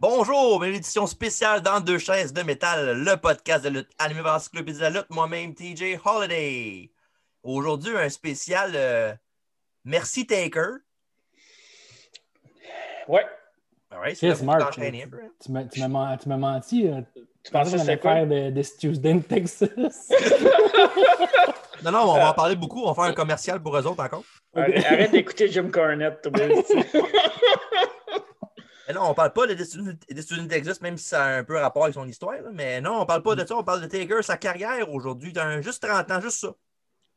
Bonjour, bienvenue à l'édition spéciale dans deux chaises de métal, le podcast de lutte animé par l'Encyclopédie de la lutte, moi-même TJ Holiday. Aujourd'hui, un spécial euh, Merci Taker. Ouais. All right, Chris c'est Mark, enchaîné un peu. hein? Tu m'as tu m'as men- tu m'as menti. euh, Tu Tu pensais pensais qu'on que allait c'était quoi? faire de, de ce Tuesday in Texas? Non, non, on va en parler beaucoup, on va faire un commercial pour eux autres encore. Arrête arrête d'écouter Jim Cornette. toi, ben, c'est- Mais non, on parle pas de Destiny Destiny Texas, même si ça a un peu rapport avec son histoire. là. Mais non, on parle pas de ça, on parle de Taker, sa carrière aujourd'hui, d'un- juste 30 ans, juste ça.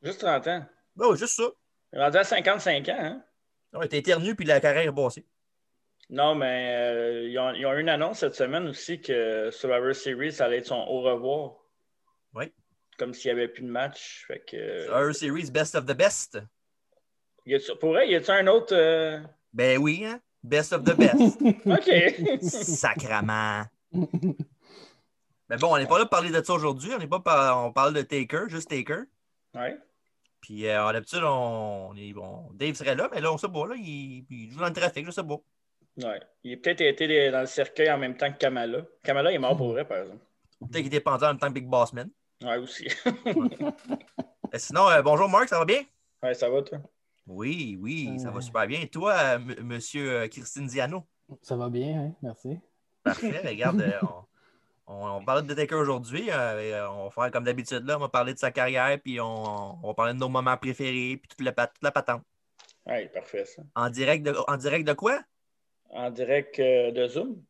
Juste 30 ans. Ouais, ouais, juste ça. Rendu à 55 ans, hein? Ouais, T'es éternu, puis la carrière est passée. Non, mais euh, ils, ont, ils ont eu une annonce cette semaine aussi que Survivor Series, ça allait être son au revoir. Oui. Comme s'il n'y avait plus de match. Fait que, euh, Survivor Series, best of the best. y a-tu- pour vrai, y a-tu un autre? euh, Ben oui, hein? Best of the best. OK. Sacrament. Mais bon, on n'est pas là pour parler de ça aujourd'hui. On n'est pas par- on parle de Taker, juste Taker. ouais. Puis euh, en d'habitude, on, on est bon. Dave serait là, mais là, on sait pas. Là, il, il joue dans le trafic, je sais pas. ouais. Il a peut-être été dans le cercueil en même temps que Kamala. Kamala est mort pour vrai, par exemple. Ou Peut-être qu'il était pendu en même temps que Big Boss Man. Ouais, aussi. Mais sinon, euh, bonjour Marc, ça va bien? ouais, ça va, toi? Oui, oui, ça va Ouais. super bien. Et toi, euh, m- monsieur euh, Christine Diano? Ça va bien, hein? merci. Parfait, mais regarde, euh, on, on, on parlait de Taker aujourd'hui. euh, et, euh, on va faire comme d'habitude, là, on va parler de sa carrière, puis on, on va parler de nos moments préférés, puis toute la, pat- toute la patente. Ouais, parfait, ça. En direct de, en direct de quoi? En direct euh, de Zoom?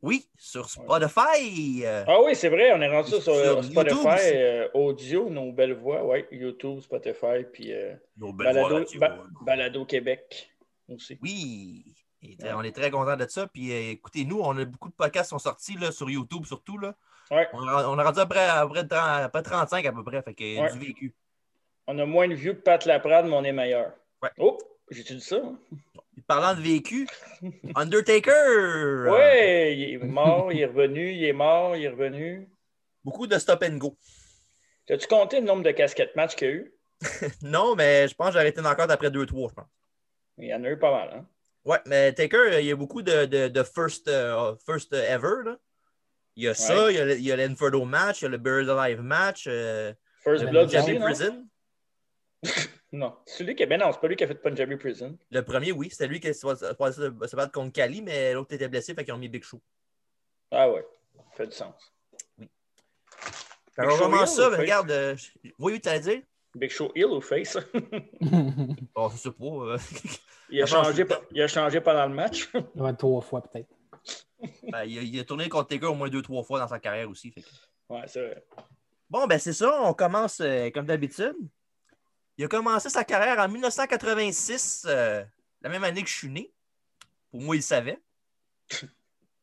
Oui, sur Spotify. euh, Ah oui, c'est vrai, on est rendu Sur sur, euh, YouTube aussi. Spotify, euh, audio, nos belles voix, oui, YouTube, Spotify, puis euh, nos belles voix Balado, radio. Ba- Balado Québec aussi. Oui. Et, euh, on est très content de ça. Puis euh, écoutez-nous, on a beaucoup de podcasts qui sont sortis là, sur YouTube surtout. Là. Ouais. On, a, on a rendu après, après, 30 après 35 à peu près. Fait que euh, Ouais. du vécu. On a moins de vues que Pat Laprade, mais on est meilleur. Ouais. Oh, j'ai-tu dit ça? hein? Puis, Parlant de vécu, Undertaker! euh, Ouais, il est mort, il est revenu, il est mort, il est revenu. Beaucoup de stop and go. T'as-tu compté le nombre de casquettes match qu'il y a eu? Non, mais je pense que j'ai arrêté encore d'après 2-3, je pense. Il y en a eu pas mal, hein? Ouais, mais Taker, euh, il y a beaucoup de, de, de first, euh, first ever. là. Il y a ça, il y a le- il y a l'Inferno match, il y a le Buried Alive match, euh, First le Le Blood, Punjabi c'est lui, non? Prison. Non, c'est lui qui a... Ben non, c'est pas lui qui a fait Punjabi Prison. Le premier, oui, c'était lui qui se se- se- se battre contre Kali, mais l'autre était blessé, fait qu'ils ont mis Big Show. Ah ouais, ça fait du sens. Fait Big qu'on Show commence Hill, ça, ou mais face? regarde, euh, je- oui, oui, t'allais dire? Big Show Hill ou Face? ouais, Bon, je sais pas. euh, Il a, Attends, changé, c'est- il a changé pendant le match. trois fois peut-être. ben, il, a, il a tourné contre Taker au moins deux, trois fois dans sa carrière aussi. fait que- Ouais, c'est vrai. Bon, ben c'est ça, on commence euh, comme d'habitude. Il a commencé sa carrière en 1986, euh, la même année que je suis né. Pour moi, il le savait.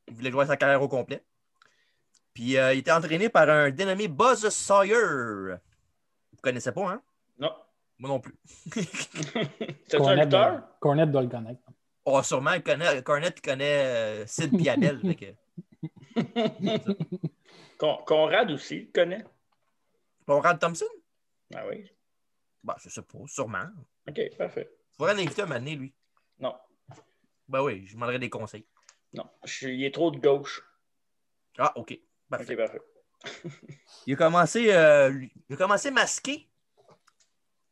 Il voulait jouer sa carrière au complet. Puis euh, il était entraîné par un dénommé Buzz Sawyer. Vous connaissez pas, hein? Non. Moi non plus. C'est un lutteur? euh, doit- Cornette doit le connaître. Oh, sûrement, il connaît, Cornette connaît euh, Sid Piabel. fait que- Con- Conrad aussi, il connaît. Conrad Thompson? Ah oui. Bah, je sais pas, sûrement. OK, parfait. Faudrait l'inviter un moment donné, lui. Non, Ben oui, je lui demanderai des conseils. non. Je suis- il est trop de gauche. Ah, OK. Parfait. OK, parfait. Il a commencé, euh, lui- il a commencé masqué.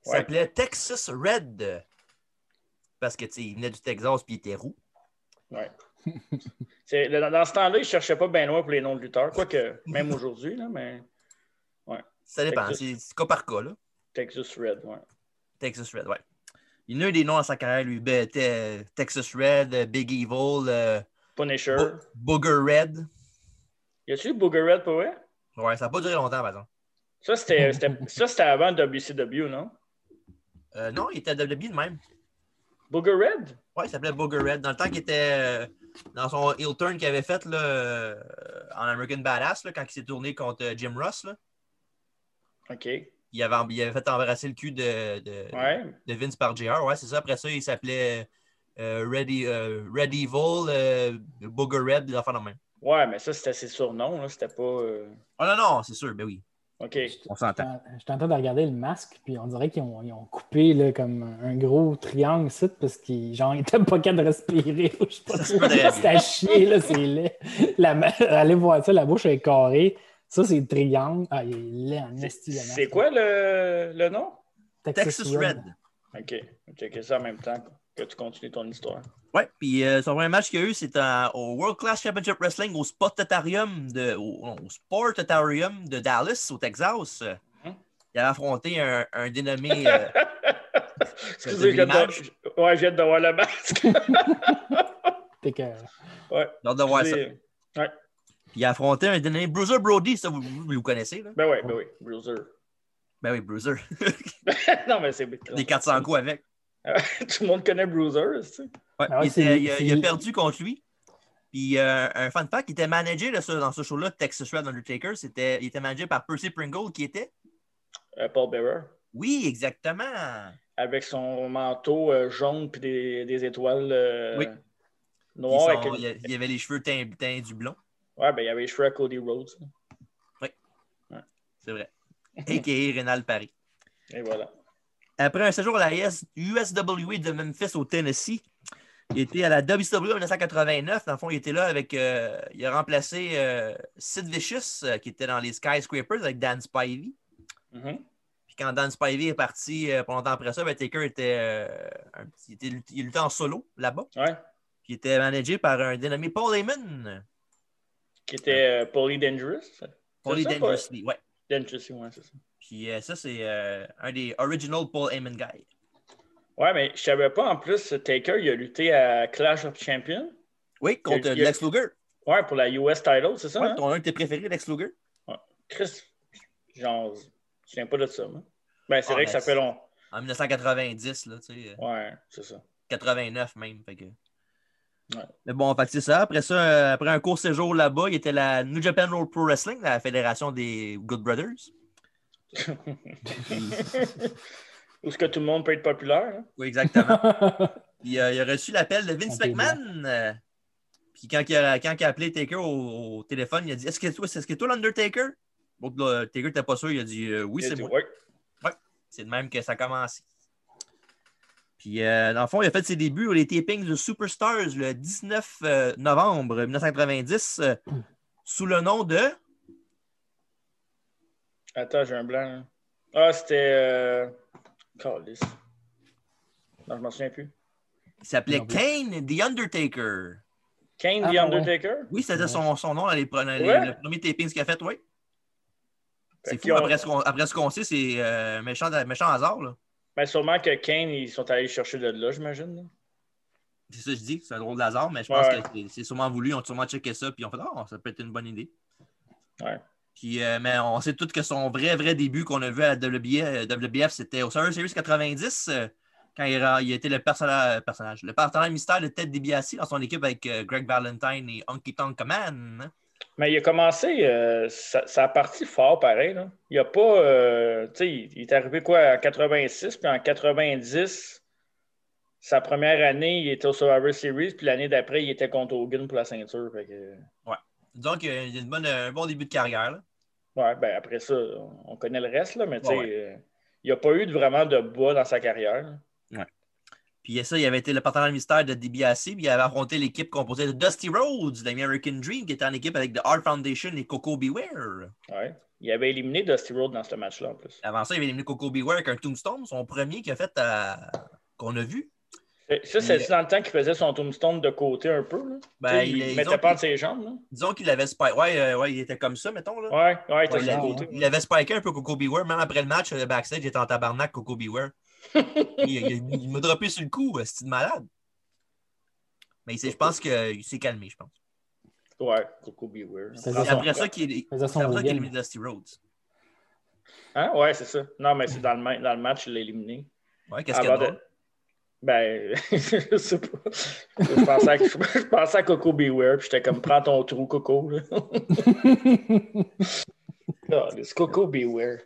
Il Ouais. s'appelait Texas Red. Parce que, tu sais, il venait du Texas puis il était roux. C'est- le- Dans ce temps-là, il ne cherchait pas bien loin pour les noms de lutteurs. Quoique, même aujourd'hui, là, mais Ça dépend, Texas. c'est c'est cas par cas, là. Texas Red, ouais. Texas Red, ouais. Il y en a eu des noms à sa carrière, lui. Ben, t'es- Texas Red, euh, Big Evil, euh, Punisher. Bo- Booger Red. Y a-tu eu Booger Red pour vrai? Ouais, ça n'a pas duré longtemps, par exemple. Ça, c'était c'était- ça, c'était avant WCW, non? Euh, non, il était à WWE de même. Booger Red? Ouais, il s'appelait Booger Red. Dans le temps qu'il était euh, dans son heel turn qu'il avait fait là, euh, en American Badass, là, quand il s'est tourné contre euh, Jim Ross, là, OK. Ouais. il, avait, il avait fait embrasser le cul de, de, de Vince par JR. Ouais, c'est ça. Après ça, il s'appelait euh, Red, E- euh, Red Evil, euh, Booger Red, des affaires de même. Ouais, mais ça, c'était ses surnoms. là. C'était pas. euh, Oh non, non, c'est sûr, ben oui. OK. On s'entend. J'étais en train de regarder le masque, puis on dirait qu'ils ont, ils ont coupé là, comme un gros triangle ici, parce qu'ils genre, ils étaient pas capables de respirer. Je sais pas Ça se trop. peut très C'est à chier, là, c'est laid. La ma- allez voir ça, la bouche est carrée. Ça, c'est triangle. Ah, il est laid en C'est- esti, le masque. C'est quoi le, le nom? Texas Red. OK. Je vais checker ça en même temps que tu continues ton histoire. Ouais, puis euh, son premier match qu'il y a eu, c'est en- au World Class Championship Wrestling au Sportatarium de, au, non, au Sportatarium de Dallas, au Texas. Euh, Mhm. Il avait affronté un, un dénommé. euh, Excusez, je viens de- l'image. ouais, je viens de voir le masque. T'es que- ouais, j'ai hâte de voir ça. excusez. Puis il a affronté un dénommé Bruiser Brody, ça vous, vous, vous connaissez. Là. Ben oui, ben oui, Bruiser. Ben oui, Bruiser. non, mais c'est Les 400 coups avec. Tout le monde connaît Bruiser, tu sais. Ouais, Ah il, ouais, était- c'est- il a, c'est- il a perdu contre lui. Puis euh, un fan fact, il était managé là, ça, dans ce show-là, Texas Red Undertaker. C'était, il était managé par Percy Pringle, qui était. Euh, Paul Bearer. Oui, exactement. Avec son manteau euh, jaune puis des, des étoiles euh, Oui. Puis noires. son- avec- il, a- il avait les cheveux teints teints du blond. Ouais, ben il y avait les cheveux à Cody Rhodes. hein. C'est vrai. A.K.A. Rénal Paris. Et voilà. Après un séjour à la US USWA de Memphis au Tennessee, il était à la WCW en 1989. Dans le fond, il était là avec. euh, il a remplacé euh, Sid Vicious, euh, qui était dans les Skyscrapers avec Dan Spivey. Mhm. Puis quand Dan Spivey est parti euh, pendant après ça, ben, Taker était, euh, un petit- il était lut- il luttait en solo là-bas. Ouais. Puis il était managé par un dénommé Paul Heyman. Qui était euh, Paulie Dangerous. Paulie ça, Paul? Dangerously, ouais. Dangerous, ouais, c'est ça. Puis euh, ça, c'est euh, un des original Paul Heyman guys. Ouais, mais je savais pas en plus, Taker, il a lutté à Clash of Champions. Oui, contre euh, Il y a- Lex Luger. Ouais, pour la US title, c'est ça? Ouais, hein? ton un de tes préférés, Lex Luger. Chris, genre, je viens pas de ça, moi. Ben, c'est Ah, vrai ben, que ça c'est- fait long. En 1990, là, tu sais, euh, Ouais, c'est ça. 89 même. Fait que... Ouais. Mais bon, fait que c'est ça. Après ça, euh, après un court séjour là-bas, il était à la New Japan World Pro Wrestling, la fédération des Good Brothers. Où est-ce que tout le monde peut être populaire? hein? Oui, exactement. Puis, euh, il a reçu l'appel de Vince Ah, t'es McMahon. euh, puis quand il, a, quand il a appelé Taker au, au téléphone, il a dit Est-ce que toi, c'est- est-ce que toi l'Undertaker Bon, là, Taker n'était pas sûr, il a dit Euh, Oui, Il a c'est dit, moi. ouais. C'est de même que ça a commencé. Puis, euh, dans le fond, il a fait ses débuts au les tapings de Superstars le 19 euh, novembre 1990 euh, sous le nom de. Attends, j'ai un blanc. là. Ah, c'était. Euh... Calisse. Non, je m'en souviens plus. Il s'appelait Non plus. Kane The Undertaker. Kane Ah, The ouais. Undertaker? Oui, c'était son, son nom dans les, pre- dans les- Ouais. le premier taping qu'il a fait, oui. Fait C'est qu'ils fou, ont- après ce qu'on après ce qu'on sait, c'est euh, méchant, méchant hasard. Là. Ben, sûrement que Kane, ils sont allés le chercher de là, j'imagine. là. C'est ça que je dis, c'est un drôle d'hasard, mais je pense Ouais. que c'est- c'est sûrement voulu, ils ont sûrement checké ça, puis ils ont fait Ah, ça peut être une bonne idée. Ouais. Puis, euh, mais on sait tous que son vrai, vrai début qu'on a vu à WBF, euh, WBF, c'était au Survivor Series 90, euh, quand il, ra- il était le personna- personnage, le partenaire mystère de Ted DiBiase dans son équipe avec euh, Greg Valentine et Honky Tonk Man. Mais il a commencé, euh, ça, ça a parti fort pareil. Là. Il a pas. euh, tu sais, il il est arrivé quoi en 86, puis en 90, sa première année, il était au Survivor Series, puis l'année d'après, il était contre Hogan pour la ceinture. fait que- Donc, euh, il y a une bonne, un bon début de carrière. là. ouais, ben après ça, on connaît le reste, là, mais tu sais, Ouais, ouais. euh, il n'a pas eu de- vraiment de bas dans sa carrière. là. Puis ça, il avait été le partenaire mystère de DiBiase, puis il avait affronté l'équipe composée de Dusty Rhodes, de l'American Dream, qui était en équipe avec The Hart Foundation et Coco Beware. Ouais. Il avait éliminé Dusty Road dans ce match-là en plus. Avant ça, il avait éliminé Coco Beware avec un Tombstone, son premier qu'il a fait à- qu'on a vu. Et Ça, c'est Mais- dans le temps qu'il faisait son tombstone de côté un peu. Là. Ben, Tu sais, il- il ils ne ont- mettait pas entre ses jambes. Là. Disons qu'il avait spiké. Ouais, euh, ouais, il était comme ça, mettons. Là. Ouais, ouais, il était Ouais, il, sur le avait, côté. il avait spiké un peu Coco Beware. Même après le match, le backstage, il était en tabarnak, Coco Beware. il il- il m'a droppé sur le coup, euh, c'est de malade. Mais il s'est- je pense qu'il s'est calmé, je pense. Ouais, Coco Beware. C'est C'est son- après ça qu'il est. Faisait C'est son après ça qu'il a Hogan. éliminé Dusty Rhodes. Hein? Ouais, c'est ça. Non, mais c'est dans le, ma- dans le match, il l'a éliminé. Ouais, qu'est-ce qu'il y a Avant de drôle? de- Ben, je sais pas. Je pensais à, je pensais à Coco Beware, puis j'étais comme, prends ton trou, Coco. là. Ah, c'est Coco Beware.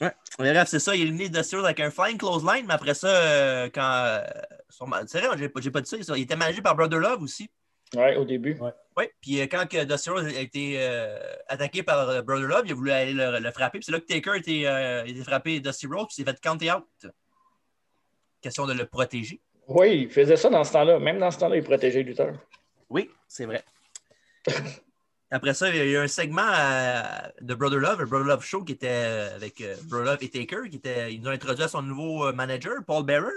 Mais ben, Bref, c'est ça, il a éliminé Dusty Rhodes avec un flying clothesline, mais après ça, euh, quand. euh, son- C'est vrai, j'ai pas- j'ai pas dit ça. Il était managé par Brother Love aussi. Ouais, au début. Oui, puis euh, quand que Dusty Rhodes a été euh, attaqué par euh, Brother Love, il a voulu aller le, le frapper. Puis c'est là que Taker a été, euh, a été frappé Dusty Rhodes, puis s'est fait counter out. Question de le protéger. Oui, il faisait ça dans ce temps-là. Même dans ce temps-là, il protégeait le lutteur. Oui, c'est vrai. Après ça, il y a eu un segment euh, de Brother Love, le Brother Love Show, qui était euh, avec euh, Brother Love et Taker, qui était, ils nous ont introduit à son nouveau euh, manager, Paul Bearer.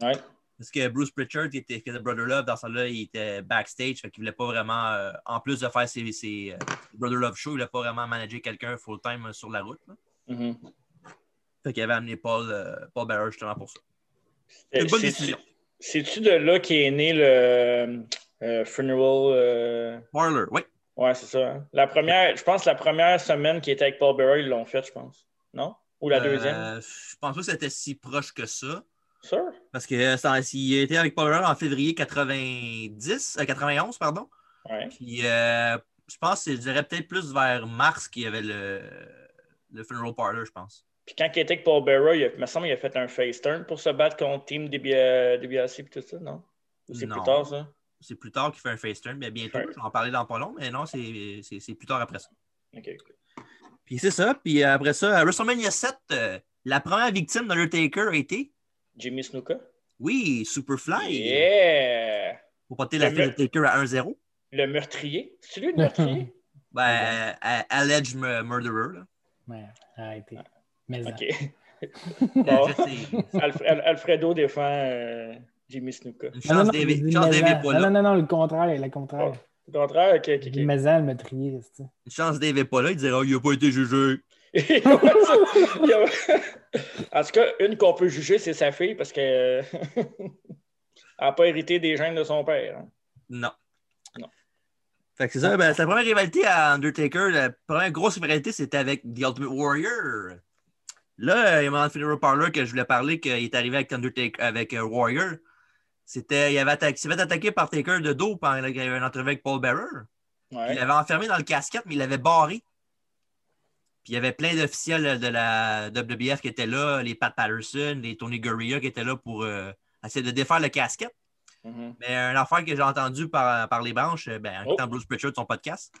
Ouais. Parce que Bruce Pritchard, qui était, qui était Brother Love, dans ce là il était backstage, fait qu'il voulait pas vraiment, euh, en plus de faire ses, ses, euh, Brother Love Show, il voulait pas vraiment manager quelqu'un full-time euh, sur la route. là. Mhm. Fait qu'il avait amené Paul, euh, Paul Bearer justement pour ça. Euh, Une bonne c'est- décision. C'est-tu de là qu'est né le euh, funeral? euh, Parler, oui. Ouais, c'est ça. hein? La première, je pense la première semaine qui était avec Paul Bearer, ils l'ont fait, je pense. Non? Ou la deuxième? Euh, je pense pas que c'était si proche que ça. Sûr? Parce que ça, il était avec Paul Bearer en février 90, euh, 91, pardon. Ouais. Puis euh, je pense, que je dirais peut-être plus vers mars qu'il y avait le, le funeral parlor, je pense. Puis quand il était avec Paul Bearer, il, a- il me semble qu'il a fait un face turn pour se battre contre Team DBA, DiBiase et tout ça, non? Ou c'est plus Non. tard, ça? C'est plus tard qu'il fait un face turn, mais bientôt, Ouais. je vais en parler dans pas long, mais non, c'est c'est- c'est plus tard après ça. OK. Puis c'est ça, puis après ça, à WrestleMania 7, euh, la première victime d'Undertaker a été, Jimmy Snuka? oui, Superfly, Yeah! pour porter la Le- fille de Taker à 1-0. Le meurtrier? C'est lui le meurtrier? Ben, euh, euh, alleged mu- murderer, là. Mais arrêtez. Mais OK. Euh, Bon. je sais, Alf- Al- Alfredo défend euh, Jimmy Snuka. Une Non, non, chance non, David il dit chance mais David en. pas non, là. non, non, non, le contraire, le contraire. Au contraire, ok, Oh, ok, Il ok. dit, mais en, elle me trier, c'est ça. Une chance Dave est pas là, il dirait oh, il a pas été jugé. Il y a- il y a- en tout cas, une qu'on peut juger, c'est sa fille parce qu'elle n'a pas hérité des gènes de son père. hein. Non. Non. Fait que c'est ça, ben, sa première rivalité à Undertaker, la première grosse rivalité, c'était avec The Ultimate Warrior. Là, euh, il y a un moment de Funeral Parlor que je voulais parler, qu'il est arrivé avec Undertaker, avec euh, Warrior. C'était, il avait atta- il s'est fait attaquer par Taker de dos pendant qu'il y avait une entrevue avec Paul Bearer. Ouais. Il l'avait enfermé dans le casquette, mais il l'avait barré. Puis il y avait plein d'officiels de la WBF qui étaient là, les Pat Patterson, les Tony Gurria qui étaient là pour euh, essayer de défaire le casquette. Mhm. Mais un affaire que j'ai entendu par, par les branches, euh, ben, en Oh. écoutant Bruce Pritchard de son podcast,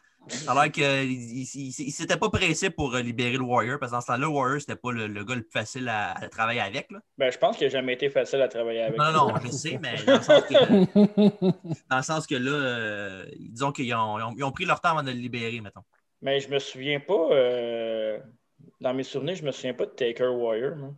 alors qu'il ne s'était pas pressé pour euh, libérer le Warrior, parce que dans ce temps-là, Warrior, c'était pas le, le gars le plus facile à, à travailler avec. là. Ben, je pense qu'il n'a jamais été facile à travailler avec. Non, non, non, je sais, mais dans le sens que, dans le sens que là, euh, disons qu'ils ont, ils ont- ils ont pris leur temps avant de le libérer, mettons. Mais je me souviens pas. euh, Dans mes souvenirs, je me souviens pas de Taker Warrior. moi.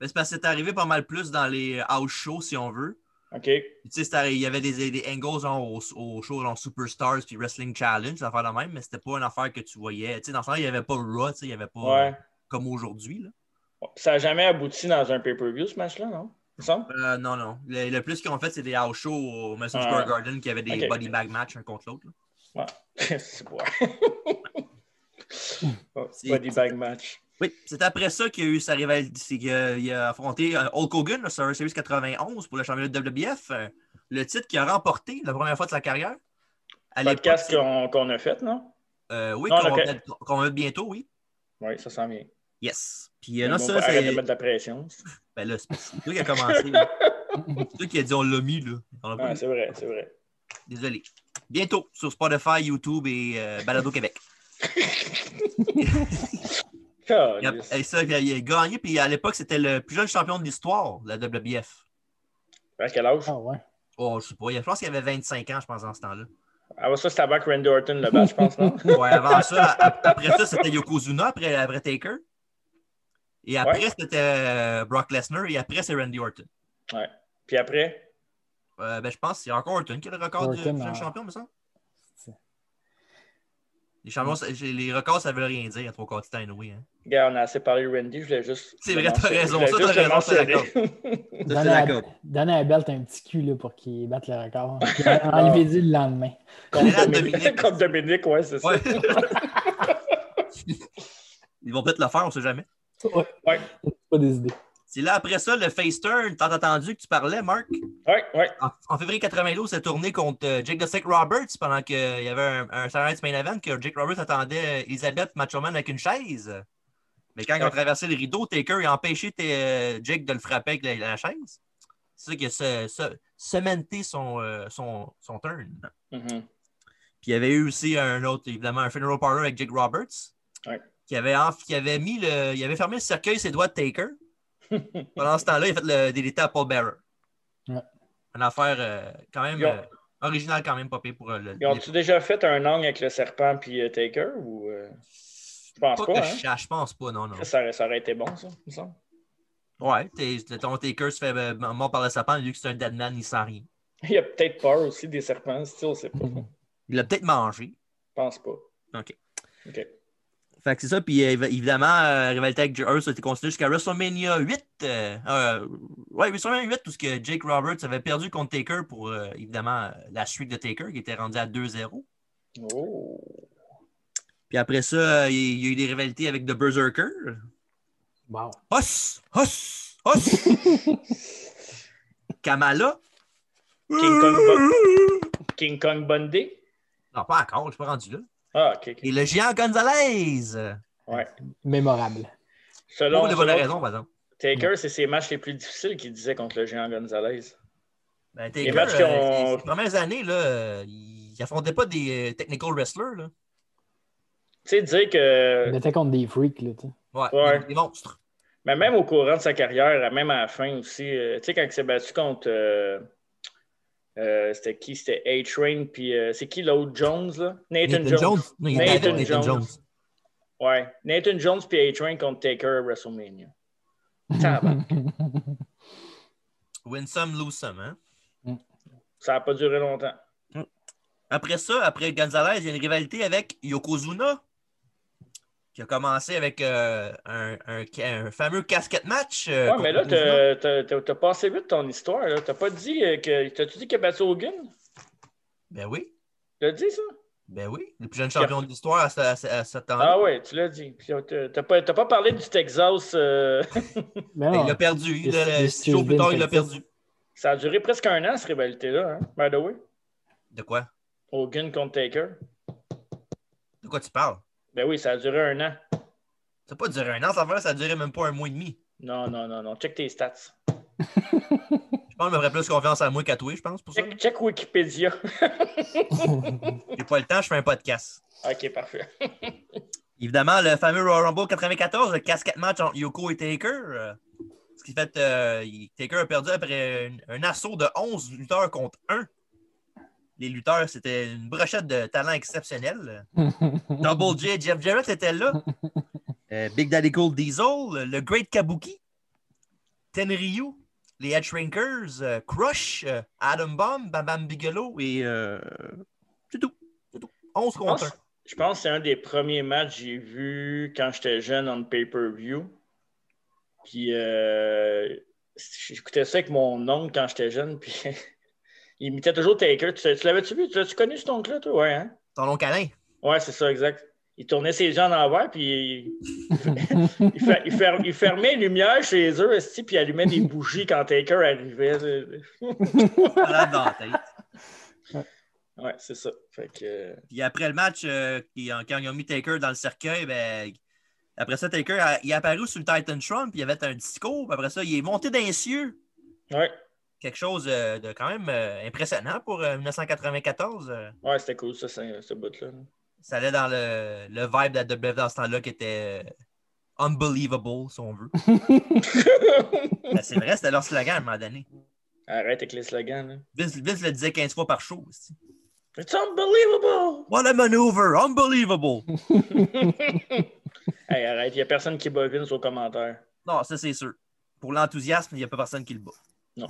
Mais c'est parce que c'est arrivé pas mal plus dans les euh, house shows, si on veut. OK. Puis, Tu sais, c'est arrivé- il y avait des, des angles genre, au, au show genre Superstars puis Wrestling Challenge, ça affaire la même, mais c'était pas une affaire que tu voyais. Tu sais, dans ce temps-là, il n'y avait pas Raw, tu sais, il n'y avait pas euh, Ouais. comme aujourd'hui. là. Ça n'a jamais abouti dans un pay-per-view, ce match-là, non? Il me semble? Euh, non, non. Le, le plus qu'ils ont fait, c'est des house shows au Madison Ah. Square Garden qui avaient des Ok. body bag match un contre l'autre. là. C'est quoi? Oh, C'est- Body bag match. Oui, c'est après ça qu'il y a eu sa rivalité. C'est qu'il a, il a affronté euh, Hulk Hogan le Survivor Series 91 pour le championnat de WBF. euh, Le titre qu'il a remporté la première fois de sa carrière. À l'époque, Podcast qu'on qu'on a fait, non? euh, oui, Non, qu'on ok. va mettre- qu'on va mettre bientôt, oui. Oui, ça sent bien. Yes. Puis euh, là, Bon, ça, arrête c'est. de mettre de la pression. Ben là, c'est c'est toi qui a commencé. là. C'est toi qui a dit on l'a mis, là. On l'a pas Ouais, mis. Ah, c'est vrai, c'est vrai. Désolé. Bientôt sur Spotify, YouTube et euh, Balado Québec. Il a- Calisse. et ça, il a, il a gagné, puis à l'époque, c'était le plus jeune champion de l'histoire, la WBF. À quel âge? Ah ouais. Oh, je sais pas. il- Je pense qu'il avait 25 ans, je pense, en ce temps-là. Ah, ouais, ça, c'était avant que Randy Orton le bat, je pense, non? Ouais, avant ça, a- après ça, c'était Yokozuna, après, après Taker. Et après, Ouais. c'était euh, Brock Lesnar, et après, c'est Randy Orton. Puis après, Euh, ben, je pense que c'est encore Orton qui a le record de Orton, plus jeune euh, champion, me semble. C'est- Mm. Les, champions, ça- les records, ça veut rien dire, à trois quarts du temps, anyway, hein. gars, on a assez parlé de Randy, je voulais juste. C'est vrai, le t'as mentionner. raison, Je voulais ça, juste le t'as raison, t'as mentionner. Ça, Donnez à, donnez à Belt un petit cul là, pour qu'il batte le record. Puis Enlevez-le le lendemain. Comme Gérard Dominique, Dominique. comme Dominique, ouais, c'est ça. Ouais. Ils vont peut-être le faire, on sait jamais. Ouais. Ouais. C'est pas des idées. C'est là après ça, le face turn, tant attendu que tu parlais, Marc. Ouais, ouais. En, en février 92, c'est tourné contre euh, Jake the Snake Roberts pendant qu'il y avait un, un Saturday Night's Main Event que Jake Roberts attendait euh, Elizabeth Machoman avec une chaise. Mais quand ils ont Ouais. traversé le rideau, Taker a empêché euh, Jake de le frapper avec la, la chaise. sais que se, se- cementer son, euh, son, son turn. Mhm. Puis il y avait eu aussi un autre, évidemment, un funeral parlor avec Jake Roberts. Ouais. Qui avait, enf- qui avait mis le. Il avait fermé le cercueil ses doigts de Taker. Pendant ce temps-là, il a fait le délité à Paul Bearer. Ouais. Une affaire euh, quand même Ils ont- euh, originale, quand même, popée pour euh, le. Ils ont-tu déjà fait un angle avec le serpent puis euh, Taker ou. euh, Je pense Pas pas. que hein? je sache, je pense pas, non, non. Ça, aurait- ça aurait été bon, ça, il me semble. Ouais, t'es- ton Taker se fait euh, mort par le serpent, vu que c'est un deadman, il sent rien. Il y a peut-être peur aussi des serpents, si on sait pas. Je Il l'a peut-être mangé. pense pas. Mhm. OK. OK. Fait que c'est ça. Puis euh, évi- évidemment, euh, rivalité avec Jey Uso a été continuée jusqu'à WrestleMania 8. euh, euh, ouais, WrestleMania 8, où ce que Jake Roberts avait perdu contre Taker pour, euh, évidemment, euh, la suite de Taker, qui était rendue à 2-0. Oh. Puis après ça, euh, il y, a eu des rivalités avec The Berserker. Wow. Hoss! Hoss! Hoss! Kamala. King Kong King Kong Bundy? Non, pas encore, je suis pas rendu là. Ah, ok. ok. Et le géant Gonzalez. Ouais. Mémorable. Pour Selon, de bonnes selon raisons, par exemple. Taker, c'est ses matchs les plus difficiles qu'il disait contre le géant Gonzalez. Ben, Taker, Les matchs qui euh, ont- les- les premières années, là, euh, il affrontait pas des euh, technical wrestlers. Là. Tu sais, dire que. On était contre des freaks, là, tu sais. Ouais, Ouais. Des, des monstres. Mais même au courant de sa carrière, même à la fin aussi, euh, tu sais, quand il s'est battu contre. euh, euh, c'était qui C'était A-Train, puis euh, c'est qui l'autre Jones, là Nathan, Jones. Non, il était Nathan avec Nathan Jones. Jones. Ouais. Nathan Jones, puis A-Train contre Taker à WrestleMania. Tabarnak. Win some, lose some. Hein? Ça n'a pas duré longtemps. Après ça, après Gonzalez, il y a une rivalité avec Yokozuna qui a commencé avec euh, un, un- un fameux casquette match. euh, Ouais, mais là, contre Yokozuna. t'as- t'as t'as- t'as passé vite ton histoire. là. T'as pas dit euh, que. T'as-tu dit qu'il a battu Hogan? Ben oui, T'as dit ça? ben oui. Le plus jeune champion de l'histoire à, ce- à ce- à ce temps-là. Ah ouais, tu l'as dit. Puis, euh, T'as t'as pas, t'as pas parlé du Texas. euh, Ben, Mais non, il l'a perdu. Il l'a- Excuse- Six jours plus tard, il l'a excuse-moi. perdu. Ça a duré presque un an, cette rivalité-là, hein? by the way. De quoi? Hogan contre Taker. De quoi tu parles? Ben oui, ça a duré un an. Ça n'a pas duré un an, cette affaire-là, ça a duré même pas un mois et demi. Non, non, non, non. Check tes stats. Je pense qu'il me ferait plus confiance à moi qu'à toi, je pense, pour ça. Check, check Wikipédia. J'ai pas le temps, je fais un podcast. ok, parfait. Évidemment, le fameux Royal Rumble 94, le casquette match entre Yoko et Taker. euh, Ce qui fait que euh, il- Taker a perdu après un, un assaut de 11 lutteurs contre 1. Les lutteurs, c'était une brochette de talent exceptionnel. Double J, Jeff Jarrett était là. Euh, Big Daddy Cool Diesel, le Great Kabuki, Tenryu, les Edge Rankers, euh, Crush, euh, Adam Bomb, Bam Bam Bigelow et euh, c'est tout. C'est tout. 11 Je pense, contre 1. je pense que c'est un des premiers matchs que j'ai vu quand j'étais jeune en pay-per-view. Puis euh, j'écoutais ça avec mon oncle quand j'étais jeune. Puis il imitait toujours Taker. Tu, sais- tu l'avais-tu vu? Tu l'as-tu connu, cet oncle-là, toi? Ouais, hein? Ton long câlin. Ouais, c'est ça, exact. Il tournait ses gens en envers, puis il, il fer- il fer- il fermait les lumières chez eux, esti, puis il allumait des bougies quand Taker arrivait. Malade dans la tête. Ouais, c'est ça. Fait que, euh, Puis après le match, euh, qui- quand ils ont mis Taker dans le cercueil, ben, après ça, Taker a- il est apparu sur le Titan Trump, il avait un discours, puis après ça, il est monté d'un cieux. ouais, Quelque chose euh, de quand même euh, impressionnant pour euh, 1994. euh. ouais c'était cool, ça, c'est- ce bout-là. ça allait dans le, le vibe de la WWF dans ce temps-là qui était euh, unbelievable, si on veut. Ben, c'est vrai, c'était leur slogan à un moment donné. Arrête avec les slogans. là. Vince, Vince le disait 15 fois par show. aussi. It's unbelievable! What a maneuver! Unbelievable! Hey, arrête, il n'y a personne qui bovine sur commentaire. Non, ça c'est sûr. Pour l'enthousiasme, il n'y a pas personne qui le bat. Non.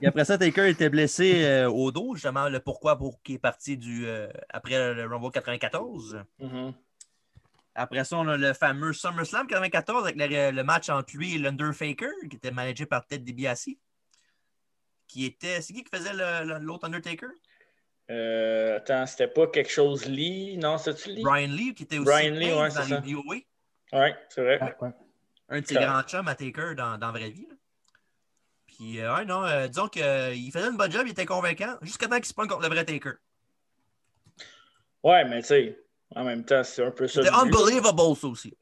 Et après ça, Taker était blessé euh, au dos, justement, le pourquoi pour qui est parti du, euh, après le Rumble 94. Mhm. Après ça, on a le fameux SummerSlam 94 avec le, euh, le match entre lui et l'Undertaker, qui était managé par Ted DiBiase. Qui était. C'est qui qui faisait le- le- l'autre Undertaker? Euh, attends, c'était pas quelque chose Lee? Non, c'était-tu Lee? Brian Lee, qui était aussi Brian Lee, Kane ouais, c'est ça. dans les E. DOA. Ouais, c'est vrai. Ah, Ouais, ouais. un de ses Correct. grands chums à Taker dans, dans la vraie vie. là. Puis, euh, ouais, non, euh, disons qu'il faisait une bonne job, il était convaincant, jusqu'à temps qu'il se prenne contre le vrai Taker. Ouais, mais tu sais, en même temps, c'est un peu ça. C'était le but. unbelievable, ça aussi.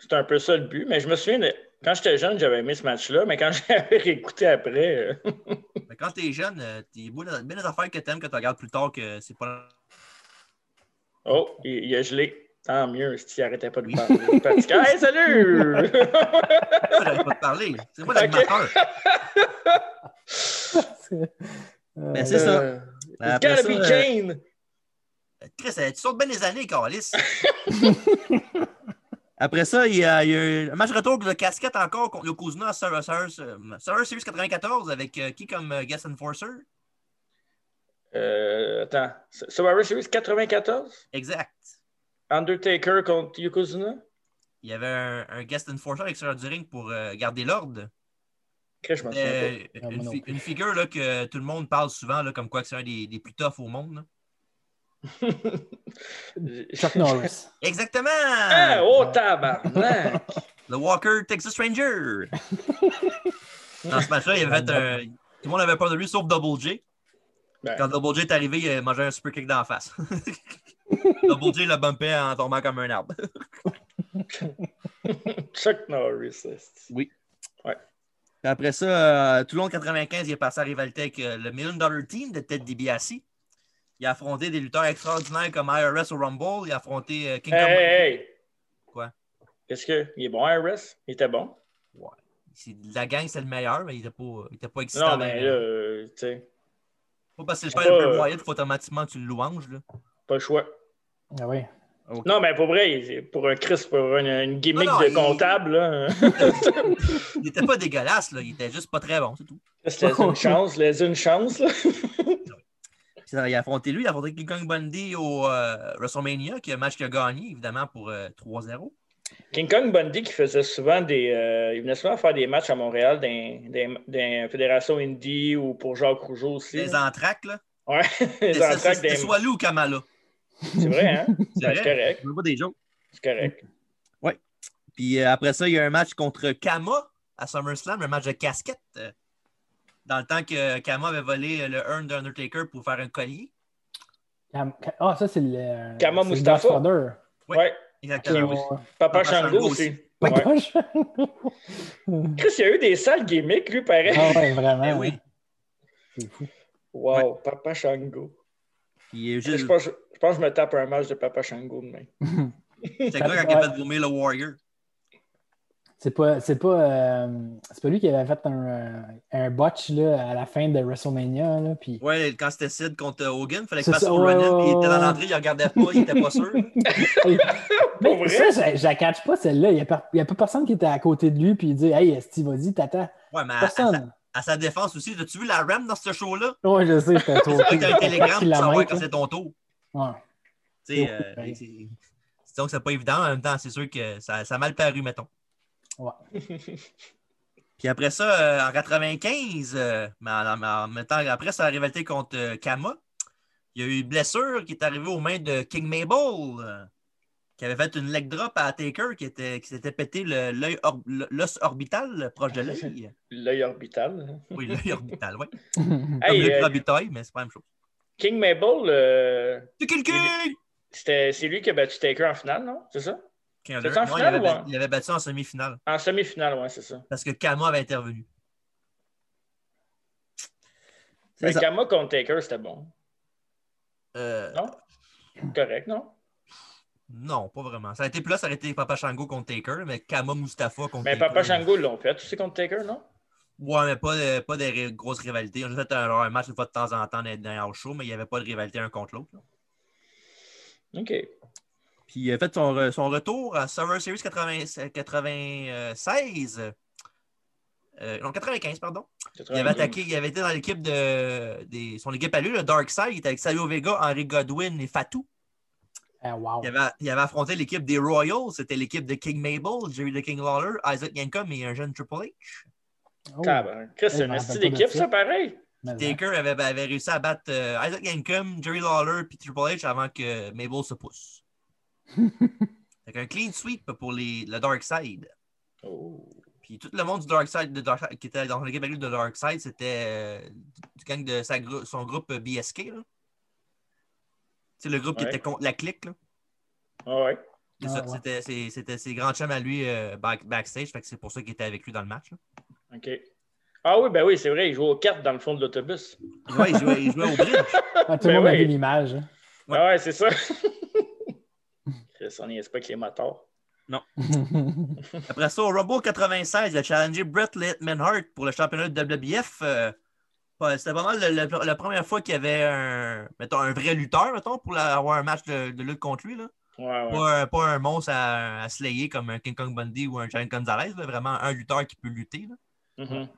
C'est un peu ça le but, mais je me souviens de Quand j'étais jeune, j'avais aimé ce match-là, mais quand j'avais réécouté après, euh, Mais quand t'es jeune, euh, t'es beau dans bien des affaires que t'aimes que tu regardes plus tard que c'est pas. oh, il, il a gelé. Tant mieux, s'il arrêtait pas de parler. Pascal, hey, salut! Moi, j'avais pas de parler. C'est moi l'animateur. Mais Ben, c'est ça. Euh, It's Après gotta ça, be euh, Kane! Chris, euh, tu sautes bien les années, Carlis. Après ça, il y, a, il y a eu un match retour de casquette encore contre Yokozuna à Survivor Series 94 avec euh, qui comme euh, Guest Enforcer? Euh, attends, Survivor Series 94? Exact. Undertaker contre Yokozuna? Il y avait un, un Guest Enforcer à l'extérieur du ring pour euh, garder l'ordre. Chris, je m'en souviens pas. Euh, Non, une, Ah, moi non fi- plus. une figure là, que tout le monde parle souvent, là, comme quoi que c'est un des, des plus toughs au monde. là. Euh, Chuck Norris. Exactement! Ah, oh, tabarnak! Le Walker Texas Ranger! Dans ce match-là, il avait fait un... Tout le monde avait peur de lui, sauf Double J. Ben. Quand Double J est arrivé, il a mangé un super kick dans la face. Double J le bumpait en tombant comme un arbre. Chuck Norris. esti. Puis après ça, euh, tout le long de 95, il est passé à rivalité avec euh, le Million Dollar Team de Ted DiBiase. Il a affronté des lutteurs extraordinaires comme IRS au Rumble. Il a affronté euh, King Hey, hey, hey! Quoi? Qu'est-ce que. Il est bon, IRS? Il était bon? C'est- La gang, c'est le meilleur, mais il n'était pas, il était pas excitant. Non, mais là, euh, tu sais, Pas parce que c'est le Ah, père de euh, Bray Wyatt, faut automatiquement que tu le louanges. Là. pas le choix. Ah oui. Non, mais pour vrai, il- pour un Chris, pour une, une gimmick Non, non, de il- comptable, là. hein. Il n'était pas dégueulaisse, là. il était juste pas très bon, c'est tout. laisse une chance, laisse une chance, là. Puis ça, Il a affronté lui, il a affronté King Kong Bundy au euh, WrestleMania, qui est un match qu'il a gagné, évidemment, pour euh, 3-0. King Kong Bundy qui faisait souvent des. euh, il venait souvent faire des matchs à Montréal dans dans- dans Fédération Indie ou pour Jacques Rougeau aussi. Les là. entraques, là. Ouais, les C'était- entraques C'était des. soit lui ou Kamala. C'est vrai, hein? C'est Ouais, vrai. C'est correct. Je veux pas des jokes. C'est correct. Puis euh, après ça, il y a un match contre Kama à SummerSlam, un match de casquette. euh, Dans le temps que Kama avait volé le urn d'Undertaker pour faire un collier. Cam- Cam- Ah, ça, c'est le. Kama c'est le Mustafa. Darth Vader. Ouais. Ouais. Exactement. Ouais, ouais. Papa Papa Shango Shango aussi. Ouais, Ouais. poche. Chris, il y a eu des sales gimmicks, lui, pareil. Ah ouais, vraiment. Eh oui. hein. C'est fou. Wow, Papa Shango. Puis il y a Je juste pense, je pense que je me tape un match de Papa Shango demain. c'est le gars qui a fait vomir le Warrior. C'est pas, c'est pas, euh, c'est pas lui qui avait fait un, euh, un botch là, à la fin de WrestleMania. Là, puis... Ouais, quand c'était Sid contre Hogan, il fallait C'est qu'il fasse ça, son ouais, run-in, ouais, puis il était dans ouais. l'entrée, il regardait pas, il était pas sûr. Hey, mais Pour ça, je- je la catch pas celle-là. Il n'y a, per- il y a pas personne qui était à côté de lui puis il dit Hey, Steve, vas-y, t'attends. Ouais, mais à, à sa, Personne. à sa défense aussi, as-tu vu la rampe dans ce show-là? Ouais, je sais, c'était trop. ah, C'est un c'était quatre télégramme pour savoir kilomètres, quand c'est ton tour. là. Ouais. Tu sais, Ouais. euh, c'est- c'est- donc c'est pas évident. En même temps, c'est sûr que ça, ça a mal paru, mettons. Ouais. Puis après ça, euh, en 95, euh, mais en, en- en même temps, après sa rivalité contre euh, Kama, il y a eu une blessure qui est arrivée aux mains de King Mabel, euh, qui avait fait une leg drop à Taker, qui, était, qui s'était pété le- l'œil or- l'os orbital euh, proche de l'œil. L'œil orbital. Oui, l'œil orbital, oui. Comme Hey, le euh, gravitail, mais c'est pas la même chose. King Mabel, euh, Tu quelqu'un! c'était- c'est lui qui a battu Taker en finale, non? C'est ça? King C'est Hunter. en Non, il, finale avait, ou bat- en- il avait battu en semi-finale En semi-finale, ouais, c'est ça. parce que Kama avait intervenu. C'est Mais ça. Kama Ben, contre Taker, c'était bon. Euh, Non? Correct, non? non, pas vraiment. Ça a été plus ça aurait été Papa Shango contre Taker, mais Kama Mustafa contre Mais Taker. Ben, Papa Shango l'ont fait, tu sais, contre Taker, non? Ouais, mais pas, de- pas de ri- grosses rivalités. On a fait un, un match une fois de temps en temps dans les derniers shows, mais il n'y avait pas de rivalité un contre l'autre. là. OK. Puis il a fait son, re- son retour à Summer Series euh, 80 96. euh, non, 95, pardon. Il avait attaqué, il avait été dans l'équipe de des- son équipe à lui, le Dark Side, il était avec Savio Vega, Henry Godwin et Fatou. Ah, wow. Il avait, il avait affronté l'équipe des Royals, c'était l'équipe de King Mabel, Jerry the King Lawler, Isaac Yankum et un jeune Triple H. Oh, Tabarnak. Chris, c'est Je une me hostie rappelle pas de d'équipe, ça. ça, pareil. mais- Taker avait, avait réussi à battre euh, Isaac Yankum, Jerry Lawler puis Triple H avant que Mabel se pousse. fait un clean sweep pour les, le Dark Side. Oh. Puis tout le monde du Dark Side, de Dark Side- qui était dans l'équipe avec lui de Dark Side, c'était euh, du gang de sa grou- son groupe euh, BSK. là. C'est le groupe qui Ouais. était contre la clique. là. Ah ouais. C'est Ah, ça, ouais. c'était- c'est- C'était ses grands chums à lui euh, back- backstage, fait que c'est pour ça qu'il était avec lui dans le match. là. OK. Ah oui, ben oui, c'est vrai, il joue aux cartes dans le fond de l'autobus. Ouais, il, jouait, il jouait au bridge. Ah, tout le Ben monde a oui. vu l'image. hein. Ouais. Ah ouais, c'est ça. Chris, on n'y est pas avec les motards. Après ça, au Rumble 96, il a challengé Brett Manhart pour le championnat de WBF. euh, ouais, C'était pas mal le- le- la première fois qu'il y avait un, mettons, un vrai lutteur, mettons, pour la- avoir un match de, de lutte contre lui. Là. Ouais, ouais. Pas, un, pas un monstre à, à slayer comme un King Kong Bundy ou un Giant Gonzalez, là, vraiment un lutteur qui peut lutter. là. Mhm.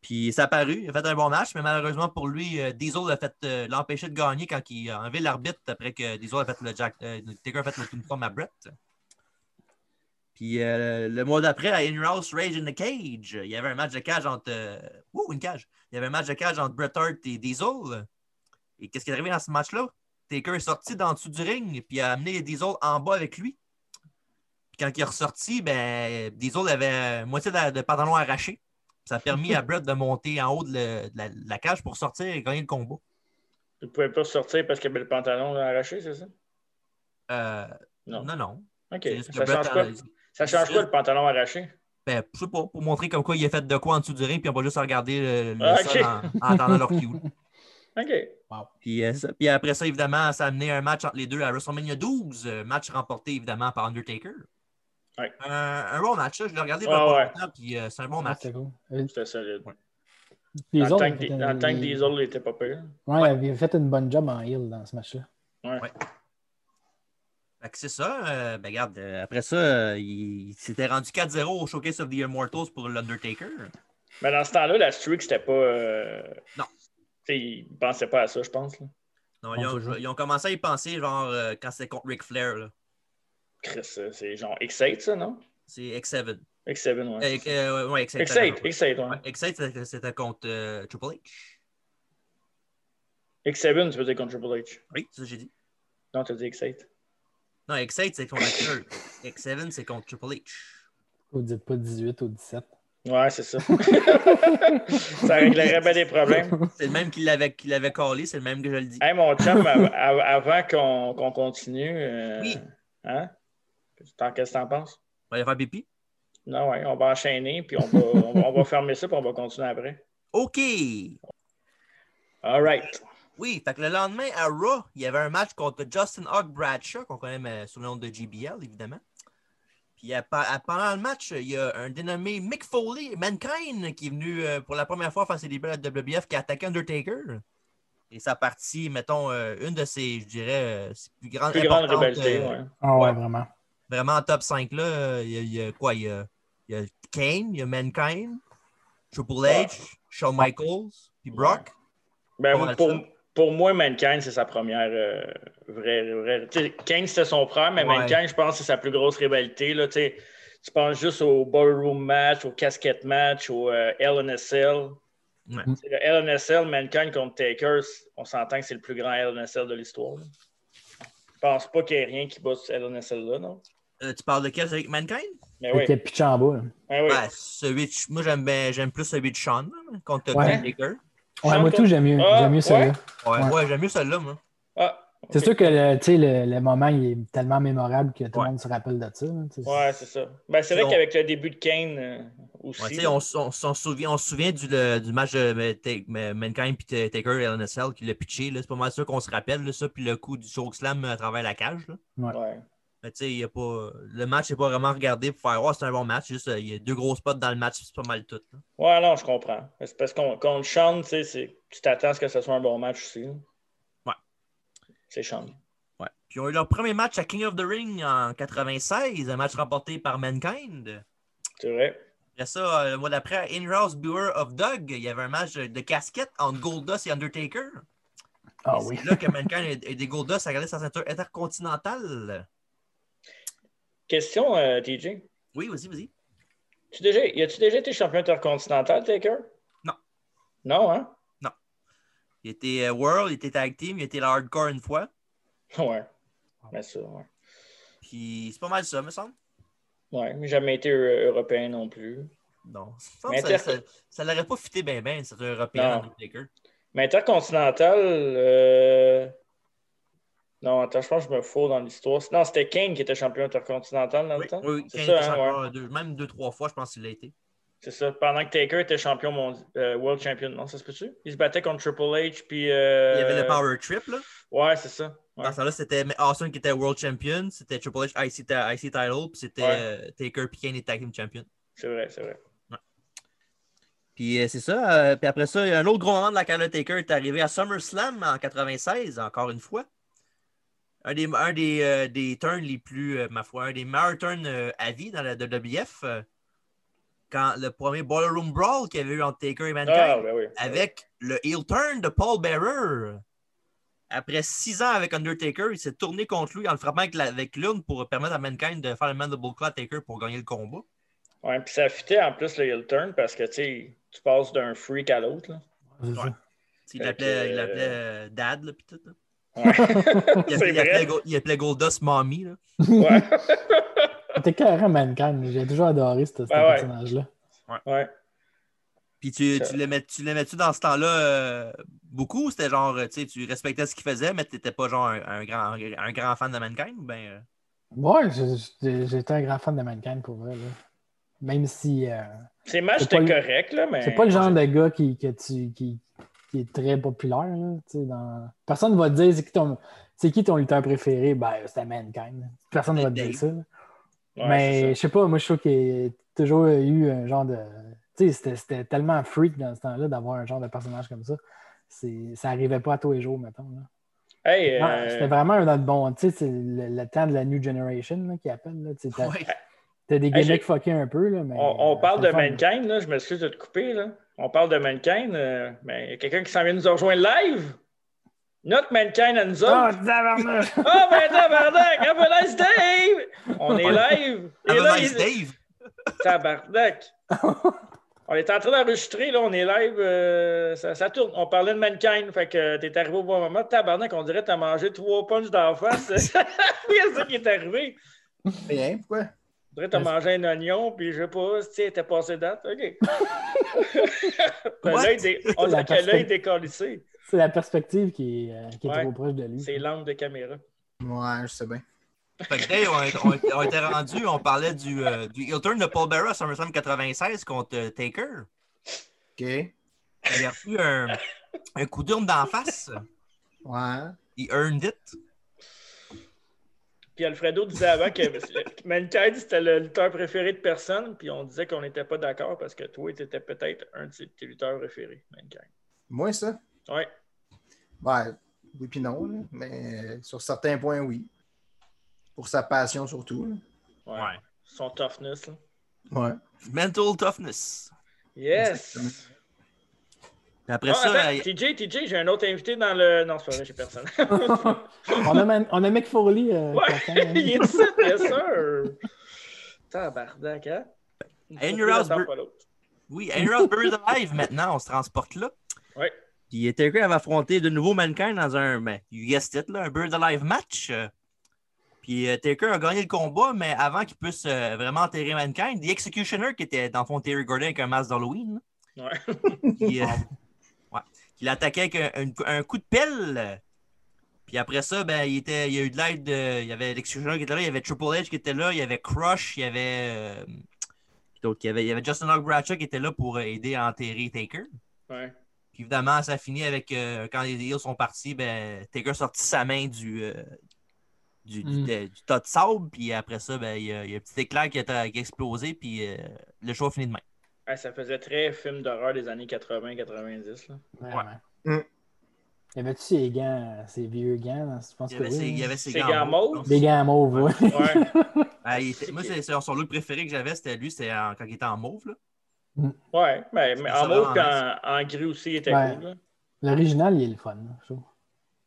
Puis ça a paru, il a fait un bon match, mais malheureusement pour lui, euh, Diesel a fait euh, l'a empêché de gagner quand il a enlevé l'arbitre après que Diesel a fait le jack, euh, Taker a fait le tombstone à Brett. Puis euh, le mois d'après, à In-House Rage in the Cage, il y avait un match de cage entre. euh, ouh, une cage! Il y avait un match de cage entre Bret Hart et Diesel. Et qu'est-ce qui est arrivé dans ce match-là? Taker est sorti d'en dessous du ring, puis a amené Diesel en bas avec lui. Puis quand il est ressorti, ben, Diesel avait euh, moitié de, la- de pantalon arraché. Ça a permis à Brett de monter en haut de, le- de la, de la cage pour sortir et gagner le combat. Il pouvait pas sortir parce qu'il avait le pantalon arraché, c'est ça? Euh, Non. non, non. OK. C'est juste que Ça change Brett, quoi? euh, Ça change quoi le pantalon arraché? ben, je sais pas, pour montrer comme quoi il est fait de quoi en dessous du ring, puis on va juste regarder le, le Ah, sol en, en attendant leur cue. OK. Puis, euh, ça- puis après ça, évidemment, ça a amené un match entre les deux à WrestleMania 12, euh, match remporté évidemment par Undertaker. Euh, Ouais. Un- un bon match, là. je l'ai regardé il y a Ah, pas ouais. longtemps, puis euh, c'est un bon Ah, match. c'était cool. Euh, C'était solide. Ouais. les en autres, tant que, ils des- ont fait en une- tant que des autres, il était pas pire. Ouais, ils avaient fait une bonne job en heel dans ce match-là. Fait que c'est ça. euh, ben regarde, euh, après ça, euh, il, il s'était rendu 4-0 au Showcase of the Immortals pour l'Undertaker. Mais dans ce temps-là, la streak, c'était pas. euh, Non. Tu sais, ils pensaient pas à ça, je pense. Là. Non, On ils, ont, peut jouer. ils ont commencé à y penser, genre, euh, quand c'était contre Ric Flair. là. Chris, euh, c'est genre X8, ça, non? C'est X7. X7, ouais. Euh, euh, ouais, X7. X8, X8, ouais. Ouais, X7, c'était- c'était contre euh, Triple H. X7, tu faisais contre Triple H. Oui, c'est ça que j'ai dit. Non, t'as dit X8. Non, X8, c'est contre Flair. X7, c'est contre Triple H. Vous dites pas 18 ou 17. Ouais, c'est ça. ça réglerait bien des problèmes. C'est le même qui l'avait qui l'avait callé, c'est le même que je le dis. Hey, mon chum, av- av- avant qu'on qu'on continue, euh, Oui. hein? Tant- Qu'est-ce que t'en penses? On va aller faire pipi. Non, ouais, on va enchaîner, puis on va, on va- on va fermer ça, puis on va continuer après. OK! All right. Oui, fait que le lendemain, à Raw, il y avait un match contre Justin Hawk Bradshaw, qu'on connaît mais sous le nom de JBL, évidemment. Puis à- à- pendant le match, il y a un dénommé Mick Foley, Mankind, qui est venu euh, pour la première fois faire ses débuts à la WBF, qui a attaqué Undertaker. Et ça a parti, mettons, euh, une de ses, je dirais, euh, ses plus grandes Plus grande importantes, rivalité, euh, ouais. Ah ouais, Ouais. vraiment. vraiment en top 5 là, euh, il y a, il y a quoi? Il y a, il y a Kane, il y a Mankind, Triple Ouais. H, Shawn Michaels, puis Brock. Ben, Pas mal pour, ça. pour moi, Mankind, c'est sa première euh, vraie. vraie... tu sais, Kane, c'était son frère, mais Ouais. Mankind, je pense que c'est sa plus grosse rivalité. Là, tu sais. tu penses juste au ballroom match, au casquette match, au euh, LNSL. Ouais. Tu sais, Le LNSL, Mankind contre Taker, c- on s'entend que c'est le plus grand LNSL de l'histoire. là. Je pense pas qu'il y ait rien qui bat ce LNSL-là, non? Euh, tu parles de quel avec Mankind? Mais Fait Ben oui. qu'il a pitché en bas. là. Ben oui. Ben, celui de- moi, j'aime, bien- j'aime plus celui de Shawn là, contre Ouais. Undertaker. Ouais, Sean moi tout, j'aime mieux. Ah, J'aime mieux celui-là. ouais? Ouais, Ouais. ouais, j'aime mieux celui-là, moi. Ah, C'est ok. sûr que le, tu sais, le, le moment il est tellement mémorable que tout le Ouais. monde se rappelle de ça. là, tu sais. Ouais, c'est ça. Ben, c'est vrai On- qu'avec le début de Kane euh, Ouais, tu aussi. sais, on, s- on s'en souvient, on se souvient du, le- du match de euh, Ta- euh, Mankind puis Ta- Taker et LNSL qui l'a pitché. là. C'est pas mal sûr qu'on se rappelle, là, ça, puis le coup du chokeslam à travers la cage. là. Ouais. Mais tu sais, il y a pas... le match n'est pas vraiment regardé pour faire Oh, c'est un bon match. Juste, euh, il y a deux gros spots dans le match, puis c'est pas mal tout. là. Ouais, non, je comprends. C'est parce qu'on contre Sean, tu sais, c'est- tu t'attends à ce que ce soit un bon match aussi. là. Ouais. C'est Sean. Puis ils ont eu leur premier match à King of the Ring en 96, un match remporté par Mankind. C'est vrai. Après ça, euh, le mois d'après, à In-House Brewer of Dog, il y avait un match de casquette entre Goldust et Undertaker. Ah Et oui. C'est là que Mankind et, et des Goldust a gardé sa ceinture intercontinentale. Question, euh, TJ. Oui, vas-y, vas-y. Tu déjà, y as-tu déjà été champion intercontinental, Taker? Non. Non, hein? Il était euh, World, il était Tag Team, il était la Hardcore une fois. Ouais. Mais ça, ouais. Puis c'est pas mal ça, me semble. Ouais, mais jamais été eu- européen non plus. Non, ça, Mais ça, t'es- ça, ça l'aurait pas fité bien, bien, cette européenne Non. Undertaker. Mais intercontinental, euh, Non, attends, je pense que je me fous dans l'histoire. Non, c'était King qui était champion intercontinental dans Oui, le temps. oui, c'est Kane ça, était hein, champion ouais. deux- même deux, trois fois, je pense qu'il l'a été. C'est ça. Pendant que Taker était champion mondial, World Champion, non, ça se peut-tu? Il se battait contre Triple H, puis. euh, Il y avait le Power Trip, là. Ouais, c'est ça. Ouais. Dans ce temps-là, c'était Austin qui était World Champion, c'était Triple H IC, ta- IC Title, puis c'était Ouais. euh, Taker puis Kane et Tag Team Champion. C'est vrai, c'est vrai. Puis euh, c'est ça. euh, puis après ça, un autre gros moment de la carrière de Taker est arrivé à SummerSlam en 96, encore une fois. Un des, un des, euh, des turns les plus, euh, ma foi, un des meilleurs turns euh, à vie dans la WWF. euh, quand le premier Ballroom Brawl qu'il y avait eu entre Taker et Mankind Ah, ben oui. avec le heel turn de Paul Bearer. Après six ans avec Undertaker, il s'est tourné contre lui en le frappant avec la- avec l'urne pour permettre à Mankind de faire le mandible claw à Taker pour gagner le combat. Ouais, puis ça fitait en plus le heel turn parce que, tu sais, tu passes d'un freak à l'autre. là. C'est ça. Ouais. Il Fait l'appelait que- il l'appelait, euh, Dad, là, pis tout. là. Ouais. Il appelait, c'est il appelait vrai. Go- il appelait Goldust Mommy. Là. Ouais. C'était carrément Mankind. J'ai toujours adoré ce, ce Ah ouais. personnage-là. ouais. Puis tu, Ça- tu l'aimais- tu l'aimais-tu dans ce temps-là euh, beaucoup? ou C'était genre, euh, tu sais, tu respectais ce qu'il faisait, mais t'étais pas genre un, un grand, un grand fan de Mankind? ou Ben, euh, Ouais, je- je- j'étais un grand fan de Mankind pour vrai. là. Même si euh, Ces matchs C'est pas étaient le- corrects, là, mais. c'est pas le genre de gars qui, que tu- qui, qui est très populaire. Là, tu sais, dans... Personne ne va te dire c'est qui ton, c'est qui ton lutteur préféré. Ben, c'était Mankind. Personne ne va te dire ça. là. Ouais, mais c'est je sais pas, moi je trouve qu'il y a toujours eu un genre de. Tu sais, c'était- c'était tellement freak dans ce temps-là d'avoir un genre de personnage comme ça. C'est- Ça arrivait pas à tous les jours, mettons. là. ça. Hey, Non, euh, C'était vraiment un autre bon. Tu sais, c'est le, le temps de la New Generation là, qui appelle. Là, tu sais, t'as, ouais. t'as des Hey, j'ai- gimmicks fuckés un peu. Là, mais, on, on euh, parle de c'est le fun. Mankind, là, je m'excuse de te couper. Là. On parle de Mankind, euh, mais il y a quelqu'un qui s'en vient nous rejoindre live. Notre Mankind à nous Ah, autres. tabarnouche! Oh, ben, tabarnak! Have a nice day! On est live! Et Have là, a nice il- Dave! Tabarnak! On est en train d'enregistrer, là, on est live, euh, ça, ça tourne. On parlait de Mankind, fait que euh, t'es arrivé au bon moment. Tabarnak, on dirait que t'as mangé trois punches d'en face. Qu'est-ce qui est arrivé? Mais hein, pourquoi? On dirait que t'as mangé un oignon, puis je sais pas, tu sais, t'es passé date. OK. Ben, What? L'œil dé- On dirait La que l'œil perspective. décalissé. C'est la perspective qui est, euh, qui est Ouais. trop proche de lui. C'est l'angle de caméra. Ouais, je sais bien. Fait que, hey, on, on- on était rendu, on parlait du, euh, du heel turn de Paul Bearer à SummerSlam 96 contre euh, Taker. OK. Il a reçu un, un coup d'urne d'en face. Ouais. Il earned it. Puis Alfredo disait avant que Mankind, c'était le lutteur préféré de personne, puis on disait qu'on n'était pas d'accord parce que toi, t'étais peut-être un de tes lutteurs préférés, Mankind. Moi, ça? Ouais. Ouais, oui puis non, là. mais euh, sur certains points, oui. Pour sa passion, surtout. là. Ouais. Ouais. Son toughness. là. Ouais. Mental toughness. Yes! Puis Après Ah, ça, attends, euh, TJ, TJ, j'ai un autre invité dans le. Non, c'est pas vrai, j'ai personne. on, a Man- on a Mick Foley. euh, Ouais. qui attend, hein. Il est ici, bien sûr! Tabarnak, hein? And your house Attends, bur- pas l'autre. oui, Henry Osbury's alive maintenant, on se transporte là. Ouais. Puis Taker avait affronté de nouveau Mankind dans un, ben, you guessed it, là, un Bird Alive match. Euh, Puis euh, Taker a gagné le combat, mais avant qu'il puisse euh, vraiment enterrer Mankind, The Executioner, qui était dans le fond Terry Gordon avec un masque d'Halloween, Ouais. qui, euh, ouais, qui l'attaquait avec un, un- un coup de pelle. Puis après ça, ben, il, était, il y a eu de l'aide. de- Il y avait l'exclusionneur qui était là, il y avait Triple H qui était là, il y avait Crush, il y avait. euh, qui d'autre qu'il y avait? Il y avait Justin Hogg Bradshaw qui était là pour euh, aider à enterrer Taker. Ouais. Puis évidemment, ça finit avec euh, quand les Heels sont partis, ben, Taker sortit sa main du, euh, du, du- Mm. de- du tas de sable. Puis après ça, ben, il, y a, il y a un petit éclair qui a, qui a explosé. Puis euh, le show a fini de même. Ah, ça faisait très film d'horreur des années 80-90. Vraiment. Mm. Y avait-tu ces gants, ces vieux gants? hein? Je pense Il y que avait, oui, ses, il y hein. avait ses Ses gants gants mauves, mauves. je Des gants mauves, ouais. Ouais. Ah, il était- moi, c'est c'est son look préféré que j'avais, c'était lui, c'était en- quand il était en mauve. Là. Ouais, mais, mais en Ça va mauve en puis en, en gris aussi, il était Ouais. cool. L'original, il est le fun, hein, je trouve.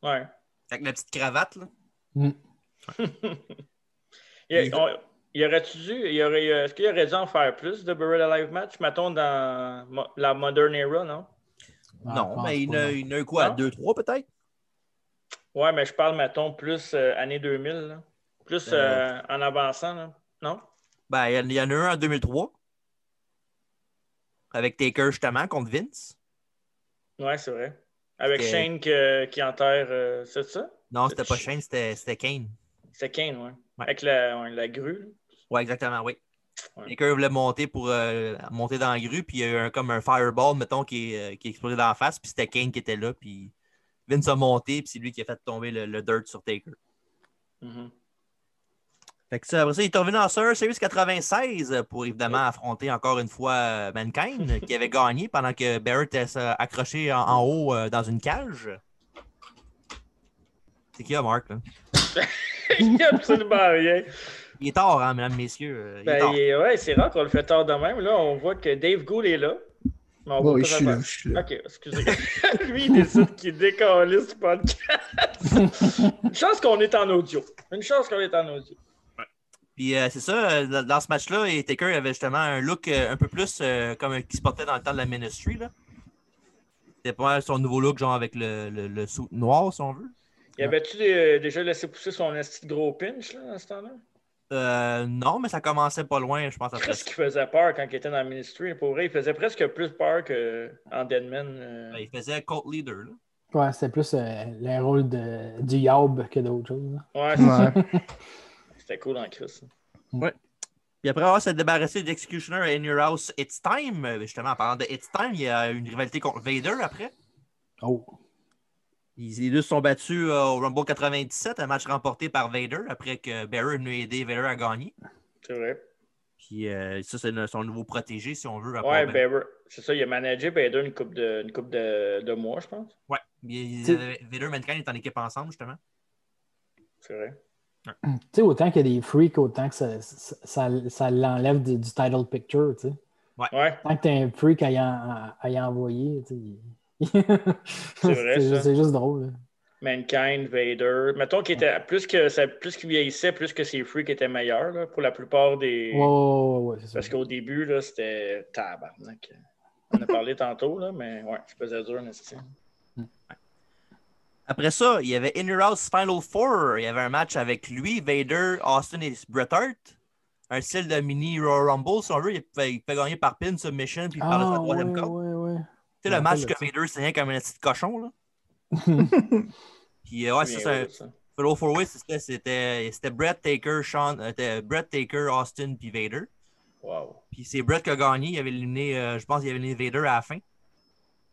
Là. Avec la petite cravate. Là. Ouais. il, y a- on- il aurait-tu dû, il aurait, euh, est-ce qu'il aurait dû en faire plus de Buried Alive Match, mettons, dans mo- la Modern Era, non? Ah, je non, pense mais il y en pas, a, non. il y en a eu quoi, Non. deux, trois peut-être? Ouais, mais je parle, mettons, plus euh, années 2000, là. plus Euh, euh, en avançant, là. non? Ben, il y en- il y en a eu un en 2003. Avec Taker, justement, contre Vince. Ouais, c'est vrai. Avec C'était- Shane que- qui enterre, euh, c'est ça? Non, c'était pas Shane, c'était c'était Kane. C'est Kane, ouais. Ouais. Avec la, ouais, la grue. Ouais, exactement, oui. Ouais. Baker voulait monter pour euh, monter dans la grue, puis il y a eu un, comme un fireball, mettons, qui, est, euh, qui est explosé dans la face, puis c'était Kane qui était là, puis Vince a monté, puis c'est lui qui a fait tomber le, le dirt sur Taker. là. Mhm. Fait que ça, après ça, il est revenu en Survivor Series 96 pour évidemment affronter encore une fois euh, Mankind, qui avait gagné pendant que Barrett était euh, accroché en, en haut euh, dans une cage. C'est qui, là, Mark? Là? Il y a absolument rien. Il est tard, hein, mesdames, messieurs. euh, Il est Ben, tard. il- ouais, c'est rare qu'on le fait tard de même. Là, on voit que Dave Gould est là. Mais on voit Ah Oui, pas Oh, je suis là, vraiment- je suis là. Ok, excusez. Lui, il décide qu'il décalisse ce podcast. Une chance qu'on est en audio. Une chance qu'on est en audio. Puis euh, c'est ça, euh, dans- dans ce match-là, et Taker avait justement un look euh, un peu plus euh, comme un- qui se portait dans le temps de la Ministry. là. C'était pas mal son nouveau look, genre avec le, le, le suit noir, si on veut. Y avait-tu euh, déjà laissé pousser son esti de gros pinch là, dans ce temps-là? Euh, non, mais ça commençait pas loin, je pense, après ça. Qu'est-ce qui faisait peur quand il était dans le ministry? Pour vrai, il faisait presque plus peur qu'en Deadman. euh. Il faisait Colt Leader. Là. Ouais, c'était plus euh, le rôle de, du Yob que d'autres choses. hein. là. Ouais, c'est ça. Ouais. C'était cool en Chris. Puis après avoir se débarrassé d'Executioner in Your House, It's Time, euh, justement, en parlant de It's Time, il y a une rivalité contre Vader après. Oh. Ils, les deux se sont battus euh, au Rumble 97, un match remporté par Vader après que Bearer nous ait aidé Vader à gagner. C'est vrai. Puis euh, ça, c'est le- son nouveau protégé, si on veut. à Ouais, ben, part- Ben Baber. C'est ça, il a managé Bader une coupe de, une coupe de, de mois, je pense. Ouais. Il- Tu- euh, Vader et Mankind est en équipe ensemble, justement. C'est vrai. Tu sais, autant qu'il y a des freaks, autant que ça, ça, ça- ça l'enlève du, du title picture, tu sais. Ouais. Tant que t'es un freak à y, en- à y envoyer, tu sais. C'est vrai, ju- ça. C'est juste drôle. hein. là. Mankind, Vader. Mettons qu'il était. Plus que ça, plus qu'il vieillissait, plus que ses freaks étaient meilleurs là, pour la plupart des. Ouais, ouais, ouais, ouais, c'est ça. Parce qu'au début, là, c'était tabarnak. On en a parlé tantôt, là, mais ouais, je faisais dur, Nasty. Après ça, il y avait In Your House Final Four. Il y avait un match avec lui, Vader, Austin et Bret Hart. Un style de mini Royal Rumble, si on veut. Il pouvait, il pouvait gagner par pin, submission, puis par Ah, la ouais, troisième corde. ouais, ouais. Tu sais, le Ouais, match ça, que là, Vader saignait comme un petit cochon, là. Puis, euh, ouais, ça, c'est un ça. Fellow Four Way, c'était- c'était c'était Brett Taker, Sean, euh, c'était Brett Taker, Austin, puis Vader. Wow. Puis c'est Brett qui a gagné, il avait éliminé, euh, je pense, il avait éliminé Vader à la fin.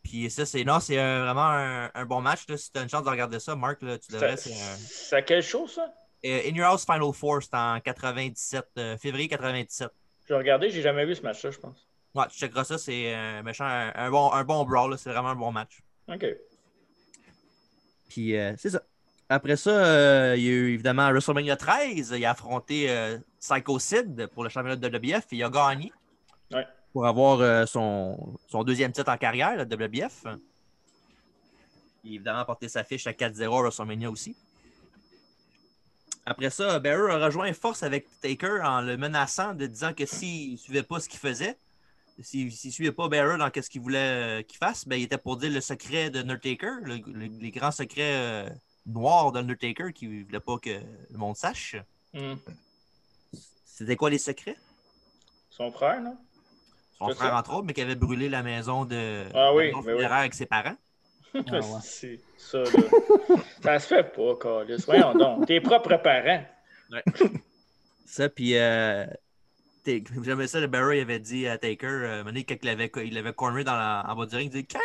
Puis ça, c'est non, c'est euh, vraiment un, un bon match. Là. Si tu as une chance de regarder ça, Marc, là, tu devrais. c'est, Ça, euh, ça quelle chose, ça? euh, In Your House Final Four, c'était en 97, euh, février 97. J'ai regardé, j'ai jamais vu ce match-là, je pense. Ouais, tu checkeras ça, c'est euh, méchant, un, un bon, un bon brawl, là, c'est vraiment un bon match. OK. Puis euh, c'est ça. Après ça, euh, il y a eu évidemment WrestleMania 13. Il a affronté euh, Psycho Sid pour le championnat de WBF. Il a gagné Ouais. pour avoir euh, son, son deuxième titre en carrière, la WBF. Il a évidemment porté sa fiche à 4-0 à WrestleMania aussi. Après ça, Bearer a rejoint force avec Taker en le menaçant de disant que s'il ne suivait pas ce qu'il faisait, s'il ne suivait pas Bearer dans ce qu'il voulait euh, qu'il fasse, ben, il était pour dire le secret de Undertaker, le- Mm. le- les grands secrets euh, noirs d'Undertaker qu'il ne voulait pas que le monde sache. Hmm. C'était quoi les secrets? Son frère, non? Son C'est frère, ça. entre autres, mais qui avait brûlé la maison de Ah oui, la maison ben oui. funéraire avec ses parents. Ah ouais. C'est ça, là. ça se fait pas, Carlis. Voyons donc. Tes propres parents. Ça, puis euh, Take- j'aimais ça, le Barry avait dit à Taker, euh, un moment donné, quand il avait, il avait corné dans la, en bas du ring, il dit « Kane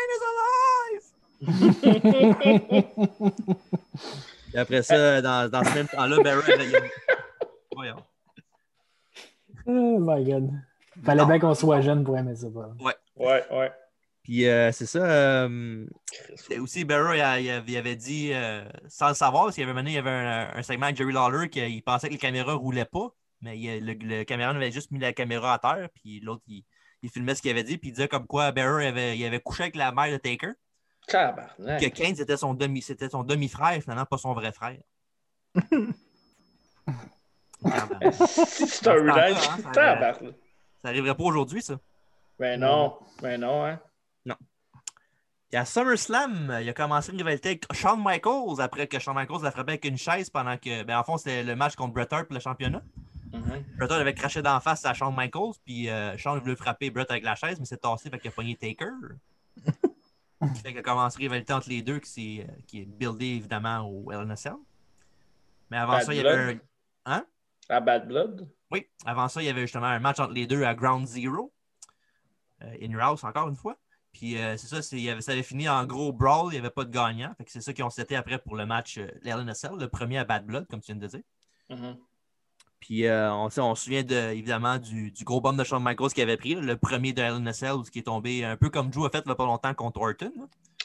is alive! » Puis après Eh. ça, dans, dans ce même temps-là, Barry avait... il a- Voyons. Oh my god. Fallait Non. bien qu'on soit jeune pour aimer ça. pas. Ouais, ouais. Puis euh, c'est ça... euh, Chris. c'est aussi, Barry, il, a- il avait dit, euh, sans le savoir, parce qu'il avait mené, il y avait un, un segment avec Jerry Lawler qu'il pensait que les caméras ne roulaient pas, mais il- le, le caméraman avait juste mis la caméra à terre, puis l'autre, il, il filmait ce qu'il avait dit, puis il disait comme quoi Barry avait, il avait couché avec la mère de Taker. que Tabarnak. Kane, c'était son demi, c'était son demi-frère, finalement, pas son vrai frère. Ah, Regarde, Esti de Ça se Storyline. passe pas, hein, ça- Tabarnak. ben, ça arriverait pas aujourd'hui, ça. Mais non. Mais non, hein. Puis à SummerSlam, il a commencé une rivalité avec Shawn Michaels après que Shawn Michaels l'a frappé avec une chaise pendant que, ben, en fond, c'était le match contre Bret Hart pour le championnat. Mhm. Bret Hart avait craché d'en face à Shawn Michaels, puis euh, Shawn voulait frapper Bret avec la chaise, mais s'est tassé, fait qu'il a pogné Taker. qui fait qu'il a commencé la rivalité entre les deux, qui, s'est- euh, qui est buildé évidemment au LNSL. Mais avant Bad ça, il y avait Blood. un... Hein? À Bad Blood. Oui, avant ça, il y avait justement un match entre les deux à Ground Zero. Euh, In-house, encore une fois. Puis euh, c'est ça, c'est- il y avait, ça avait fini en gros brawl, il n'y avait pas de gagnant. Fait que c'est ça qu'ils ont cité après pour le match euh, LNSL, le premier à Bad Blood, comme tu viens de dire. Mhm. Puis euh, on, tu sais, on se souvient de, évidemment du, du gros bomb de Shawn Michaels qu'il avait pris, là, le premier de LNSL, où ce qui est tombé un peu comme Drew a fait il n'y a pas longtemps contre Orton.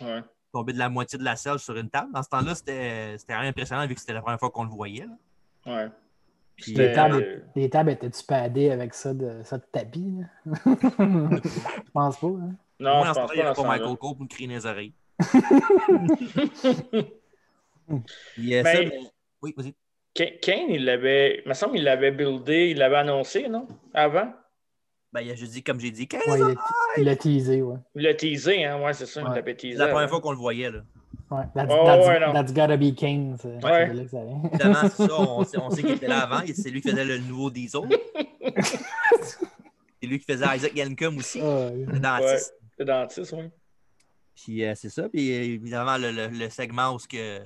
là. Ouais. Tombé de la moitié de la selle sur une table. Dans ce temps-là, c'était c'était vraiment impressionnant vu que c'était la première fois qu'on le voyait. là. Ouais. euh, Puis, C'était- les tables- Les tables étaient-tu padées avec ça de, ça de tapis? là? Je pense pas. hein. Non, moi, je dans ce pense temps-là, il n'y pas avait dans pas Michael ce Cole pour me crier dans les oreilles. Puis, euh, ça, Ben- mais- Oui, vas-y. Kane, il l'avait. Il me semble qu'il l'avait buildé, il l'avait annoncé, non? Avant? Ben, il y a- je dis, comme j'ai dit, 15 Ouais, il ans. l'a- il l'a teasé, ouais. Il l'a teasé, hein? Ouais, c'est ça, il Ouais. l'avait teasé. C'est la première avant. fois qu'on le voyait. Là. ouais. That's, Oh, that's- ouais, non. that's gotta be Kane. c'est- c'est de là que ça vient. Évidemment, c'est ça, on, sait- on sait qu'il était là avant. C'est lui qui faisait le nouveau Diesel. c'est lui qui faisait Isaac Yankum aussi, Ah, ouais. le dentiste. Ouais. C'est dentiste, oui. Puis euh, c'est ça. Puis euh, évidemment, le, le- le segment où ce que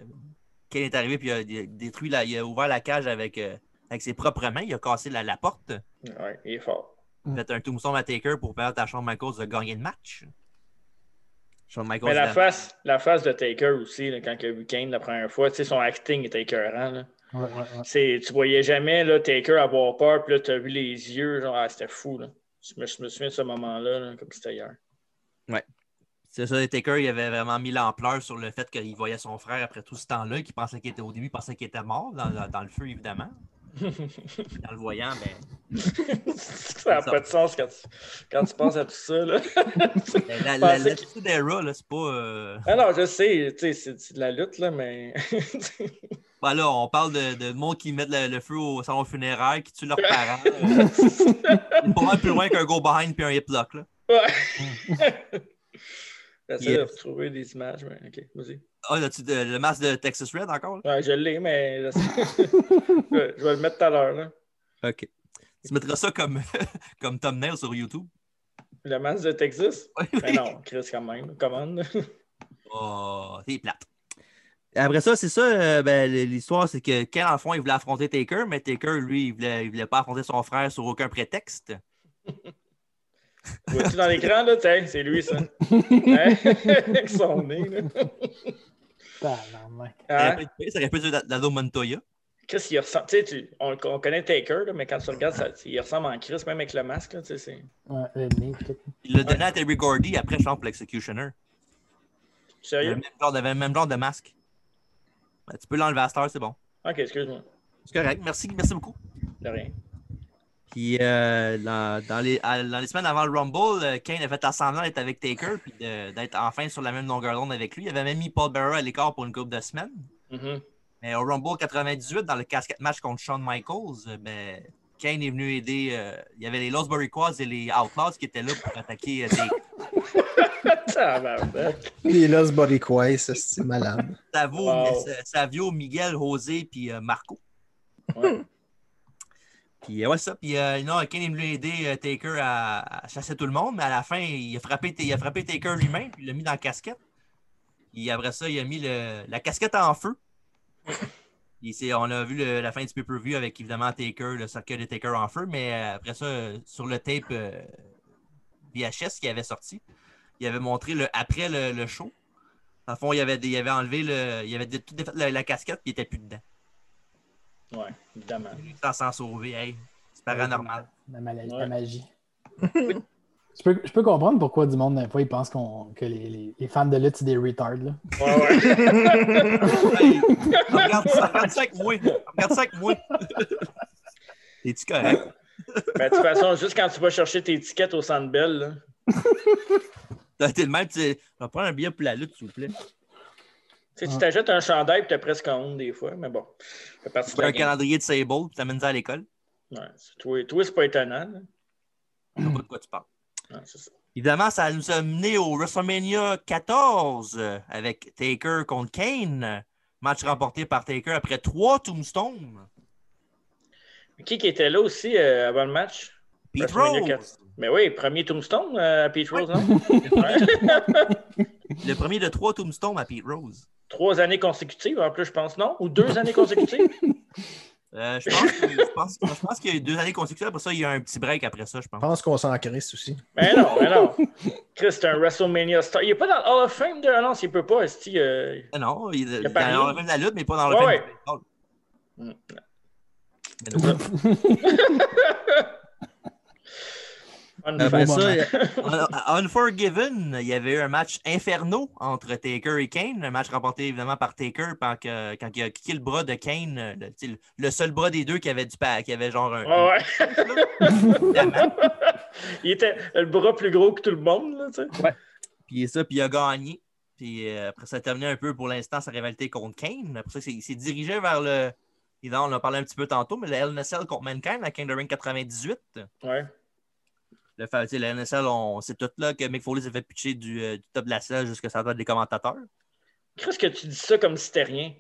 Kane est arrivé, puis il a, il a détruit la, il a ouvert la cage avec, euh, avec ses propres mains, il a cassé la, la porte, Ouais, il est fort. Il a fait un tombstone à Taker pour permettre à Shawn Michaels de gagner le match. Shawn Michaels. Mais la euh, face, la face de Taker aussi, là, quand il a vu Kane la première fois, tu sais, son acting était écœurant. Là. Ouais, ouais, ouais. C'est- Tu voyais jamais là, Taker avoir peur, puis là, tu as vu les yeux, genre, ah, c'était fou. Là. Je, me, je me souviens de ce moment-là, là, comme c'était hier. C'est ça, Taker, il avait vraiment mis l'ampleur sur le fait qu'il voyait son frère après tout ce temps-là, qu'il pensait qu'il était au début, il pensait qu'il était mort dans, dans- dans le feu, évidemment. Puis en le voyant, ben, ça n'a pas de sens quand tu, quand tu penses à tout ça. Là. ben, la, la, Je pensais la- qu'il- l'attitude d'Era, là, c'est pas. euh, Ah non, je sais, tu sais, c'est c'est de la lutte, là, mais. Ben là, on parle de, de monde qui met le, le feu au salon funéraire, qui tue leurs parents. Euh, Ouais. C'est pas mal plus loin qu'un go behind puis un hip lock. Là. J'essaie de Yes. retrouver des images, mais ok, vas-y. Ah, là-tu de- le masque de Texas Red encore? là? Ouais, je l'ai, mais. je vais le mettre tout à l'heure, là. Ok. Tu mettras ça comme, comme thumbnail sur YouTube. Le masque de Texas? Oui, Mais Ben non, Chris quand même, commande. Oh, c'est plate. Après ça, c'est ça, euh, ben, l'histoire, c'est que Ken, en fond, il voulait affronter Taker, mais Taker, lui, il voulait, il voulait pas affronter son frère sur aucun prétexte. Vois-tu dans l'écran, là? Tiens, c'est lui, ça. Hein? Avec son nez, là. Tabarnak. Ça Hein? aurait pu être- ça aurait pu être Dado Montoya. Chris, il ressemble. Tu sais, tu- on, on connaît Taker, là, mais quand tu le regardes, ça, il ressemble en Chris, même avec le masque, là, tu sais, c'est- Ouais, le nez, tout. Il l'a donné à Terry Gordy après je pense, pour l'Executioner. Le Sérieux? même genre de, le même genre de masque. Ben, tu peux l'enlever à cette heure, c'est bon. Ok, excuse-moi. C'est correct. Merci, merci beaucoup. De rien. Puis euh, dans, dans les, à- dans les semaines avant le Rumble, euh, Kane a fait semblant d'être avec Taker puis de- d'être enfin sur la même longueur d'onde avec lui. Il avait même mis Paul Bearer à l'écart pour une couple de semaines. Mhm. Mais au Rumble 98, dans le casquette match contre Shawn Michaels, euh, ben, Kane est venu aider. euh, il y avait les Los Quads et les Outlaws qui étaient là pour attaquer euh, Taker. Tabarnak. Il est là, ce body quoi, ça, c'est malade. Savio, Wow. mais, euh, Savio, Miguel, José puis euh, Marco. Ouais. Puis euh, ouais, ça. Puis euh, non, Kane est venu aider euh, Taker à, à chasser tout le monde, mais à la fin, il a frappé, il a frappé Taker lui-même, puis il l'a mis dans la casquette. Puis après ça, il a mis le- la casquette en feu. Puis c'est- on a vu le- la fin du pay-per-view avec évidemment Taker, le cercueil de Taker en feu, mais euh, après ça, euh, sur le tape euh, VHS qui avait sorti, il avait montré le, après le, le show. Dans le fond, il avait, il avait enlevé le. Il avait dé- tout défait la, la casquette, puis il était plus dedans. Ouais, évidemment. Il était s'en sauver, hey. C'est paranormal. La, mala- la Ouais. magie. je, peux, je peux comprendre pourquoi du monde, des fois, ils pensent qu'on- que les, les- les fans de lutte, c'est des retards. Là. Ouais, ouais. Hey, regarde, ça, regarde ça avec moi. Regarde ça avec moi. Es-tu correct? Mais Ben, de toute façon, juste quand tu vas chercher tes étiquettes au Centre Bell, là. T'as été le même. Tu sais, je vais prendre un billet pour la lutte, s'il vous plaît. Tu sais, tu Ouais. t'achètes un chandail et t'as presque honte des fois, mais bon. Ça fait partie Tu de prends la un game. calendrier de Sable, puis t'amènes ça à l'école. Ouais, c'est- toi, toi, c'est pas étonnant. là. Je sais pas de quoi tu parles. Ouais, c'est ça. Évidemment, ça nous a mené au WrestleMania 14 euh, avec Taker contre Kane. Match remporté par Taker après trois tombstones. Mais Qui qui était là aussi euh, avant le match? Pete WrestleMania Rose. 14. Mais oui, premier tombstone euh, à Pete Rose, non? Ouais. Le premier de trois tombstones à Pete Rose. Trois années consécutives, en plus, je pense, non? Ou deux années consécutives? Euh, je pense, que- je pense, je pense qu'il y a eu deux années consécutives. Après ça, il y a un petit break après ça, je Je pense. pense qu'on s'en crisse aussi. Mais non, mais non. Chris, c'est un WrestleMania star. Il n'est pas dans le Hall of Fame de ah non, il peut pas. esti, euh, Mais Non, il, il, a est pas dans rien. le même la lutte, mais pas dans le Ouais, même ouais. baseball. Mm. Mais non. on Après Ah, fait. ben ça, moment. euh, à Unforgiven, il y avait eu un match inferno entre Taker et Kane, un match remporté évidemment par Taker quand, que- quand il a kické le bras de Kane, euh, le, tu sais, le- le seul bras des deux qui avait du pa- qui avait genre un. Ah, Ouais, ouais. il était le bras plus gros que tout le monde, là, tu sais. Puis ça, puis il a gagné. Puis euh, après ça a terminé un peu pour l'instant sa rivalité contre Kane. Après ça, il s'est- il s'est dirigé vers le. et là, on en parlait un petit peu tantôt, mais le LNSL contre Mankind à King of the Ring 98. Ouais. Le, fa- tu sais, le LNSL, on sait tout là que Mick Foley s'est fait pitcher du, euh, du top de la selle jusqu'à sa tête des commentateurs. Chris, que tu dis ça comme si c'était rien.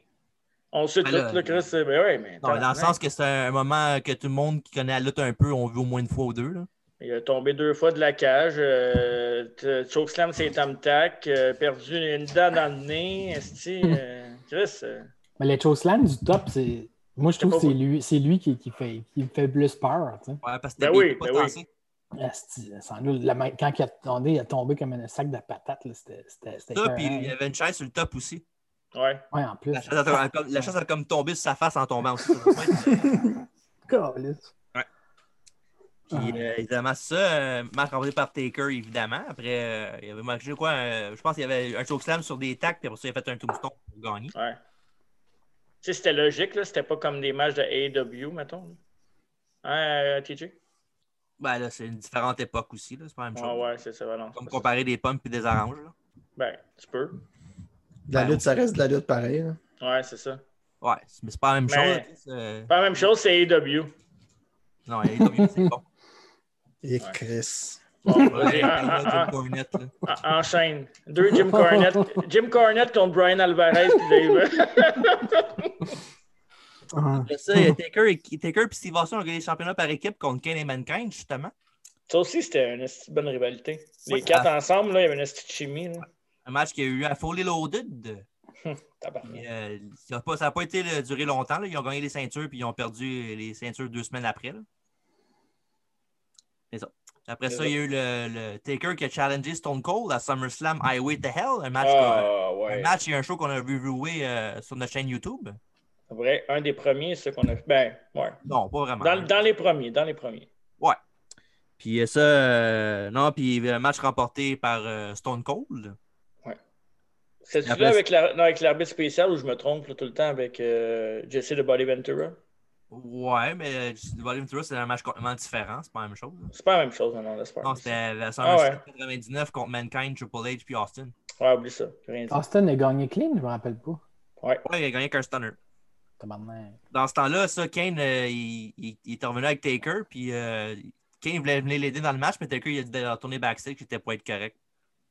On sait Ben tout, là, là, Chris. c'est- Ben ouais, mais. Non, mais dans le tabarnak, sens que c'est un moment que tout le monde qui connaît la lutte un peu, on vu au moins une fois ou deux. Là. Il a tombé deux fois de la cage. Euh, t- Chokeslam, c'est tam tac. euh, perdu une dent dans le nez. esti, euh, Chris. euh, Mais le Choslam du top, c'est. Moi, je trouve que C'est pas c'est lui, c'est lui qui, qui fait, qui me fait plus peur. tu sais. Ouais, parce que Ben t'es- oui, t'es pas ben oui. censé. Asti, sans doute, la main- quand il a tombé, il a tombé comme un sac de patates. là, C'était c'était- c'était Ça, écœurant, puis il y là. avait une chaise sur le top aussi. ouais. Ouais, en plus. La chaise, elle a, comme- la chaise, elle a comme tombé sur sa face en tombant aussi. Câlisse. Ah. Puis, euh, évidemment, ça, euh, match remporté par Taker, évidemment. Après, euh, il avait marqué quoi euh, Je pense qu'il y avait un chokeslam sur des tacs, puis après ça, il a fait un tombstone pour gagner. Ouais. Tu sais, c'était logique, là. C'était pas comme des matchs de AEW, mettons. Hein, euh, TJ? Ben là, c'est une différente époque aussi, là, c'est pas la même Ouais, chose. Ah, ouais, c'est ça, Valence. Comme comparer des pommes puis des oranges. Là. Ben, tu peux. De la Ouais. lutte, ça reste de la lutte pareil. là. Ouais, c'est ça. Ouais, c'est- mais c'est pas la même Mais- chose. là, tu sais, c'est- euh, Pas la même chose, c'est E AEW. Non, les pommes, c'est bon. Et Ouais. Chris. Bon, Ouais, vas-y, en- en- Jim en- Cornette, là. en- Ah, enchaîne. Deux Jim Cornette. Jim Cornette contre Brian Alvarez puis Dave. Ah. Après ça, il y a Taker et, Taker et Steve Austin ont gagné les championnats par équipe contre Kane et Mankind, justement. ça aussi, c'était une esti de bonne rivalité. Les Ouais. ah. quatre ensemble, là, il y avait une esti de chimie. Là. Un match qui a eu à Foley Loaded. Tabarnak. Mais, euh, ça n'a pas, ça a pas été là, duré longtemps. là. Ils ont gagné les ceintures puis ils ont perdu euh, les ceintures deux semaines après. là. C'est ça. Après C'est ça, ça. il y a eu le, le Taker qui a challengé Stone Cold à SummerSlam Highway to Hell, un match, qu'on- Ah, un ouais. match et un show qu'on a reviewé euh, sur notre chaîne YouTube. C'est vrai, un des premiers, c'est qu'on a. Ben, ouais. Non, pas vraiment. Dans, dans les premiers, dans les premiers. Puis euh, ça, euh, non, puis un match remporté par euh, Stone Cold. C'est-tu Après, là avec la- non, avec l'arbitre spécial où je me trompe là, tout le temps avec euh, Jesse de Body Ventura? Ouais, mais euh, Volume 3, c'est un match complètement différent. C'est pas la même chose. C'est pas la même chose, non, non, laisse faire. Non, c'était la Ah ouais. SummerSlam 99 contre Mankind, Triple H puis Austin. Ouais, oublie ça. Ah. j'ai Rien dit. Austin a gagné clean, je me rappelle pas. Ouais, il a gagné qu'un stunner. Tabarnak. Dans ce temps-là, ça, Kane, euh, il, il- il est revenu avec Taker, puis euh, Kane voulait venir l'aider dans le match, mais Taker, il a dit d'aller retourner backstage, qu'il était pas être correct.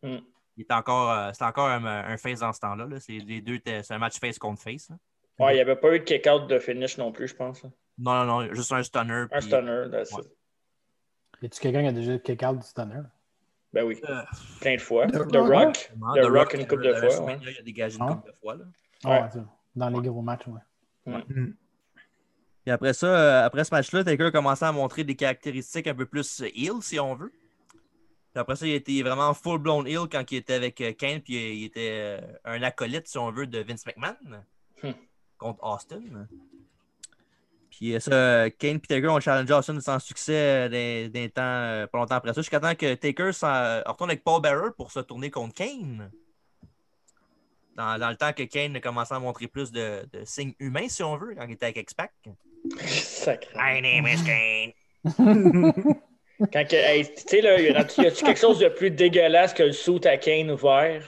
Mm. Il était encore, euh, c'était encore un, un face dans ce temps-là. là. C'est, les deux, étaient- c'est un match face contre face. là. Ouais, il n'y avait pas eu de kick-out de finish non plus, je pense. là. Non, non, non, juste un stunner. Un puis- stunner, that's it. Ouais. Y a-tu quelqu'un qui a déjà kick-out du stunner? Ben oui, Euh, plein de fois. The The Rock. Rock. vraiment, The The Rock une couple de euh, fois, WrestleMania, Il a dégagé une Ah. couple de fois. là. Ah, Ouais. ouais, ça, dans les gros matchs, ouais. Puis après ça, euh, après ce match-là, Taker a commencé à montrer des caractéristiques un peu plus euh, heel, si on veut. Puis après ça, il était vraiment full-blown heel quand il était avec euh, Kane, puis euh, il était euh, un acolyte, si on veut, de Vince McMahon Hmm. contre Austin. Puis euh, ça, euh, Kane et Taker ont challengé Austin sans succès euh, d'un- d'un temps, euh, pas longtemps après ça, jusqu'à temps que Taker s'en- euh, retourne avec Paul Bearer pour se tourner contre Kane. Dans, dans le temps que Kane a commencé à montrer plus de, de signes humains, si on veut, quand il était avec X-Pac. Sacré. name is Kane. Quand que, hey, tu sais, là, y a- y a-tu quelque chose de plus dégueulasse que le suit à Kane ouvert?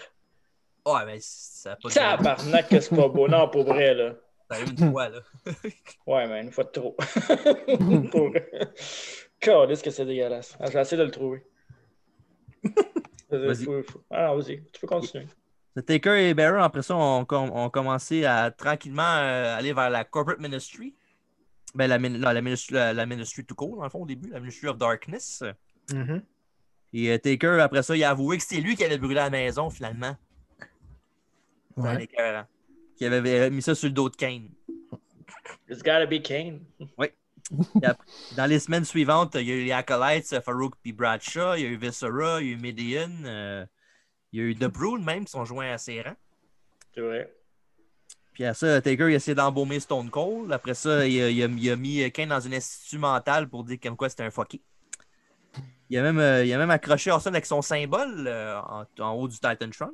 Ouais, mais ça a pas de ça Tabarnak, que c'est pas beau. Non, pour vrai, là. arrive une fois, là. Ouais, mais une fois de trop. Pour... Calisse que c'est dégueulasse. Ah, je vais essayer de le trouver. Vas-y. Faut- faut- Ah, vas-y, tu peux continuer. Le Taker et Barrow, après ça, ont, com- ont commencé à tranquillement euh, aller vers la corporate ministry. Ben, la, min- non, la, ministry, la, la ministry tout court, dans le fond, au début, la ministry of darkness. Mhm. Mm-hmm. Et euh, Taker, après ça, il a avoué que c'est lui qui avait brûlé la maison, finalement. Ouais. Ouais. écœurant. Qui avait euh, mis ça sur le dos de Kane. It's gotta be Kane. Dans les semaines suivantes, il y a eu les Acolytes, euh, Farouk puis Bradshaw, il y a eu Viscera, il y a eu Midian, euh, il y a eu The Brood même qui sont joints à ses rangs. C'est vrai. Puis à ça, Taker il a essayé d'embaumer Stone Cold. Après ça, il a, il a- il a mis Kane dans une institut mentale pour dire comme quoi c'était un fucké. Il a même, euh, il a même accroché Orson avec son symbole euh, en, en haut du Titan Tron.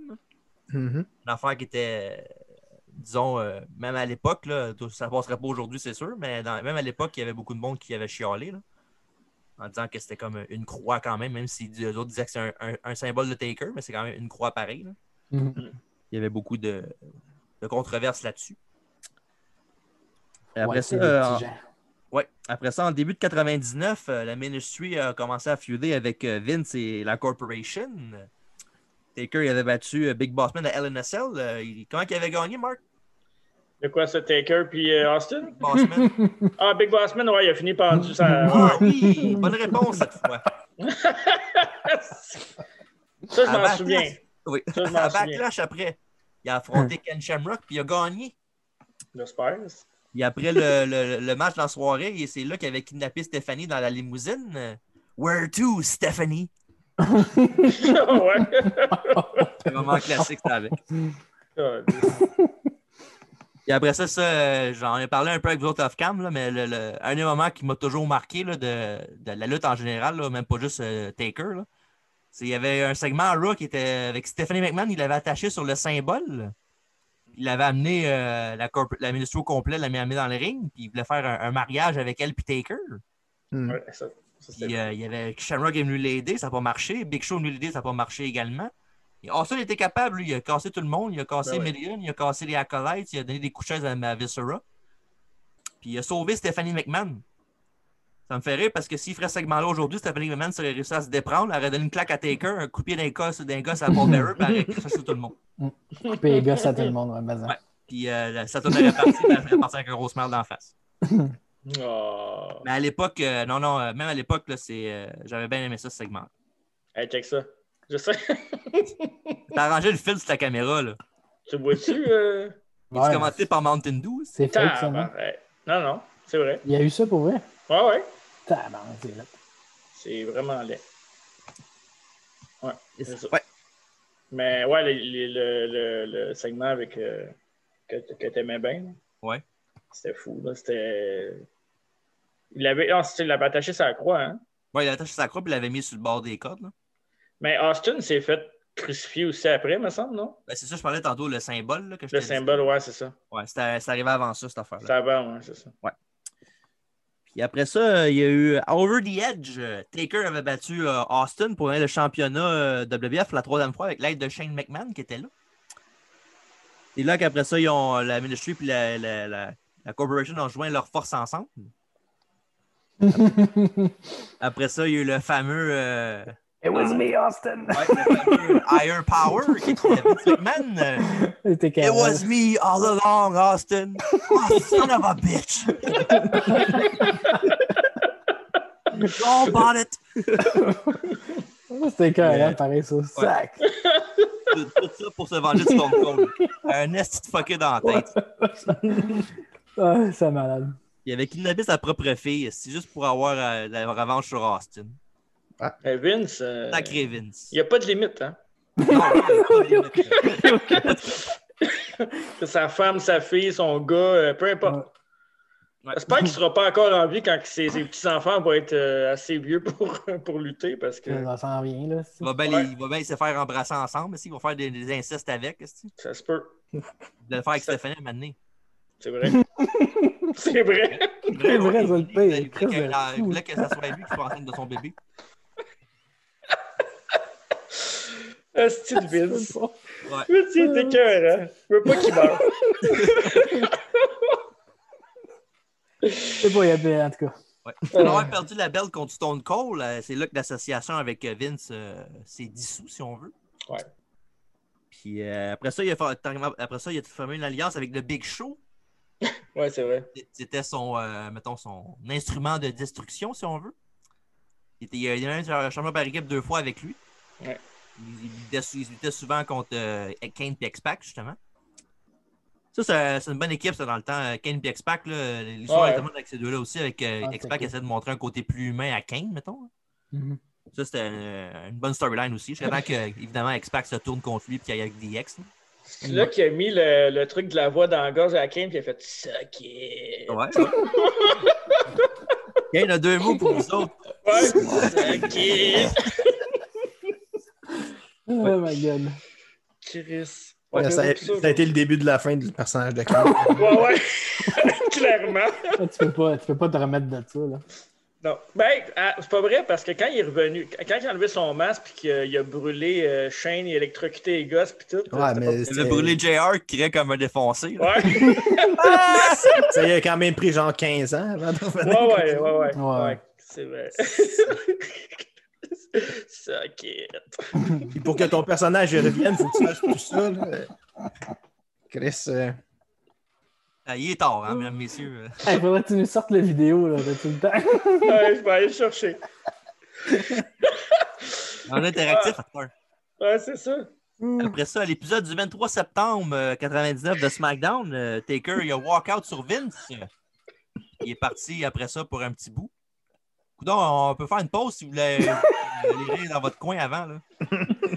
Mhm. Une affaire qui était, euh, disons, euh, même à l'époque, là, tout- ça passerait pas aujourd'hui, c'est sûr, mais dans- même à l'époque, il y avait beaucoup de monde qui avait chialé là, en disant que c'était comme une croix quand même, même si les autres disaient que c'est un, un- un symbole de Taker, mais c'est quand même une croix pareille. là. Mhm. Il y avait beaucoup de, de controverses là-dessus. Et Ouais, Après, ça, c'est des euh, petits en- gens. ouais, après ça, en début de 99, euh, la Ministry a commencé à feuder avec euh, Vince et la Corporation. Taker il avait battu euh, Big Bossman à LNSL. comment Euh, il avait gagné, Mark? De quoi ça, Taker puis euh, Austin? Bossman? Ah, Big Bossman, ouais, il a fini pendu ça. Ah oui! Bonne réponse cette fois. ça, je À m'en Backlash. souviens. Oui. Ça, je m'en À souviens. Backlash après. Il a affronté Ken Shamrock puis il a gagné. J'espère. Et après le, le- le match dans la soirée, et c'est là qu'il avait kidnappé Stéphanie dans la limousine. Euh, Where to, Stephanie? Oh, ouais. C'est vraiment un classique, ça avait. Et après ça, ça, euh, j'en ai parlé un peu avec vous autres off-cam, là, mais le- le- un des moments qui m'a toujours marqué là, de, de la lutte en général, là, même pas juste euh, Taker, là, c'est qu'il y avait un segment à Raw qui était avec Stephanie McMahon, il l'avait attaché sur le symbole. Il avait amené euh, la, corp- la ministre au complet, l'avait amené dans le ring, puis il voulait faire un, un mariage avec elle puis Taker. Mhm. Ouais, ça, ça, Puis c'était- euh, il y avait Shamrock est venu l'aider, ça n'a pas marché. Big Show est venu l'aider, ça n'a pas marché également. Et Austin était capable, lui. Il a cassé tout le monde. Il a cassé Ben ouais. Million, il a cassé les Acolytes, il a donné des coups de chaise à, à Viscera. Puis il a sauvé Stephanie McMahon. Ça me fait rire parce que s'il ferait ce segment-là aujourd'hui, Stephanie McMahon serait réussi à se déprendre, elle aurait donné une claque à Taker, un coup de pied d'un gosse, d'un gosse à Paul Bearer, puis elle aurait craché sur tout le monde. Couper les gosses à tout le monde, ouais, bazar. Ouais. Puis euh, la- ça tournerait parti, puis elle serait partie avec un gros smile d'en face. Oh. Mais à l'époque, euh, non, non, euh, même à l'époque, là, c'est, euh, j'avais bien aimé ça, ce segment. Hey, check ça. Je sais. T'as arrangé le fil sur ta caméra, là. tu vois-tu? Euh... Il Ouais, a commencé par Mountain Dew. c'est- C'est fake, ça, non? tabarnak. Non, non, c'est vrai. Il y a eu ça pour vrai? Ouais, ouais. Tabarnak, c'est là. C'est vraiment laid. C'est ça. Ouais. Mais ouais, les- les- le, le- le segment avec euh, que, que t'aimais bien. là. Ouais. C'était fou, là. C'était. Il avait. Ah, c'est- il l'avait attaché sa croix, hein. Ouais, il a attaché sa croix et il l'avait mis sur le bord des cordes. là. Mais Austin s'est fait crucifier aussi après, me semble, non? Ben, c'est ça, je parlais tantôt, le symbole. là, que je Le t'ai dit. symbole, ouais, c'est ça. Ouais, c'était- c'est arrivé avant ça, cette affaire-là. Ça va, ouais, c'est ça. Puis après ça, euh, il y a eu euh, Over the Edge. Euh, Taker avait battu euh, Austin pour gagner le championnat euh, WBF la troisième fois avec l'aide de Shane McMahon qui était là. Et là qu'après ça, ils ont, euh, la Ministry et la, la- la- la Corporation ont joint leurs forces ensemble. Après ça, il y a eu le fameux. euh, It was me, Austin! Ouais, le fameux Higher Power qui était Vince McMahon. Euh, C'était It carré. was me all along, Austin. Oh, son of a bitch. Go bought it. C'était carré, hein, Ouais. pareil, ça. Sac! Tout, tout ça pour se venger de Stone Cold. Un esti de fucké dans la tête. Ah, c'est malade. Il avait kidnappé sa propre fille, c'est juste pour avoir euh, la revanche sur Austin. Mais Vince. euh, Sacré Vince. Il n'y a pas de limite, hein? Que Sa femme, sa fille, son gars, euh, peu importe. Ouais. J'espère qu'il ne sera pas encore en vie quand que ses, ses petits-enfants vont être euh, assez vieux pour, pour lutter parce que Ça s'en vient, là. c'est- Il va bien Ouais. les- il va bien se faire embrasser ensemble, esti. ils vont faire des, des incestes avec. esti. ça se peut. Il va le faire avec Stéphanie à un moment donné. C'est vrai. C'est vrai. C'est vrai, ça le Il pire. voulait que- Chris, c'est Il fou. voulait que ça soit lui qui soit enceinte de son bébé. Asti de Vince. C'est pas- Vince, il est écœurant. hein. Je veux pas qu'il meure. C'est pas, il y avait, en tout cas. Ouais. Après avoir perdu la belle contre Stone Cold, euh, c'est là que l'association avec euh, Vince euh, s'est dissous, si on veut. Ouais. Puis euh, après ça, il a fait, après ça, il a formé une alliance avec le Big Show. Ouais, c'est vrai. C'était son, euh, mettons, son instrument de destruction, si on veut. Il était, il a eu un champion par équipe deux fois avec lui. Ouais. Il, il luttait, sou- il luttait souvent contre euh, Kane et X-Pac, justement. Ça, c'est- c'est une bonne équipe, ça, dans le temps. Euh, Kane et X-Pac, là, l'histoire Ouais. est tellement avec ces deux-là aussi, avec euh, Ah, X-Pac c'est qui essaie de montrer un côté plus humain à Kane, mettons. hein. Mhm. Ça, c'était euh, une bonne storyline aussi. Je comprends que, évidemment, X-Pac se tourne contre lui et qu'il y a avec DX. là. C'est là qui a mis le, le truc de la voix dans la gorge à Kane, puis il a fait Suck it. Ouais. Kane a deux mots pour nous autres. Ouais, Suck it. Oh my god. Chris. Ouais, ça, a, ça a été le début de la fin du personnage de Kane. Ouais, ouais. Clairement. Ah, tu, peux pas, tu peux pas te remettre de ça. Là. Non. Ben, ah, c'est pas vrai parce que quand il est revenu, quand il a enlevé son masque puis qu'il a- il a brûlé euh, Shane, il a électrocuté les gosses puis tout. Ouais, c'était mais Il a c'était- brûlé JR qui criait comme un défoncé. là. pas- Euh, Ouais. Ah! ça y a quand même pris genre 15 ans avant de revenir. Ouais, ouais, ouais, ouais. Ouais. Ouais, c'est vrai. Suck it. Puis pour que ton personnage revienne, faut que tu fasses tout ça. là. Chris, euh, Ah, il est tard, hein, mesdames, messieurs. Hey, faudrait que tu nous sortes la vidéo là, de tout le temps. Ouais, je vais aller le chercher. En interactif, attends. Ouais, c'est ça. Euh, Après ça, à l'épisode du 23 septembre euh, 99 de SmackDown, euh, Taker, il a walk-out sur Vince. Il est parti après ça pour un petit bout. Coudon, on peut faire une pause si vous voulez euh, aller rire dans votre coin avant. Là.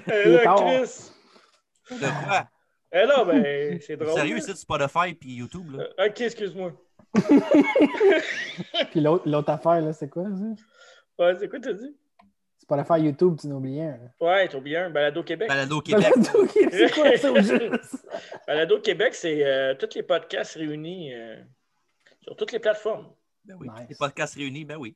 Et est là, tard. Chris. De quoi? Et là, ben, c'est Ah, drôle. Sérieux, c'est Spotify puis YouTube. Là. Euh, Ok, excuse-moi. Puis l'autre l'autre affaire, là, c'est quoi ça? Ouais, c'est quoi, t'as dit? C'est pas l'affaire YouTube, tu hein? n'oublies rien. Ouais, t'as oublié un balado Québec. Balado Québec. c'est quoi ça au juste? Balado Québec, c'est euh, tous les podcasts réunis euh, sur toutes les plateformes. Ben oui, Nice. Les podcasts réunis, ben oui.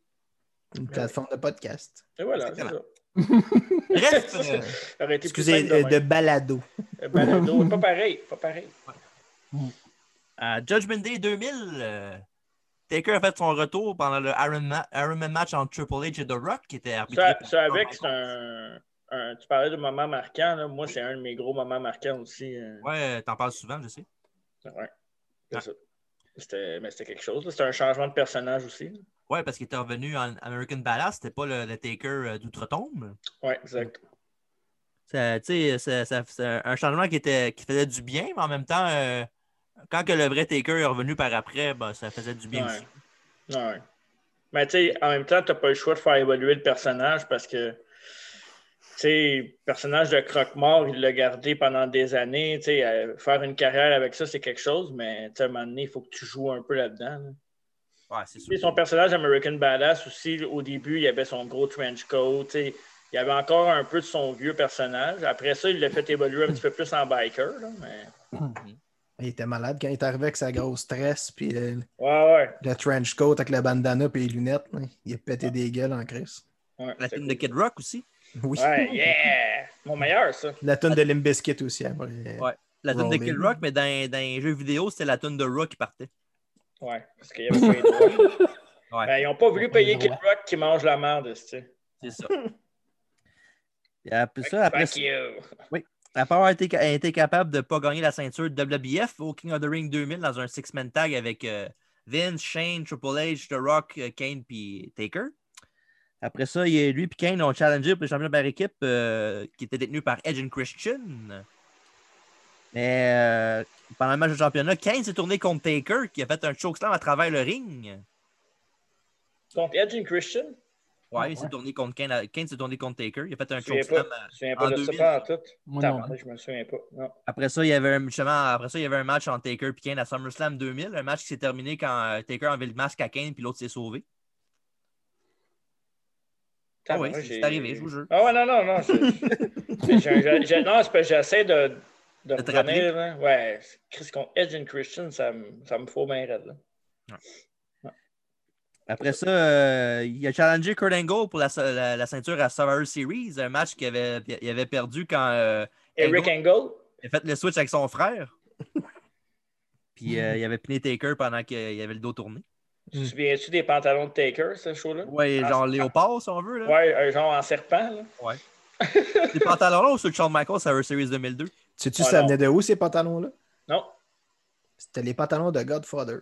une plateforme de podcast. Et voilà, c'est ça. Exactement. Bref, euh, Ça aurait été plus Excusez, simple euh, même. de balado. Euh, Balado, pas pareil, pas pareil. à Judgment Day 2000, euh, Taker a fait son retour pendant le Iron, Ma- Iron Man match entre Triple H et The Rock qui était arbitré. Ça, par- ça avec, c'est un, un- Tu parlais de moments marquants, là. Moi, c'est un de mes gros moments marquants aussi. euh, Ouais, t'en parles souvent, je sais. ouais. Ah. C'est ça. C'était mais c'était quelque chose. là. C'était un changement de personnage aussi. là. Ouais, parce qu'il était revenu en American Ballast, c'était pas le, le Taker euh, d'outre-tombe. Ouais, exact. Ça, tu sais, ça- ça- C'est un changement qui, était, qui faisait du bien, mais en même temps, euh, quand que le vrai Taker est revenu par après, ben, ça faisait du bien Ouais. aussi. Ouais. Mais tu sais, en même temps, tu n'as pas le choix de faire évoluer le personnage parce que, tu sais, le personnage de croque-mort, il l'a gardé pendant des années. Tu sais, euh, faire une carrière avec ça, c'est quelque chose, mais tu sais, à un moment donné, il faut que tu joues un peu là-dedans. là. Ouais, c'est sûr. Tu sais, son personnage American Badass aussi, au début, il avait son gros trench coat. tu sais, Il avait encore un peu de son vieux personnage. Après ça, il l'a fait évoluer un petit peu plus en biker. là, mais... Il était malade quand il est arrivé avec sa grosse tresse, puis le, Ouais, ouais. le trench coat avec le bandana puis les lunettes. hein. Il a pété des gueules en Chris. ouais, La c'est team cool. de Kid Rock aussi. Oui. Ouais, yeah! Mon meilleur, ça. La tonne de Limbiskit aussi. après. Ouais. La tune de Roman. Kid Rock, mais dans, dans les jeux vidéo, c'était la tune de Rock qui partait. Ouais, parce qu'il y avait pas les droits. Ouais. Ben, ils n'ont pas voulu Ils ont pas les payer Kid droits. Rock qui mange la merde, tu sais. C'est ça. Et après ça, après, Fuck you. après avoir été, ca- été capable de ne pas gagner la ceinture WBF au King of the Ring 2000 dans un six-man tag avec euh, Vince, Shane, Triple H, The Rock, euh, Kane puis Taker. Après ça, il, lui et Kane ont challengé pour le championnat par équipe euh, qui était détenu par Edge and Christian. Mais euh, pendant le match de championnat, Kane s'est tourné contre Taker qui a fait un chokeslam à travers le ring. Contre Edge and Christian, Ouais, Ah, il s'est ouais. tourné contre Kane. à- Kane s'est tourné contre Taker. Il a fait un je ne me chokeslam. souviens à- pas. Je me souviens en pas de 2000. ça, pas en tout. Moi non. Tabarnak, je me souviens pas. Non. Après ça, il y avait un, justement, après ça, il y avait un match entre Taker et Kane à SummerSlam 2000, un match qui s'est terminé quand euh, Taker a enlevé le masque à Kane puis l'autre s'est sauvé. Tabarnak, Ah oui, c'est- j'ai- c'est arrivé, je vous jure. Ah ouais, non, non, non. c'est- j'ai- j'ai- j'ai- Non, c'est parce que j'essaie de, de De te revenir. là. Ouais, Chris, contre Edge and Christian, ça me, ça me faut bien raide. là. Après ça, euh, il a challengé Kurt Angle pour la, la- la ceinture à Survivor Series, un match qu'il avait, il avait perdu quand euh, Eric Angle? il a fait le switch avec son frère. Puis euh, il avait piné Taker pendant qu'il avait le dos tourné. Tu Hmm. te souviens-tu des pantalons de Taker, ce show-là? Ouais, Ah, genre c'est- Léopard, si on veut. Là. Ouais, un genre en serpent, là. Ces pantalons-là ou ceux de Shawn Michaels, Survivor Series 2002. Sais-tu, Ah, ça non. venait de où ces pantalons-là? Non, C'était les pantalons de Godfather.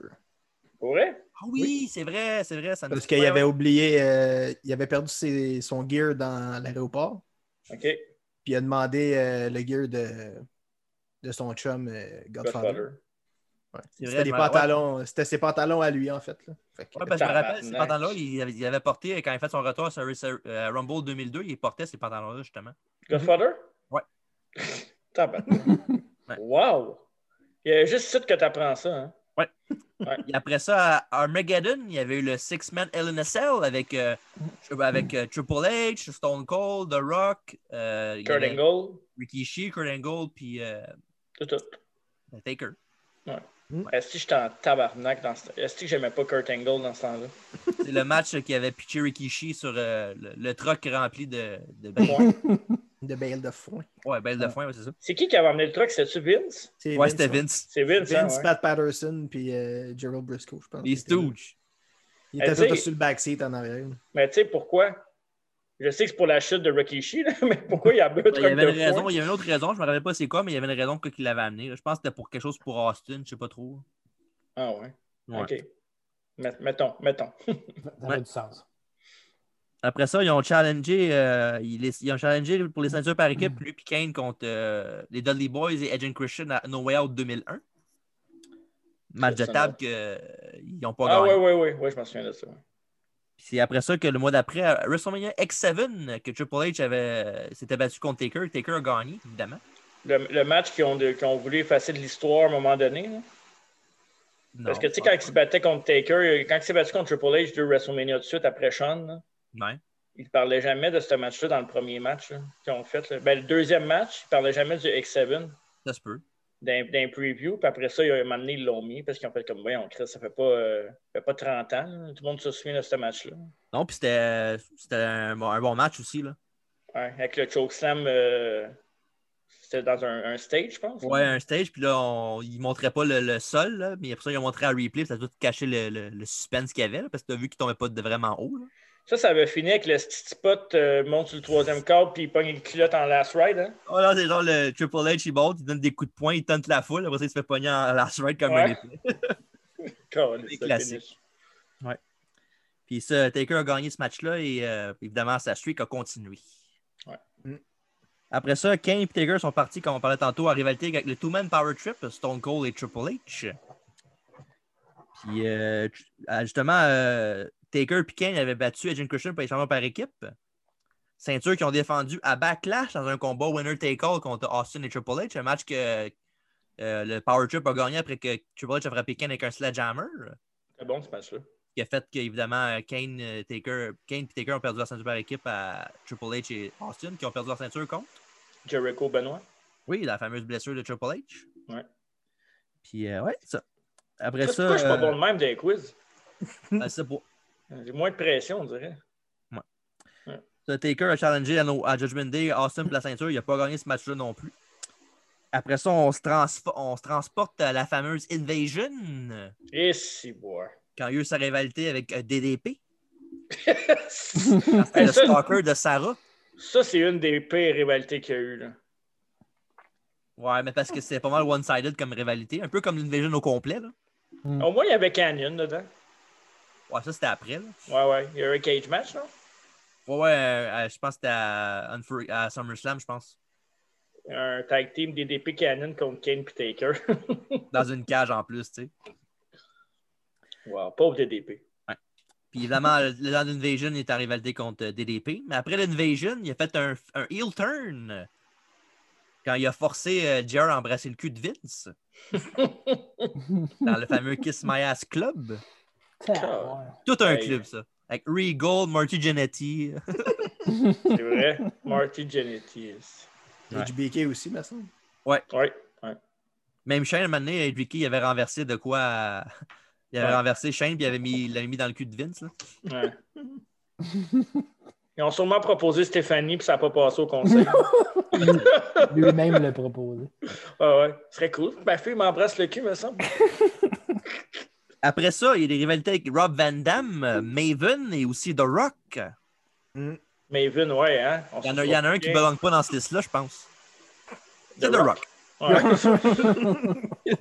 pour vrai? Ah oui, c'est vrai, c'est vrai. Ça me Parce dit- qu'il ouais, avait oublié, euh, il avait perdu ses- son gear dans l'aéroport. OK. Puis il a demandé euh, le gear de, de son chum euh, Godfather. Godfather. C'est Ouais. C'était vrai, les ouais, pantalons. C'était ses pantalons à lui, en fait. là. Fait que- Ouais, parce que je me rappelle, ces Tabarnak. pantalons-là, il avait, il avait porté, quand il a fait son retour sur euh, Rumble 2002, il portait ces pantalons-là, justement. Mm-hmm. Godfather? Ouais. Tabarnak. Ouais. Wow! Il y a juste site que tu apprends ça. Hein? Et après ça, à Armageddon, il y avait eu le Six-Man LNSL avec, euh, avec euh, Triple H, Stone Cold, The Rock, euh, il y Kurt avait Angle, Rikishi, Kurt Angle, puis euh, ben, tout, tout. Taker. Est-ce que j'étais en tabarnak dans ce Est-ce que j'aimais pas Kurt Angle dans ce temps-là? C'est le match qui avait pitché Rikishi sur euh, le, le truck rempli de, de Ouais. De belle de foin. ouais, belles de foin, ouais, c'est ça. C'est qui qui avait emmené le truc? C'était-tu Vince? C'est Ouais, Vince, c'était Vince. C'est Vince, hein, Vince, ouais. Pat Patterson, puis euh, Gerald Briscoe, je pense. Les Stooges. Il Eh, était tu tout sais- sur le backseat en arrière. Mais tu sais pourquoi? Je sais que c'est pour la chute de Rikishi, là, mais pourquoi il y a un truc Il y avait de une raison, foin? il y avait une autre raison, je me rappelle pas c'est quoi, mais il y avait une raison qu'il l'avait amené. Je pense que c'était pour quelque chose pour Austin, je sais pas trop. Ah ouais. Ouais. OK. Met- Mettons, mettons. Ça fait Ouais. du sens. Après ça, ils ont challengé, euh, ils, les- ils ont challengé pour les ceintures par équipe, lui et Kane contre euh, les Dudley Boys et Edge and Christian à No Way Out 2001. Match de Ça, ça table va. qu'ils n'ont pas Ah gagné. ouais, ouais, ouais, ouais, je m'en souviens de ça. Puis c'est après ça que le mois d'après, à WrestleMania X7, que Triple H avait, euh, s'était battu contre Taker. Taker a gagné, évidemment. Le, le match qu'ils ont, de- qu'ils ont voulu effacer de l'histoire à un moment donné. là. Non. Parce que tu sais, quand il se battait contre Taker, quand il s'est battu contre Triple H de WrestleMania tout de suite après Sean, là, Ouais. il ne parlait jamais de ce match-là dans le premier match là, qu'ils ont fait. là. Ben, le deuxième match, il ne parlait jamais du X7 ça se peut. d'un preview. Puis après ça, il y a un moment donné, ils l'ont mis parce qu'ils ont fait comme, voyons, Chris, ça fait pas, euh, ça fait pas 30 ans. là. Tout le monde se souvient de ce match-là. Non, puis c'était, c'était un, bon- un bon match aussi. Là. Ouais, avec le chokeslam, euh, c'était dans un, un stage, je pense. Ouais, un stage, puis là, on, ils montraient pas le, le sol, là, mais après ça, ils ont montré un replay, puis ça a tout caché le, le- le suspense qu'il y avait, là, parce que t'as vu qu'il tombait pas de vraiment haut. là. Ça, ça avait fini avec le petit pot monte sur le troisième corps puis il pogne une culotte en last ride. Hein? Oh là, c'est genre le Triple H, il monte, il donne des coups de poing, il tente la foule, après ça, il se fait pogner en last ride comme un Ouais. épée. Caliste, C'est ça classique. finit. Puis ça, Taker a gagné ce match-là et euh, évidemment, sa streak a continué. Ouais. Mm. Après ça, Kane et Taker sont partis, comme on parlait tantôt, en rivalité avec le Two-Man Power Trip, Stone Cold et Triple H. Puis euh, tr- ah, justement, euh, Taker et Kane avaient battu Edge and Christian pour les champions par équipe. Ceinture qui ont défendu à Backlash dans un combat winner-take-all contre Austin et Triple H, un match que euh, le Power Trip a gagné après que Triple H a frappé Kane avec un sledgehammer C'est bon, ce match-là. qui a fait qu'évidemment, Kane, euh, Taker, Kane et Taker ont perdu leur ceinture par équipe à Triple H et Austin, qui ont perdu leur ceinture contre. Jericho Benoit. Oui, la fameuse blessure de Triple H. Ouais. Puis, euh, ouais, ça. Après Pourquoi ça, pourquoi je suis pas euh, bon de même des quiz? euh, ça, pour- J'ai moins de pression, on dirait. ça, Taker a challengé à, nos- à Judgment Day Austin pour la ceinture. Il n'a pas gagné ce match-là non plus. Après ça, on se, transfo- on se transporte à la fameuse Invasion, Et Eh, si, boire. quand il y a eu sa rivalité avec euh, DDP, ça, le ça- stalker de Sarah. c'est une des pires rivalités qu'il y a eu. Là. Ouais, mais parce que c'était pas mal one-sided comme rivalité, un peu comme l'Invasion au complet. Là. Mm. Au moins, il y avait Canyon dedans. Ouais, ça c'était après. Là. Ouais, ouais. Il y a eu un cage match, non? Ouais, ouais, euh, euh, je pense que c'était à, Unfur- à SummerSlam, je pense. Un tag team DDP Canyon contre Kane puis Taker. Dans une cage en plus, tu sais. wow, pauvre DDP. Puis évidemment, le- dans l'Invasion, il est en rivalité contre euh, DDP. Mais après l'Invasion, il a fait un, un heel turn quand il a forcé euh, JR à embrasser le cul de Vince dans le fameux Kiss My Ass Club. Tabarnak. Tout un Hey. club, ça. Avec Regal, Marty Jannetty. C'est vrai. Marty Jannetty. Ouais. HBK aussi, ma semble. Ouais, ouais. Même Shane, un moment donné, Ricky, il avait renversé de quoi... à- Il avait Ouais. renversé Shane, puis il avait mis, il l'avait mis dans le cul de Vince. là. ouais. Ils ont sûrement proposé Stéphanie, puis ça n'a pas passé au conseil. Lui-même le proposé. ouais, ouais. Ce serait cool. Ma fille m'embrasse le cul, me semble. Après ça, il y a des rivalités avec Rob Van Damme, euh, Maven et aussi The Rock. Mais Vin, ouais, hein. On Il y en se a, il y en a un qui ne souvient. belonge pas dans cette liste-là, je pense. C'est The The Rock. Rock. Ouais.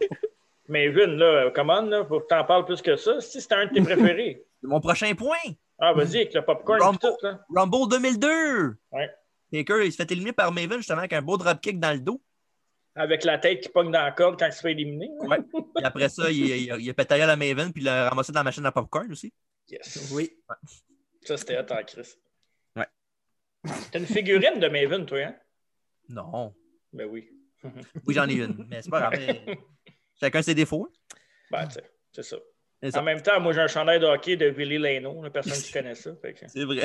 Mais Vin, là, comment, là, faut que t'en parles plus que ça. Si c'était un de tes préférés. Mon prochain point, Ah, vas-y, avec le popcorn Rumble. et tout, là. Rumble 2002. Ouais. Taker, il se fait éliminer par Maven justement avec un beau dropkick dans le dos. avec la tête qui pogne dans la corde quand il se fait éliminer. là. Ouais. Puis après ça, il, il, il a pétaré à la Maven puis il l'a ramassé dans la machine à popcorn aussi. Yes. Oui. Ça, c'était hot en Chris. Ouais. T'as une figurine de Maven, toi, hein? Non. Ben oui. Oui, j'en ai une, mais c'est pas grave. mais Chacun ses défauts. Ben, tu sais, c'est ça. C'est ça. En même temps, moi, j'ai un chandail de hockey de Billy Leno, la personne qui connaît ça. fait que- C'est vrai.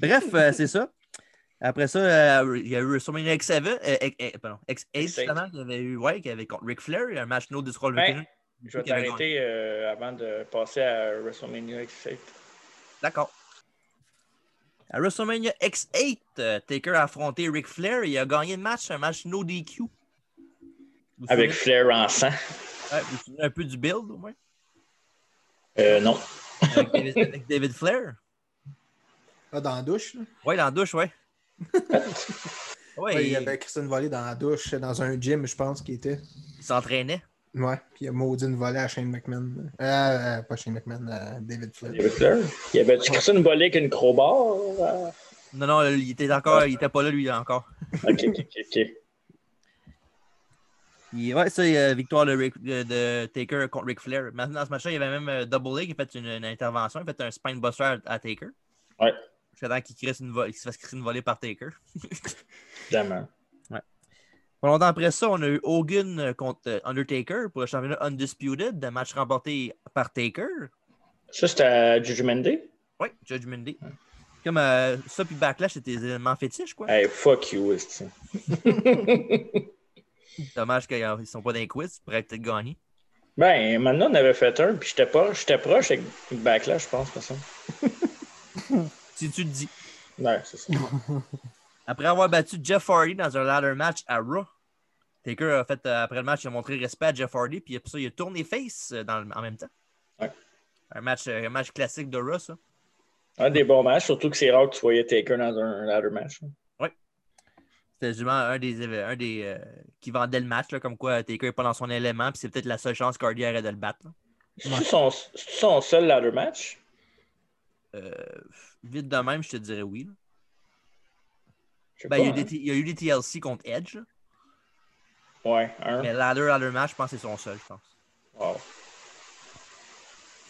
Bref, euh, c'est ça. Après ça, euh, il y a eu sûrement une X7, euh, X- euh, pardon, X8 X8. justement, qu'il y avait eu, ouais, qui avait contre Ric Flair, un match no disqualification. Ben, je vais Qui avait gagné. t'arrêter euh, avant de passer à WrestleMania X8. D'accord. À WrestleMania X8, euh, Taker a affronté Ric Flair et il a gagné le match, un match no DQ. Vous Avec vous Flair en sang. souvenez- ouais, vous vous souvenez un peu du build, au moins, Euh, non. avec David, avec David Flair. Ah, dans la douche. là. Ouais, dans la douche, ouais. ouais, Ouais, il il, y avait Christine Volée dans la douche, dans un gym, je pense, qui était. il s'entraînait. Ouais. Puis il a maudit une volée à Shane McMahon. Euh, euh, pas Shane McMahon, euh, David Il Flair. y avait Flair. Il y avait Christian Bollet avec une crowbar. euh, Non, non, il était encore, il était pas là, lui, encore. Ok, ok, ok. ok. Il- ouais, ça, euh, victoire de, Ric- de- de Taker contre Ric Flair. Maintenant, dans ce match-là, il y avait même euh, Double A qui a fait une, une intervention, il a fait un spinebuster à, à Taker. Ouais. Jusqu'à temps qu'il crisse une vo- qu'il se fasse crisser une volée par Taker. Évidemment. Pas longtemps après ça, on a eu Hogan contre euh, Undertaker pour le championnat Undisputed, un match remporté par Taker. Ça, c'était à Juju Mende? Oui, Judgment Day. Comme euh, ça, puis Backlash, c'était des éléments fétiches, quoi. Hey, fuck you, esti. Dommage qu'ils ne sont pas dans les quiz, ils pourraient peut-être gagner. Ben, maintenant, on avait fait un, puis j'étais pas, j'étais proche avec Backlash, je pense, de toute façon. Si tu le dis. Ouais, c'est ça. Après avoir battu Jeff Hardy dans un ladder match à Raw, Taker a fait, euh, après le match, il a montré respect à Jeff Hardy, puis après ça, il a tourné face euh, dans le- en même temps. Ouais. Un match, euh, un match classique de Raw, ça. Un des bons matchs, surtout que c'est rare que tu voyais Taker dans un ladder match. hein. C'était justement un des, éve- un des euh, qui vendait le match, là, comme quoi Taker n'est pas dans son élément, puis c'est peut-être la seule chance qu'Hardy aurait de le battre. là. C'est-tu son, c'est-tu son seul ladder match? Euh, vite de même, je te dirais oui. là. Je sais Ben, pas, il, y a eu hein. des T- il y a eu des TLC contre Edge, là, hein. Ouais, un. mais ladder, ladder match, je pense que c'est son seul, je pense. Wow.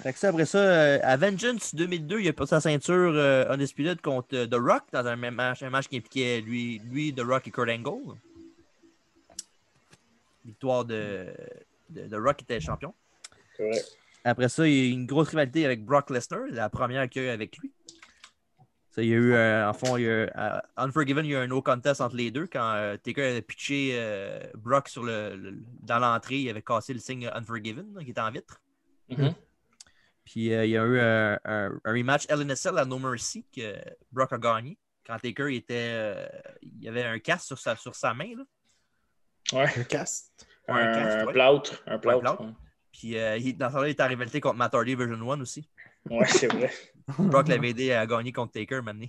Fait que ça, après ça, euh, à Vengeance 2002, il a perdu sa ceinture euh, Undisputed contre euh, The Rock dans un même match, un match qui impliquait lui, lui, The Rock et Kurt Angle. Victoire de, de, de Rock qui était champion. C'est vrai. Après ça, il y a eu une grosse rivalité avec Brock Lesnar, la première qu'il y a eu avec lui. Ça, il y a eu, euh, en fond, il y a eu, euh, Unforgiven, il y a eu un no contest entre les deux quand euh, Taker avait pitché euh, Brock sur le, le- dans l'entrée, il avait cassé le signe Unforgiven là, qui était en vitre. Mhm. Puis euh, il y a eu euh, un, un rematch LNSL à No Mercy que Brock a gagné. Quand Taker il était, euh, il avait un casque sur sa, sur sa main. là. Ouais. Le cast. Ouais, un, un cast, ouais. plâtre. Un plâtre. plâtre. Puis euh, il- dans ce temps-là, il était en rivalité contre Matt Hardy Version 1 aussi. Ouais, Ouais, c'est vrai. Brock Mhm. l'avait aidé à gagner contre Taker maintenant.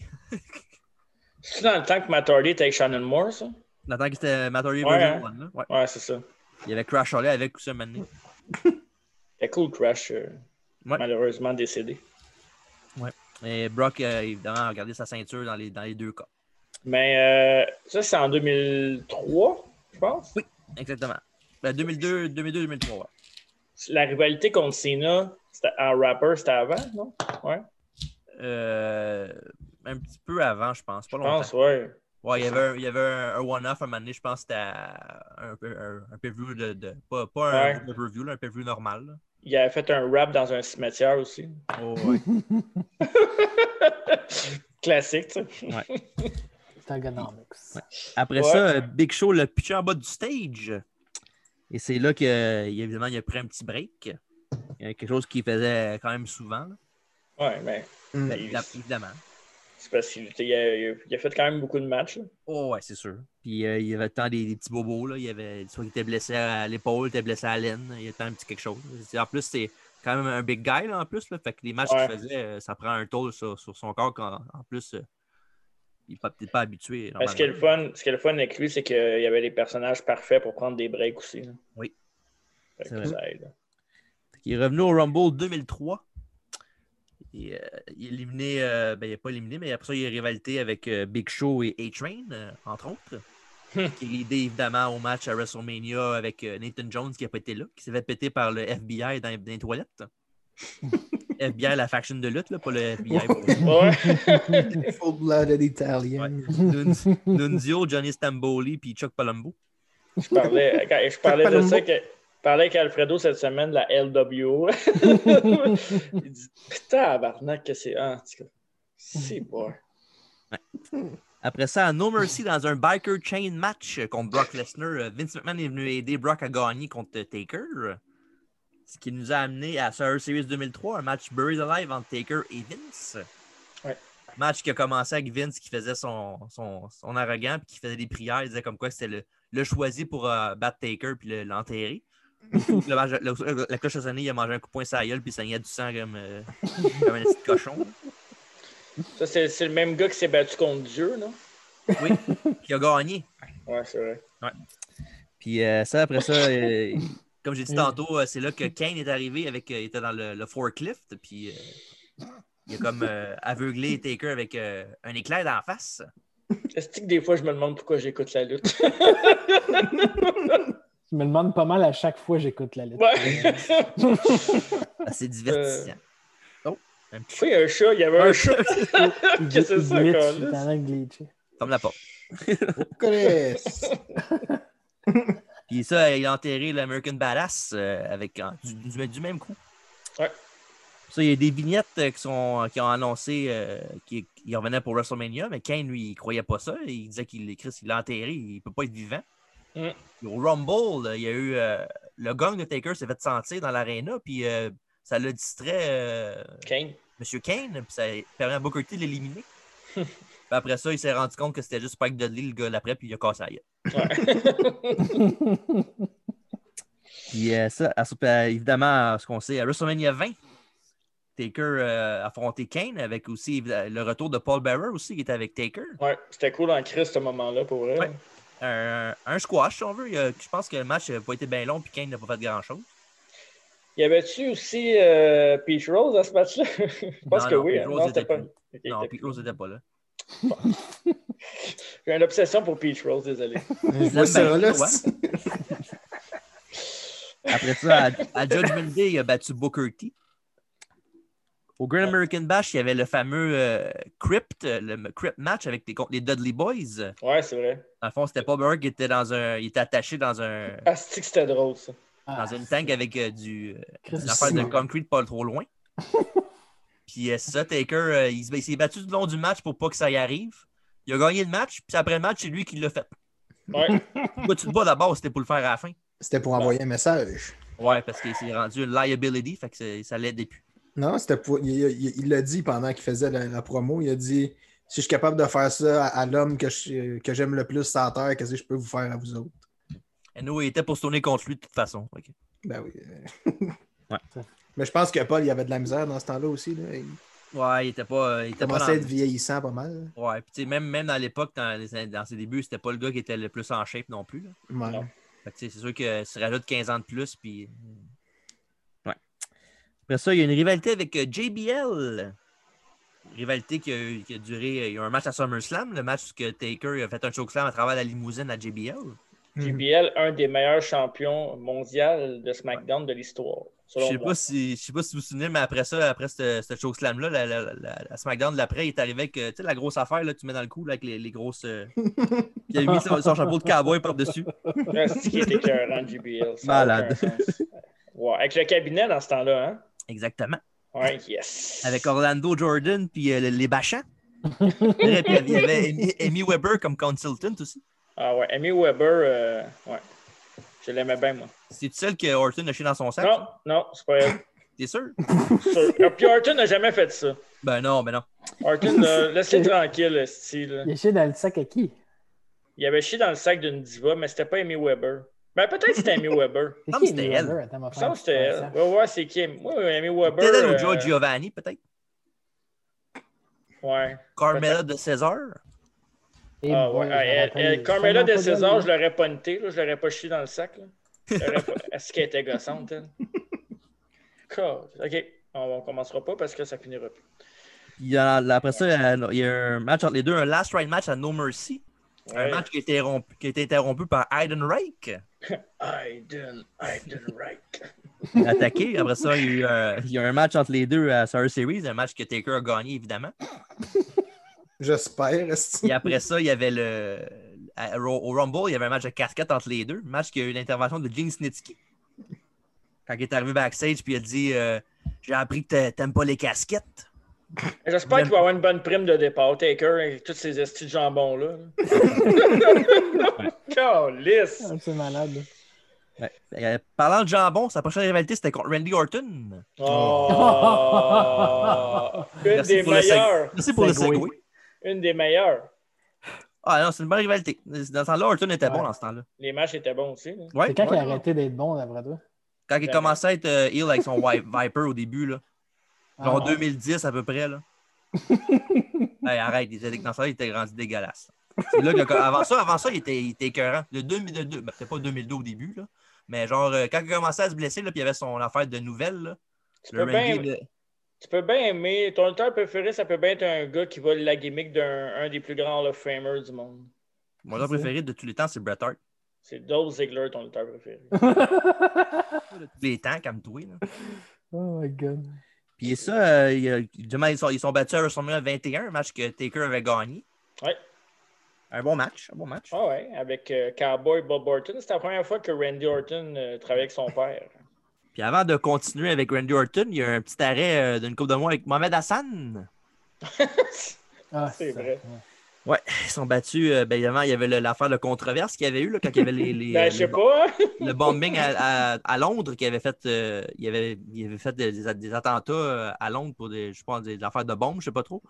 C'est dans le temps que Matt Hardy était avec Shannon Moore, ça? Dans le temps que c'était Matt Hardy Ouais, Version hein. 1. là. Ouais. Ouais, c'est ça. Il y avait Crash Holly avec tout ça maintenant. C'était cool, Crash. euh, Ouais. Malheureusement décédé. Et Brock, euh, évidemment, a gardé sa ceinture dans les, dans les deux cas. Mais euh, ça, c'est en 2003, je pense. Exactement. Ben, 2002, 2002-2003. ouais. La rivalité contre Cena c'était en rapper, c'était avant, non? Ouais, Euh, un petit peu avant, je pense. Pas je longtemps. pense, ouais. Ouais, il y avait un, il y avait un, un one-off à un moment donné, je pense que c'était à un, un, un pay-per-view de, de- Pas, pas un Ouais. pay-per-view, là, un pay-per-view normal. là. Il avait fait un rap dans un cimetière aussi. Oh, ouais. Classique, tu sais. Tagonomics. Après Ouais. ça, euh, Big Show l'a pitché en bas du stage. Et c'est là que, euh, évidemment, il a pris un petit break. Euh, Quelque chose qu'il faisait quand même souvent. là. Ouais, mais Mm. Ben, évi- Évidemment. c'est parce qu'il était- il a, il a- il a fait quand même beaucoup de matchs. là. Oh, ouais, c'est sûr. Puis euh, il y avait tant des, des petits bobos. Là. Il y avait soit il était blessé à l'épaule, il était blessé à la laine. Il y a tant un petit quelque chose. C'est- En plus, c'est quand même un big guy là, en plus. Là. Fait que les matchs Ouais. qu'il faisait, euh, ça prend un toll sur, sur son corps. qu'en- en plus, euh, il n'est peut-être pas habitué. Mais ce qui est le normalement. fun, ce qui est le fun avec lui, c'est qu'il y avait des personnages parfaits pour prendre des breaks aussi. là. Oui. Fait que C'est vrai. ça aide. Il est revenu au Rumble 2003. Et, euh, il est éliminé, euh, ben, il n'est pas éliminé, mais après ça, il a rivalité avec euh, Big Show et A-Train, euh, entre autres. qui est l'idée, évidemment, au match à WrestleMania avec euh, Nathan Jones qui a pété là, qui s'est fait péter par le FBI dans, dans les toilettes. FBI, la faction de lutte, là, pas le FBI. pour- Ouais. Full-blooded Italian. Ouais. Nunz- Nunzio, Johnny Stamboli puis Chuck Palumbo. Je parlais, quand- je parlais de ça que. Je parlais avec Alfredo cette semaine de la LWO. Il dit Putain, Barnac, que c'est. Ah, en tout cas, c'est bon. Après ça, à No Mercy dans un Biker Chain match euh, contre Brock Lesnar, euh, Vince McMahon est venu aider Brock à gagner contre euh, Taker. Ce qui nous a amené à Survivor Series 2003, un match Buried Alive entre Taker et Vince. Ouais. Match qui a commencé avec Vince qui faisait son, son, son arrogant puis qui faisait des prières. Il disait comme quoi c'était le, le choisi pour euh, battre Taker puis le- l'enterrer. Le match- le- la cloche a sonné, il a mangé un coup de poing sur la gueule puis il saignait du sang comme, euh, comme un petit cochon. Ça, c'est c'est le même gars qui s'est battu contre Dieu, non? Oui, qui a gagné. Ouais, c'est vrai. Puis euh, ça, après ça, euh, comme j'ai dit Mm. tantôt, euh, c'est là que Kane est arrivé avec. euh, il était dans le, le forklift, puis euh, il a comme euh, aveuglé Taker avec euh, un éclair d'en face. Est-ce que des fois, je me demande pourquoi j'écoute la lutte? Je me demande pas mal à chaque fois que j'écoute la lutte. ouais. Ah, C'est divertissant. Oh, un petit Pourquoi il y a un chat? Il y avait un chat. Qu'est-ce que c'est ça, Glitch, Carlis? je suis en train de glitcher. comme la porte. Chris! Puis ça, il a enterré l'American Badass euh, avec euh, du, du- du même coup. Ouais. Ça, il y a des vignettes euh, qui, sont, qui ont annoncé euh, qu'il qu'il revenait pour WrestleMania, mais Kane, lui, il croyait pas ça. Il disait qu'il Chris, il l'a enterré, il peut pas être vivant. Mm. Puis Au Rumble, là, il y a eu euh, le gong de Taker s'est fait sentir dans l'aréna, puis euh, ça l'a distrait euh, Kane. Monsieur Kane, puis ça permet à Booker T de l'éliminer. Puis après ça, il s'est rendu compte que c'était juste Spike Dudley, le gars d'après, puis il a cassé la gueule. Ouais. Puis euh, ça, à- euh, évidemment, euh, ce qu'on sait, à WrestleMania 20, Taker euh, a affronté Kane avec aussi euh, le retour de Paul Bearer aussi qui était avec Taker. ouais. C'était cool en crise, ce moment-là, pour vrai. Ouais. Un, un squash, si on veut. Il a- je pense que le match n'a pas été bien long puis Kane n'a pas fait grand-chose. Y avait-tu aussi euh, Peach Rose à ce match-là? Je pense Non, que non, oui. Pete hein. Rose Non, c'était était pas. plus. Ok, Non, c'était- puis Rose n'était pas là. J'ai une obsession pour Peach Rose, désolé. Je vois ça, là. Ouais. c'est- Après ça, à, à Judgment Day, il a battu Booker T. Au Great American Bash, il y avait le fameux euh, Crypt, le m- Crypt match avec les, contre les Dudley Boys. Ouais, c'est vrai. Dans le fond, c'était pas Bearer qui était dans un. Il était attaché dans un. Asti que c'était drôle, ça. Ah, dans une tank avec euh, du, euh, Chris, une affaire de c'est- concrete pas trop loin. puis euh, c'est ça, Taker, euh, il, se- il s'est battu tout le long du match pour pas que ça y arrive. Il a gagné le match, puis après le match, c'est lui qui l'a fait. Ouais. Pourquoi tu te bats d'abord, c'était pour le faire à la fin. C'était pour envoyer un message. Ouais, parce qu'il s'est rendu une liability, fait que c'est- ça l'aidait plus. Non, c'était pour. Il il- il l'a dit pendant qu'il faisait la, la promo. Il a dit Si je suis capable de faire ça à, à l'homme que je- que j'aime le plus sur la terre, qu'est-ce que je peux vous faire à vous autres? Et nous, il était pour se tourner contre lui de toute façon. Ok. Ben oui. euh. Ouais. Mais je pense que Paul, il y avait de la misère dans ce temps-là aussi. là. Il Ouais, il était pas. euh, Il était pas commençait dans- à être vieillissant pas mal. Ouais, puis tu sais, même, même dans l'époque, dans, les- dans ses débuts, c'était pas le gars qui était le plus en shape non plus. là. Ouais. Hmm. Non. Fait que, tu sais, c'est sûr que se rajoute 15 ans de plus, puis... Ouais. Après ça, il y a une rivalité avec euh, JBL. Rivalité qui a, eu- qui a duré... euh, Il y a eu un match à SummerSlam, le match où que Taker a fait un chokeslam à travers la limousine à JBL. JBL, un des meilleurs champions mondiaux de SmackDown de l'histoire. Je selon sais moi. pas si je sais pas si vous vous souvenez, mais après ça, après ce, ce chokeslam-là, la, la, la- la SmackDown de l'après, il est arrivé avec euh, tu sais, la grosse affaire là, que tu mets dans le cou là, avec les, les grosses... euh, il a mis son, son chapeau de cowboy par-dessus. Asti qui était écœurant, JBL. ça a Malade. aucun sens. Ouais. Avec le cabinet dans ce temps-là, hein? Exactement. Ouais, yes. avec Orlando Jordan puis euh, le- les Bachans. Et puis, il y avait Amy, Amy Weber comme consultant aussi. Ah ouais, Amy Weber, euh, ouais. Je l'aimais bien, moi. C'est tout seul que Orton a chié dans son sac. Non, non, c'est pas elle. T'es sûr? Sûr. Ah, Puis Orton n'a jamais fait ça. Ben non, ben non. Orton, euh, laisse-le tranquille, style. Il est chez dans le sac à qui? Il avait chié dans le sac d'une diva, mais c'était pas Amy Weber. Ben peut-être que c'était Amy Weber. C'est Non, qui, mais c'était Amy elle. Weber? Attends, ma Je sens que c'était elle. Ouais, ouais, c'est qui? Amy- Ouais, ouais, Amy Weber. Peut-être elle ou euh, Joe Giovanni, peut-être. euh, Ouais. Carmela de César. Ah, ouais. Ah, elle- elle- Carmela de César, je l'aurais pas noté, là. Je l'aurais pas chié dans le sac, là. Je l'aurais pas- Est-ce qu'elle était gossante, elle? God. OK. On ne commencera pas parce que ça finira plus. Il y a- après ça, il y a un match entre les deux, un last ride match à No Mercy. Un Ouais. match qui a été rompu- qui a été interrompu par Aiden Rake. Aiden, Aiden Wright. attaqué. Après ça, il y a eu un, il y a un match entre les deux à Survivor Series, un match que Taker a gagné, évidemment. J'espère. est-ce que- Et après ça, il y avait le. à- au au Rumble, il y avait un match de casquette entre les deux. Match qui a eu l'intervention de Gene Snitsky. Quand il est arrivé backstage, puis il a dit euh, J'ai appris que t'a- t'aimes pas les casquettes. J'espère qu'il va avoir une bonne prime de départ, Taker, avec tous ces estis de jambon-là. Calice! Ah, C'est malade. là. Euh, parlant de jambon, sa prochaine rivalité, c'était contre Randy Orton. Oh! Une Merci des pour le seg- meilleures! Merci pour le Segway. segway. Une des meilleures. Ah non, c'est une bonne rivalité. Dans ce temps-là, Orton était bon Ouais. dans ce temps-là. Les matchs étaient bons aussi. là. Ouais, C'est quand ouais. il a arrêté d'être bon, d'après toi? Quand il commençait à être euh, heel avec son Wi- Viper au début, là. Ah, Genre ouais. 2010 à peu près, là. hey, arrête, les élections dans ça, il était rendu dégueulasse. C'est là que- avant ça, avant ça, il était, il était écœurant. Le 2002, ben, c'était pas 2002 au début, là. Mais genre, euh, quand il commençait à se blesser, là, puis il y avait son affaire de nouvelles, là. Tu, Le peux bien, Randy, là, tu peux bien aimer. Ton lutteur préféré, ça peut bien être un gars qui vole la gimmick d'un un des plus grands Hall of Famers du monde. mon joueur préféré de tous les temps, c'est Bret Hart. C'est Dolph Ziggler, ton lutteur préféré. De tous les temps, comme toi, là. oh my god. Puis ça, euh, il y a- justement, ils, sont, ils sont battus à WrestleMania 21, un match que Taker avait gagné. Ouais. Un bon match, un bon match. Ah ouais, avec euh, Cowboy Bob Orton. C'était la première fois que Randy Orton euh, travaillait avec son père. Puis avant de continuer avec Randy Orton, il y a un petit arrêt euh, d'une coupe de mois avec Mohamed Hassan. Ah, C'est ça. vrai. Ouais, ils sont battus. euh, ben, évidemment, il y avait le- l'affaire de controverse qu'il y avait eu là, quand il y avait les, les- ben, les je sais bom- pas. hein. le bombing à, à- à Londres qui avait fait, euh, il avait, il avait fait des, des attentats euh, à Londres pour des, je pense, des, des affaires de bombes, je sais pas trop.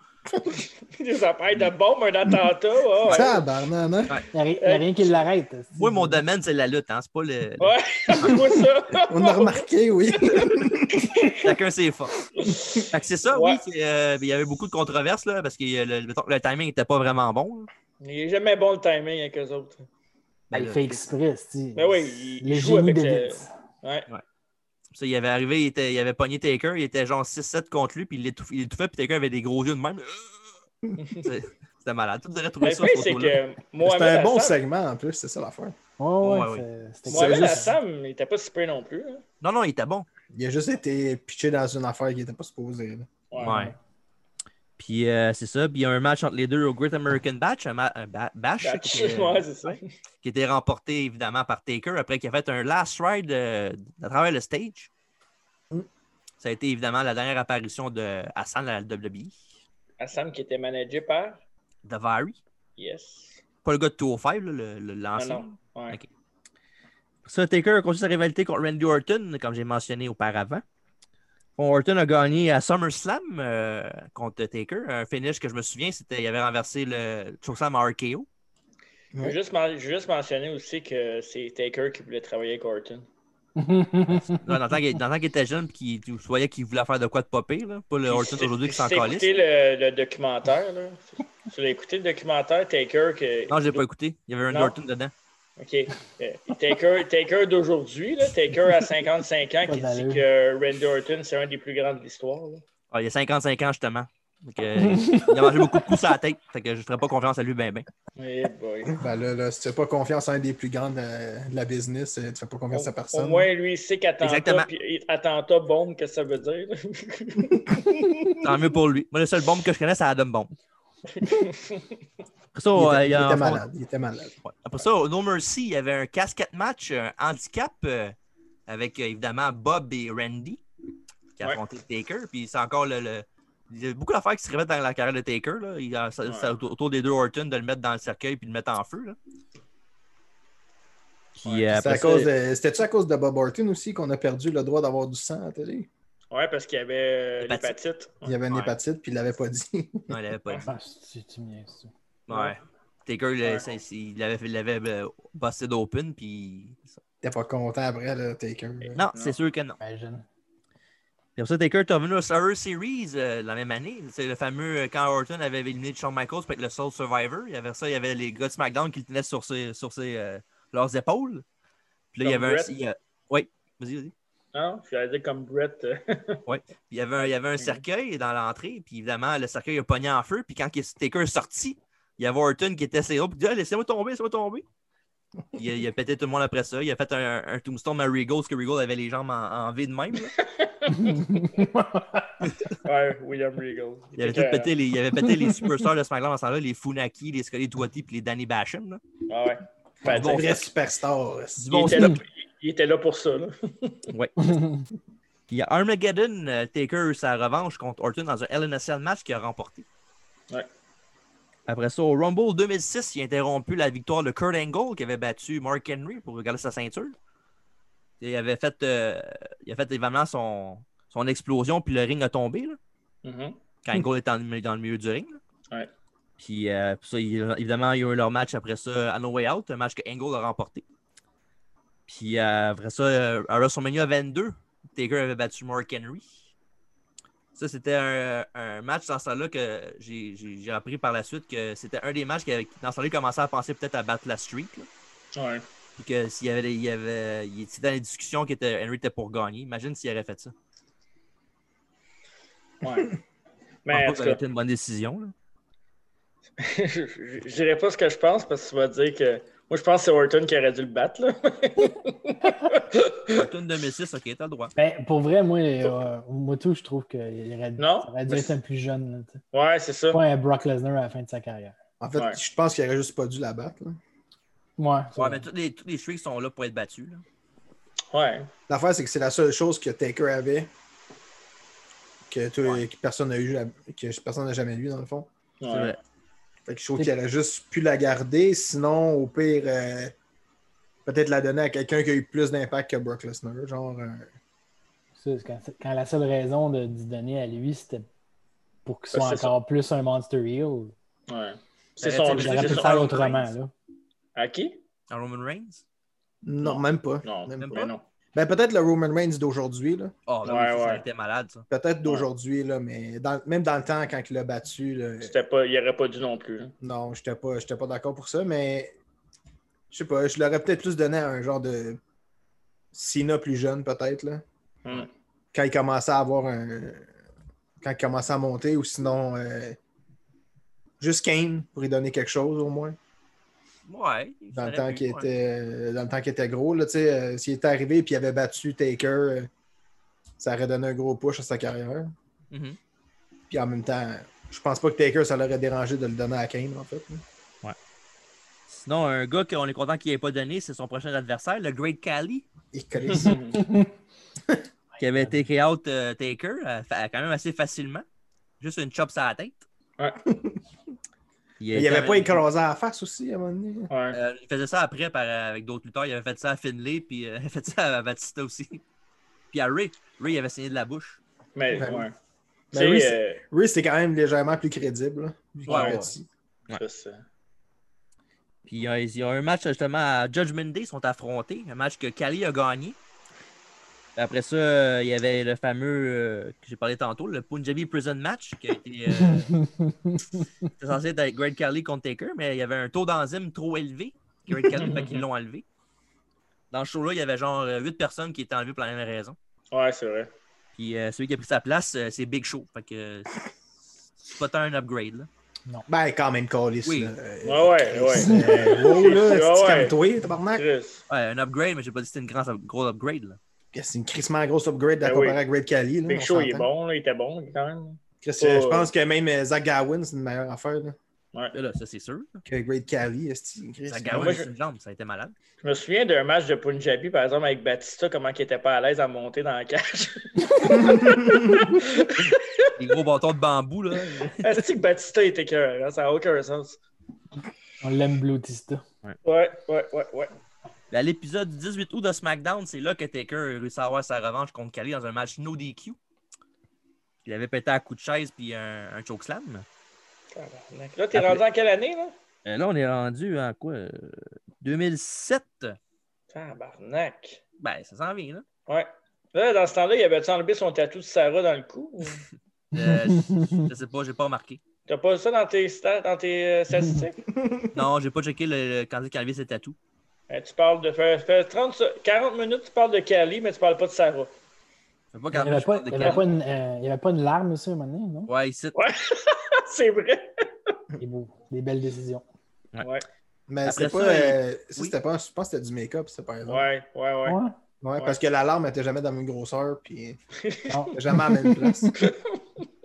Des affaires de bombe, un attentat. ah ouais. Tabarnak, hein? Il n'y a, ri- y a rien qui l'arrête. Moi, mon domaine, c'est la lutte, hein, c'est pas le. Ouais, c'est quoi ça? On a remarqué, oui. Chacun ses forces. Fait que c'est ça, Ouais. oui. c'est, euh, il y avait beaucoup de controverses là, parce que euh, le, mettons que le timing n'était pas vraiment bon. là. Il est jamais bon le timing avec eux autres. Ben, il là, fait exprès, c'est Ben oui, il, il Le joue génie avec de le... Vince. Ouais. Ça, il avait arrivé, il, était- il avait pogné Taker, il était genre 6-7 contre lui, puis il l'étouff- il l'étouffait, puis Taker avait des gros yeux de même. Euh! C'est- C'était malade. Tu devrais trouver Mais ça, Ben, le pire, cette c'est photo-là. que C'était Mohamed un bon Hassan, segment en plus, c'est ça l'affaire. Ouais, Ouais, ouais, oui. c'est- c'était Moi, Mohamed juste- Hassan, il était pas si peu non plus. hein. Non, non, il était bon. Il a juste été pitché dans une affaire qui n'était pas supposée. là. Ouais. Ouais. Puis euh, c'est ça. Puis il y a un match entre les deux au Great American Batch, un, ma- un ba- bash, Ben, Qui, était, ouais, c'est ça. qui était remporté évidemment par Taker après qu'il a fait un last ride euh, à travers le stage. Mm. Ça a été évidemment la dernière apparition de Hassan à la E, WWE, Hassan qui était managé par... de Vary. Yes. Pas le gars de 205, là, le- le- Non, l'ancien. non. Ouais. Ok. Ça, Taker a continué sa rivalité contre Randy Orton, comme j'ai mentionné auparavant. Bon, Orton a gagné à SummerSlam euh, contre Taker. Un finish que je me souviens, c'était il avait renversé le Chokeslam à RKO. Je veux juste, men- je veux juste mentionner aussi que c'est Taker qui voulait travailler avec Orton. Là, dans le temps qu'il dans le temps qu'il était jeune, puis qu'il- tu voyais qu'il voulait faire de quoi de popper, là. Pas le Euh, Orton Si- aujourd'hui qui si s'en t'as calisse. écouté le, le documentaire, là. tu l'as écouté le documentaire Taker que... Non, je l'ai pas écouté. Il y avait Randy Non. Orton dedans. OK. Euh, Taker, Taker d'aujourd'hui, là, Taker à 55 ans Pas qui d'allure. dit que Randy Orton, c'est un des plus grands de l'histoire. là. Ah, il a 55 ans, justement. Donc, euh, il a mangé beaucoup de coups à la tête. Fait que je ferais pas confiance à lui, ben, ben. Eh boy. Ben là, là, si tu n'as pas confiance en un des plus grands de, de la business, euh, tu fais pas Au, confiance à au personne. moins, lui, il sait qu'attentat, Exactement. puis- et- attentat, bombe, qu'est-ce que ça veut dire. là. Tant mieux pour lui. Moi, le seul bombe que je connais, c'est Adam Bombe. Après ça, euh, Il était, il y a- était malade. Il était malade. Ouais. Après ça, au No Mercy, il y avait un casquette match, un handicap, euh, avec euh, évidemment Bob et Randy, qui Ouais. affrontaient Taker. Puis c'est encore le. le- Il y a beaucoup d'affaires qui se répètent dans la carrière de Taker. Là. Il y a ça- Ouais. ça autour autour des deux Orton de le mettre dans le cercueil puis de le mettre en feu. Là. Puis, Puis euh, c'est après à ça- cause de- C'était-tu à cause de Bob Orton aussi qu'on a perdu le droit d'avoir du sang à la télé? Ouais, parce qu'il y avait euh, Hépatite. l'hépatite. Il y avait une Ouais. hépatite puis il l'avait pas dit. Non, il l'avait pas dit. Ah, c'est- tu me niaises, ça. Ouais. Taker, le- Ouais. c'est- c'est- il l'avait- il l'avait euh, busted open. Puis... T'es pas content après, le Taker. là. Non, c'est sûr que non. Imagine. Puis après ça, Taker est revenu au Survivor Series euh, la même année. C'est le fameux euh, quand Orton avait éliminé Shawn Michaels pour être le Soul Survivor. Il y avait ça, il y avait les gars de SmackDown qui le tenaient sur, ses, sur ses, euh, leurs épaules. Puis là, il y Comme avait un. Brett. il y a- Oui, vas-y, vas-y. Non, je vais dire comme Brett. euh, Puis il y avait un, il y Mm. avait un cercueil dans l'entrée, puis évidemment, le cercueil a pogné en feu, puis quand Taker est sorti, il y avait Orton qui était assez haut, puis il dit Ah, Laissez-moi tomber, laissez-moi tomber. Il a, il a pété tout le monde après ça. Il a fait un, un tombstone à Regal, parce que Regal avait les jambes en, en V de même. là. ouais, William Regal. Euh, Il avait, tout pété les, il avait pété les superstars de SmackDown en ce temps-là, les Funaki, les Scully Twatty, puis les Danny Basham. là. Ah ouais. Fait, Bon, tu sais, Vrai superstar. Du il, bon était stock. là, il était là pour ça. Là. Puis Armageddon, euh, Taker a eu sa revanche contre Orton dans un LNSL match qu'il a remporté. Ouais. Après ça, au Rumble 2006, il a interrompu la victoire de Kurt Angle qui avait battu Mark Henry pour regarder sa ceinture. Et il avait fait, euh, il a fait évidemment son, son explosion, puis le ring a tombé là, Mhm. quand Angle était en- dans le milieu du ring. là. Ouais. Puis, euh, puis ça, il- évidemment, il y a eu leur match après ça à No Way Out, un match que Angle a remporté. Puis euh, après ça, euh, à WrestleMania 22, Taker avait battu Mark Henry. Ça, c'était un, un match dans ce temps-là que j'ai- j'ai j'ai appris par la suite que c'était un des matchs qui, avait- dans ce temps-là, il commençait à penser peut-être à battre la streak. là. Ouais. Puis que s'il y avait, il y avait, il était dans les discussions que était- Henry était pour gagner. Imagine s'il aurait fait ça. ouais. Je pense Mais Ben, pas en que tout ça aurait cas, été une bonne décision. là. je je- je dirais pas ce que je pense parce que tu vas dire que. Moi, je pense que c'est Orton qui aurait dû le battre. Là. Tune 2006, ok, t'as le droit. Ben, pour vrai, moi, euh, Motu, je trouve qu'il aurait, Non? Ben, ça aurait dû être un plus jeune. là, tu sais. ouais, c'est ça. Pas un Brock Lesnar à la fin de sa carrière. En fait, Ouais. je pense qu'il aurait juste pas dû la battre. là. Ouais. c'est Ouais, vrai. mais tous les, tous les streaks sont là pour être battus. là. Ouais. L'affaire, c'est que c'est la seule chose que Taker avait que, toi- que personne n'a eu, que personne n'a jamais eu, dans le fond. C'est ouais. vrai. Fait que je trouve qu'il aurait juste pu la garder. Sinon, au pire, euh, peut-être la donner à quelqu'un qui a eu plus d'impact que Brock Lesnar. Genre, euh, Ça, c'est Quand, quand la seule raison de d'y donner à lui, c'était pour qu'il soit Ben, c'est encore plus un Monster Heel. Ouais. C'est Ben, son. tu sais, c'est Ah, son- J'aurais pu le son faire Roman autrement. Reigns. Là. À qui À Roman Reigns? non, même pas. Non, Même mais pas. non. Ben, peut-être le Roman Reigns d'aujourd'hui. là. Oh, ben Ouais, oui, ça, ça ouais. était malade, ça. Peut-être d'aujourd'hui, là, mais dans- même dans le temps, quand il l'a battu, là, C'était pas, il n'aurait pas dû non plus. hein. non, j'étais pas, j'étais pas d'accord pour ça, mais je sais pas, je l'aurais peut-être plus donné à un genre de Cena plus jeune, peut-être. là. Hmm. quand il commençait à avoir un. Quand il commençait à monter, ou sinon euh, juste Kane pour lui donner quelque chose au moins. Ouais. Dans le ça temps aurait pu, qu'il ouais. était. euh, Dans le temps qu'il était gros. Là, tu sais, euh, S'il était arrivé et il avait battu Taker, euh, ça aurait donné un gros push à sa carrière. Mhm. Puis en même temps, je pense pas que Taker, ça l'aurait dérangé de le donner à Kane, en fait. là. Sinon, un gars qu'on est content qu'il n'ait pas donné, c'est son prochain adversaire, le Great Cali, Il connaît ça. Mhm. qui avait été out euh, Taker euh, fa- quand même assez facilement. Juste une chop sur la tête. Ouais. Il, Mais il avait pas écrasé à la face aussi à un moment donné. Ouais. Euh, il faisait ça après par- euh, avec d'autres lutteurs. Il avait fait ça à Finlay, puis euh, il a fait ça à Batista aussi. Puis à Ray. Ray, il avait saigné de la bouche. Mais Ben oui. ouais. Tu Ben sais, oui, euh, Oui, c'était quand même légèrement plus crédible. là, vu qu'il Ouais, était ouais. petit. Ouais. ça, c'est- Puis il y, a, il y a un match justement à Judgment Day, ils sont affrontés. Un match que Cali a gagné. Après ça, euh, il y avait le fameux euh, que j'ai parlé tantôt, le Punjabi Prison Match, qui a été euh, c'était censé être avec Greg Cali contre Taker, mais il y avait un taux d'enzyme trop élevé. Greg Cali, fait qu'ils l'ont enlevé. Dans ce show-là, il y avait genre 8 personnes qui étaient enlevées pour la même raison. ouais, c'est vrai. Puis euh, celui qui a pris sa place, euh, c'est Big Show. Fait que euh, c'est pas tant un upgrade. Là. Ben, quand même, Callis. Oui. là. Euh, Ouais, ouais, ouais. Euh, wow, là, Ouais, c'est ouais. calme-toi, tabarnak. Chris. Ouais, un upgrade, mais j'ai pas dit que c'était une grande gros upgrade. Là. C'est une crissement grosse upgrade à Ben comparer oui. à Great Cali. là, Big on Show, il est s'entend. bon, là, il était bon quand même. Chris, Oh. euh, Je pense que même euh, Zach Gowen, c'est une meilleure affaire là, Là, là, ça, c'est sûr. que Great Cali. esti, Chris. Ça Ben Moi, gagne je- une jambe, ça a été malade. Je me souviens d'un match de Punjabi, par exemple, avec Batista, comment il était pas à l'aise à monter dans la cage. Les gros bâtons de bambou, là. Est-ce que Batista était cœur? hein? Ça n'a aucun sens. On l'aime Blutista. Ouais, ouais, ouais, ouais. À l'épisode du 18 août de SmackDown, c'est là que Taker a réussi à avoir sa revanche contre Kali dans un match no DQ. Il avait pété à coup de chaise puis un, un chokeslam. Tabarnak. Là, t'es Après- rendu en quelle année, là? Euh, là, on est rendu en quoi? euh, 2007? Tabarnak. Ben, ça s'en vient, là. Ouais. Là, dans ce temps-là, il avait-tu enlevé son tatou de Sarah dans le cou? ou- Euh, je- je sais pas, j'ai pas remarqué. T'as pas ça dans tes, sta- dans tes euh, statistiques? Non, j'ai pas checké le, le- quand il calvait ses tatous. Eh, tu parles de. Faire, faire 30, se- 40 minutes, tu parles de Cali, mais tu parles pas de Sarah. Fais pas Il n'y quand avait, je pas- parle de il y avait Kane. pas une, euh, il y avait pas une larme aussi à un moment donné, non? Ouais, ici. C'est vrai. Des, beaux- des belles décisions. Ouais. Ouais, Mais Après c'était ça, pas. euh, ça, oui. c'était pas. Je pense que c'était du make-up, ça, par exemple. ouais, ouais. ouais. Ouais. Ouais, parce que l'alarme n'était jamais dans la même grosseur, puis Non. jamais à la même place.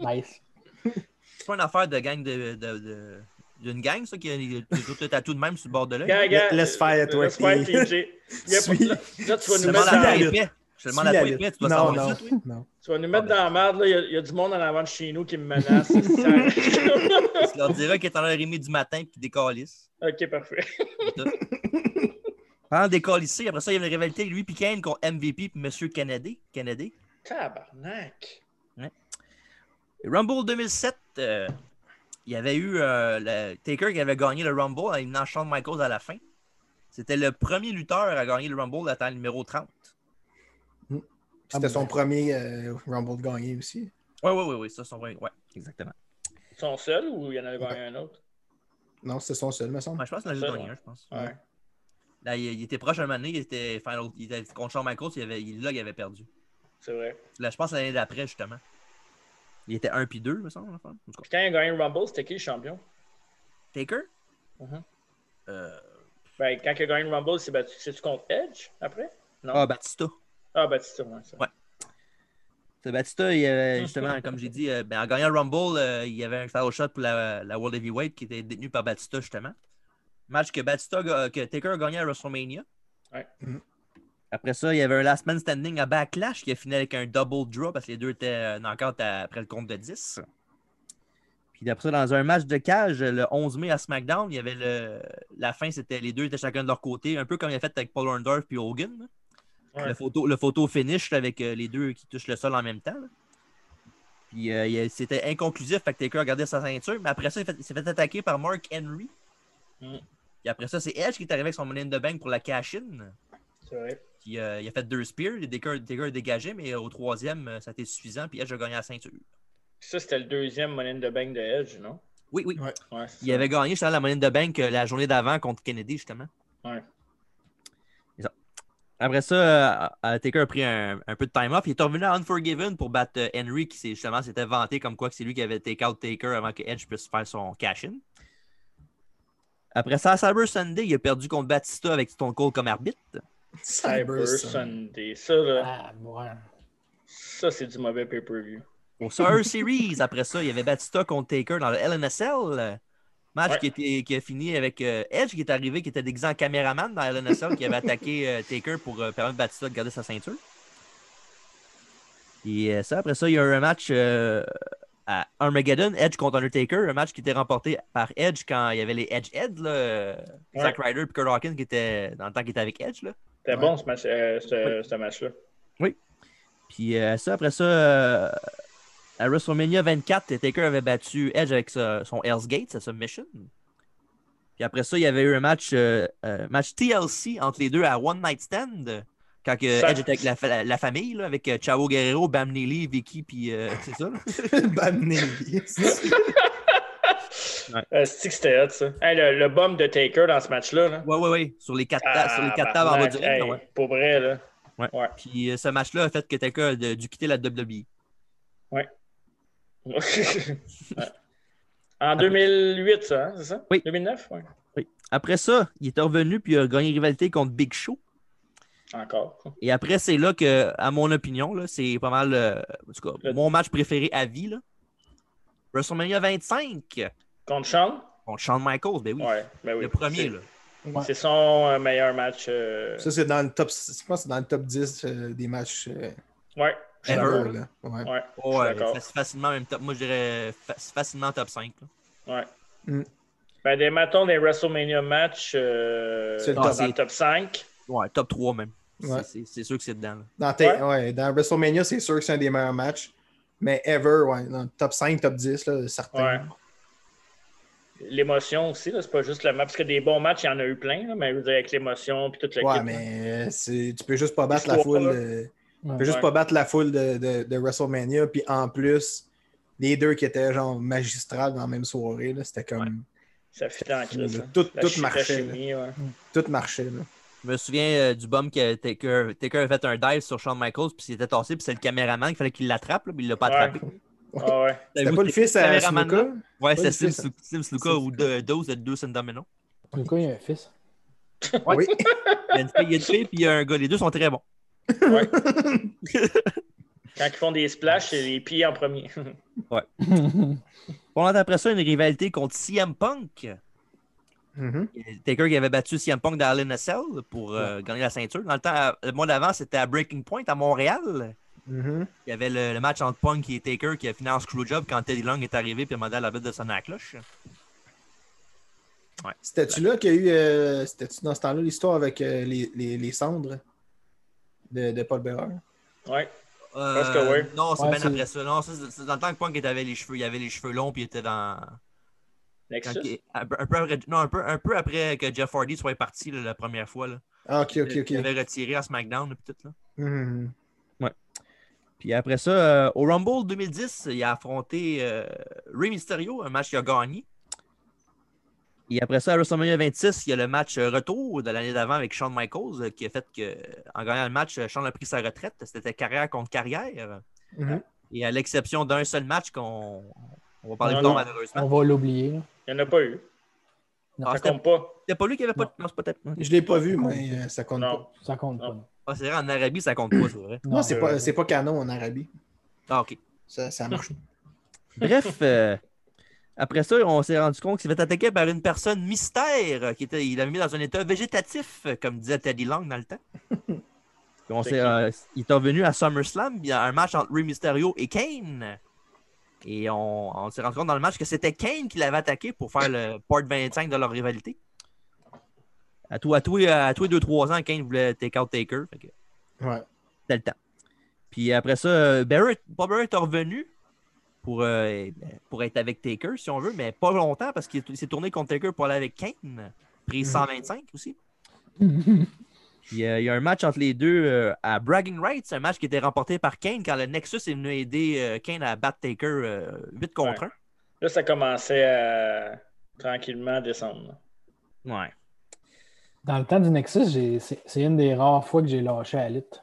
Nice. C'est pas une affaire de gang de. de- de- D'une gang, ça, qui a les- les autres tatous de même sur le bord de l'œil. Gars, gars, Laisse faire, toi, Laisse faire, puis- TJ. Il y a pas- Suis- Là, tu vas Je nous te demande mettre à toi la dans, lutte. épais. Je te demande Suis à la toi lutte. épais, tu dois Non, savoir non, ça, toi. non. tu vas nous mettre dans la merde. là. Il y a- il y, a du monde en avant de chez nous qui me menace. c'est ça. Tu leur diras qu'il est en heure et demie du matin puis des calices. ok, parfait. Pendant des calices, après ça, il y a une rivalité lui et Kane contre MVP puis Monsieur Canadé. Canadé. Tabarnak. Rumble 2007, euh, il y avait eu euh, le Taker qui avait gagné le Rumble en éliminant Shawn Michaels à la fin. C'était le premier lutteur à gagner le Rumble à temps numéro 30. C'était son premier euh, Rumble gagné aussi. Oui, oui, oui, oui, ça, c'est son premier. Ouais, exactement. Ils sont seuls ou il y en avait gagné un autre? Non, c'était son seul, me Ouais, semble. je pense qu'il en a juste Ça, gagné ouais. un, je pense. Ouais. Là, il, il était proche à un moment donné, il était, final- il était contre Shawn Michaels, il avait, il, là, il avait perdu. C'est vrai. Là, je pense l'année d'après, justement. Il était 1 puis 2, me semble. en fait. En tout cas. Puis quand il a gagné le Rumble, c'était qui le champion? Taker? Mhm. Euh, Ben, quand il a gagné le Rumble, c'est battu. C'est-tu contre Edge après? Non. Ah, Batista. Ah, Batista, ouais, ça. Ouais. C'est Batista, il avait, justement, comme j'ai dit, euh, ben, en gagnant le Rumble, euh, il y avait un title shot pour la, la World Heavyweight qui était détenue par Batista, justement. Match que Batista, ga- que Taker a gagné à WrestleMania. Mm-hmm. Ouais. Mhm. Après ça, il y avait un Last Man Standing à Backlash qui a fini avec un double draw parce que les deux étaient encore après le compte de 10. Puis d'après ça, dans un match de cage, le 11 mai à SmackDown, il y avait le... la fin, c'était les deux étaient chacun de leur côté, un peu comme il a fait avec Paul Orndorff puis Hogan. là. Ouais. Le, photo, le photo finish là, avec euh, les deux qui touchent le sol en même temps. là. Puis euh, il y a- c'était inconclusif, fait que Taker a gardé sa ceinture, mais après ça, il fait- il s'est fait, attaquer par Mark Henry. Mm. Puis après ça, c'est Edge qui est arrivé avec son money in the bank pour la cash-in. C'est vrai. Puis euh, il a fait deux spears, Taker, Taker a dégagé, mais au troisième, euh, ça a été suffisant, puis Edge a gagné la ceinture. Puis ça, c'était le deuxième Money in the Bank de Edge, non? Oui, oui. Ouais, c'est Il ça. avait gagné, justement, la monnaie de banque euh, la journée d'avant contre Kennedy, justement. Ouais. C'est ça. Après ça, euh, euh, Taker a pris un, un peu de time off. Il est revenu à Unforgiven pour battre euh, Henry, qui s'est- justement s'était vanté comme quoi que c'est lui qui avait take out Taker avant que Edge puisse faire son cash-in. Après ça, à Cyber Sunday, il a perdu contre Batista avec Stone Cold comme arbitre. Cyber Sunday. Ça, là, Ah, ouais. ça c'est du mauvais pay-per-view. Au Survivor Series, après ça, il y avait Batista contre Taker dans le LNSL. euh, Match Ouais. qui, était, qui a fini avec euh, Edge qui est arrivé, qui était déguisé en caméraman dans LNSL, qui avait attaqué euh, Taker pour euh, permettre à Batista de garder sa ceinture. Et euh, ça, après ça, il y a eu un match euh, à Armageddon, Edge contre Undertaker, un match qui était remporté par Edge quand il y avait les Edge Head, là, euh, Ouais. Zack Ryder et Kurt Hawkins qui était dans le temps qu'il était avec Edge. Là. C'était Ouais. bon, ce match- euh, ce- ce match-là. Puis euh, ça, après ça, euh, à WrestleMania 24, Taker avait battu Edge avec sa- son Hell's Gate, sa submission. Puis après ça, il y avait eu un match, euh, euh, match TLC entre les deux à One Night Stand. Quand que Ça- Edge était avec la, fa- la famille, là, avec euh, Chavo Guerrero, Bam Neely, Vicky, puis euh, c'est ça. là. Bam Nelly. Euh, c'est que c'était hot, ça. Hey, le, le bum de Taker dans ce match-là. Là. Ouais, ouais, ouais. Sur les quatre, ta- Ah, sur les quatre tables en bas Tabarnak, du ring. hey, là, ouais. Pour vrai, là. Puis euh, ce match-là a fait que Taker a de- dû quitter la E. WWE. Ouais. En 2008, ça, hein, c'est ça? Oui. 2009, oui. Après ça, il est revenu puis il a gagné rivalité contre Big Show. Encore. Et après, c'est là que, à mon opinion, là, c'est pas mal euh, en tout cas, Le- mon match préféré à vie. Là. WrestleMania 25 Contre Sean? contre Shawn Michaels, ben oui. Ouais, ben oui. le premier, C'est- là. C'est son euh, meilleur match. euh, Ça, c'est dans le top. Je pense que c'est dans le top 10 euh, des matchs euh, Ouais, je suis Ever. d'accord. ever, là. Ouais. Ouais, je suis Ouais, d'accord. fac- facilement même top. Moi, je dirais fa- facilement top 5. là. Ouais. Mm. Ben, des matons des WrestleMania match euh, C'est le dans top. le top 5. Ouais, top 3 même. C'est- Ouais. C'est c'est sûr que c'est dedans. là. Dans, ta- ouais, dans WrestleMania, c'est sûr que c'est un des meilleurs matchs. Mais ever, ouais, dans le top 5, top 10, là, Ouais. certain. L'émotion aussi, là, c'est pas juste le match. Parce que des bons matchs, il y en a eu plein, là, mais je veux dire, avec l'émotion puis toute Ouais, l'équipe. mais euh, c'est- tu peux juste pas battre la L'histoire, foule. là. de- Ouais. Tu peux juste Ouais. pas battre la foule de, de- de WrestleMania. Puis en plus, les deux qui étaient genre magistrales dans la même soirée, là, c'était comme. Ça fit en crise. Tout, La tout chi- la marchait. là. chimie, ouais. Tout marchait. là. Je me souviens euh, du bum que Taker, Taker a fait un dive sur Shawn Michaels, puis il était tassé, puis c'est le caméraman qu'il fallait qu'il l'attrape, là, puis il l'a pas Ouais. attrapé. Ah ouais. C'était pas le fils à caméraman, Snuka? Ouais, pas c'est le Sim, fils, Slu- Sim Sluka ou de- Dose de Dose and Domino. Du coup, il y a un fils. Oui. Il y a une fille, il y a une fille, puis il y a un gars. Les deux sont très bons. Quand ils font des splashs, c'est les pieds en premier. Pendant après ça, une rivalité contre CM Punk. Mhm. Taker qui avait battu CM Punk dans Hell in a Cell pour euh, gagner la ceinture. Dans le temps, à- le mois d'avant, c'était à Breaking Point à Montréal. Mhm. Il y avait le, le match entre Punk et Taker qui a fini en screwjob quand Teddy Long est arrivé puis a demandé à la bête de sonner à la cloche. C'était-tu là qu'il y a eu. euh, C'était-tu dans ce temps-là l'histoire avec euh, les, les- les cendres de, de Paul Bearer? Ouais. Euh, Parce que ouais. Non, c'est Ouais, bien c'est- après ça. Non, ça, c'est c'est dans le temps que Punk avait les cheveux. Il avait les cheveux longs puis il était dans. quand Nexus. il- un, peu, un peu après, non, un peu- un peu après que Jeff Hardy soit parti là, la première fois. Là. Ah, ok, ok, ok. Il avait retiré à SmackDown là, puis tout. Là. Mhm. Puis après ça, euh, au Rumble 2010, il a affronté euh, Rey Mysterio, un match qu'il a gagné. Et après ça, à WrestleMania 26, il y a le match euh, retour de l'année d'avant avec Shawn Michaels, euh, qui a fait que, euh, en gagnant le match, euh, Shawn a pris sa retraite. C'était carrière contre carrière. Mhm. Et à l'exception d'un seul match qu'on on va parler Non, plus tard, non. malheureusement. On va l'oublier. là. Il n'y en a pas eu. Ah, Ça c'était compte pas. c'était pas lui qui avait pas de. Non, c'est peut-être. Je l'ai pas vu, mais euh, ça compte Non. pas. Ça compte pas. Non. Non, Ah, c'est vrai, en Arabie, ça compte pas, c'est vrai. Non, c'est euh, pas, c'est pas canon en Arabie. Ah, ok. Ça, ça marche. Bref, euh, après ça, on s'est rendu compte qu'il s'est fait attaquer par une personne mystère euh, qui était, il l'avait mis dans un état végétatif, euh, comme disait Teddy Long dans le temps. Puis on C'est s'est, qui? euh, il est revenu à SummerSlam, il y a un match entre Rey Mysterio et Kane. Et on, on s'est rendu compte dans le match que c'était Kane qui l'avait attaqué pour faire le part 25 de leur rivalité. À tous à tous- à tous les 2-3 ans, Kane voulait take out Taker. Fait que Ouais. c'était le temps. Puis après ça, euh, Barrett, Bob Barrett est revenu pour, euh, pour être avec Taker, si on veut, mais pas longtemps parce qu'il s'est tourné contre Taker pour aller avec Kane, pris 125 aussi. Puis euh, il y a un match entre les deux euh, à Bragging Rights, un match qui était remporté par Kane quand le Nexus est venu aider euh, Kane à battre Taker 8 contre Là, ça commençait à tranquillement descendre. 1. Ouais. Dans le temps du Nexus, j'ai- c'est c'est une des rares fois que j'ai lâché la lutte.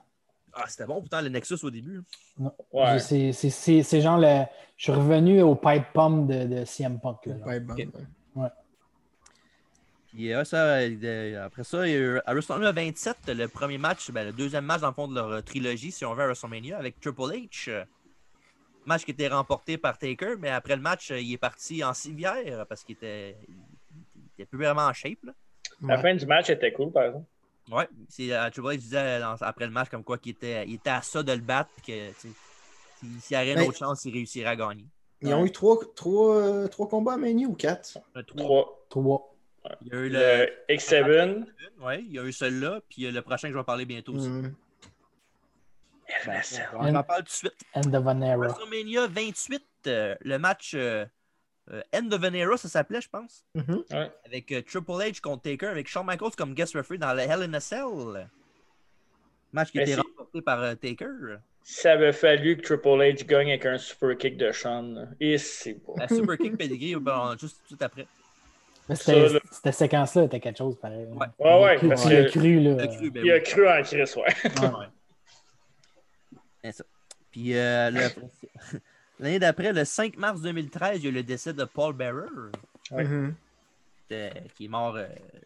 Ah, c'était bon pourtant le Nexus au début. hein. Ouais. J'ai- c'est- c'est- C'est c'est genre le. Je suis revenu au pipe bomb de, de CM Punk. là, genre. Ouais, bon. Ok. Puis euh, ça, euh, de- après ça, il y a eu à WrestleMania 27, le premier match, ben, le deuxième match dans le fond de leur euh, trilogie, si on veut, à WrestleMania, avec Triple H. Euh, Match qui était remporté par Taker, mais après le match, euh, il est parti en civière euh, parce qu'il était, il était plus vraiment en shape. là. La Ouais. fin du match était cool, par exemple. Ouais, c'est euh, Triple H disait euh, dans- après le match comme quoi qu'il était, il était à ça de le battre, puis que tu sais, s'il s'il y avait une Ben- autre chance, il réussirait à gagner. Ils ont eu trois, trois, euh, trois combats à Mania ou quatre? Le trois. Trois. Trois. Il y a eu le, Le X7. ouais, il y a eu celui-là, puis il y a le prochain que je vais en parler bientôt aussi. Mhm. Ben, LSL. on en parle tout de suite. End of an era. WrestleMania 28, euh, le match euh, euh, End of an Era, ça s'appelait, je pense. Mhm. Ouais. Avec euh, Triple H contre Taker, avec Shawn Michaels comme guest referee dans le Hell in a Cell. Match qui Mais était Ben, c'est- remporté par euh, Taker. Ça avait fallu que Triple H gagne avec un super kick de Sean. là. Et c'est beau. La Super King Pedigree, ben, on- juste tout de suite après. Mais Ça, c'était- là. Cette séquence-là était quelque chose pareil. Ouais. Ouais, ouais, Tu parce l'as que- cru, là. Le cru, ben Il a oui. cru en Chris, ouais. Ouais. C'est ça. Puis euh, le- l'année d'après, le 5 mars 2013, il y a eu le décès de Paul Bearer, Ouais. Mhm. de- qui est mort, euh,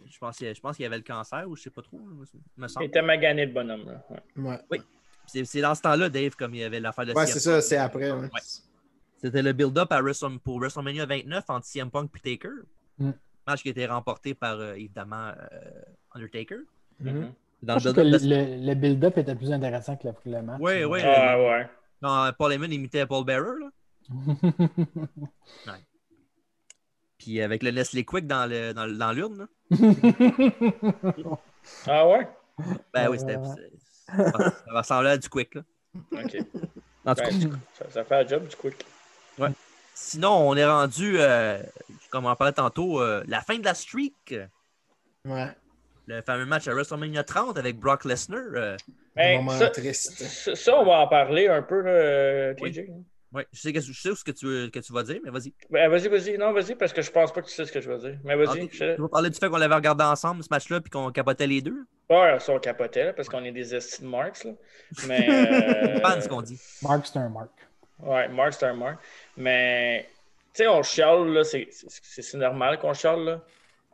je pense, qu'il- je pense qu'il avait le cancer ou je sais pas trop, me Il semble. était magané, le bonhomme. Là. Ouais. Ouais. C'est c'est dans ce temps-là, Dave, comme il y avait l'affaire de Ouais, CM c'est ça, c'est après. hein. ouais. Ouais. C'était le build-up à Wrestle- pour WrestleMania 29 entre CM Punk et Taker. Mm. Match qui a été remporté par, euh, évidemment, euh, Undertaker. Mhm. Dans Je trouve que le, le- le build-up était plus intéressant que le, que le match. Oui, oui. Ah, ouais. Quand Paul Heyman imitait Paul Bearer. là. Puis avec le Leslie Quick dans l'urne. Dans, le- dans l'urne, là. Ah, ouais. ben oui, c'était... Euh. c'est- Ça ressemblait à du Quick. là. Ok. En tout Ben, cas, ça, ça fait un job, du quick. sinon, on est rendu, euh, comme on en parlait tantôt, euh, la fin de la streak. Ouais. Le fameux match à WrestleMania 30 avec Brock Lesnar. euh, Hey, Un moment Ben, ça, triste. ça, ça, on va en parler un peu, euh, là, Oui. KJ. Ouais, je sais, que, je sais ce que tu, veux- que tu vas dire, mais vas-y. Ben, vas-y, vas-y. Non, vas-y, parce que je pense pas que tu sais ce que je veux dire. Mais vas-y. Ok, je- Tu vas parler du fait qu'on l'avait regardé ensemble, ce match-là, puis qu'on capotait les deux. Ouais, ça, on capotait, là, parce qu'on est des estis de Marx. Là. Mais. euh, Ça dépend de ce qu'on dit. Mark, c'est un Mark. Ouais, Mark, c'est un Mark. Mais, tu sais, on chiale, là, c'est- c'est c'est normal qu'on chiale, là.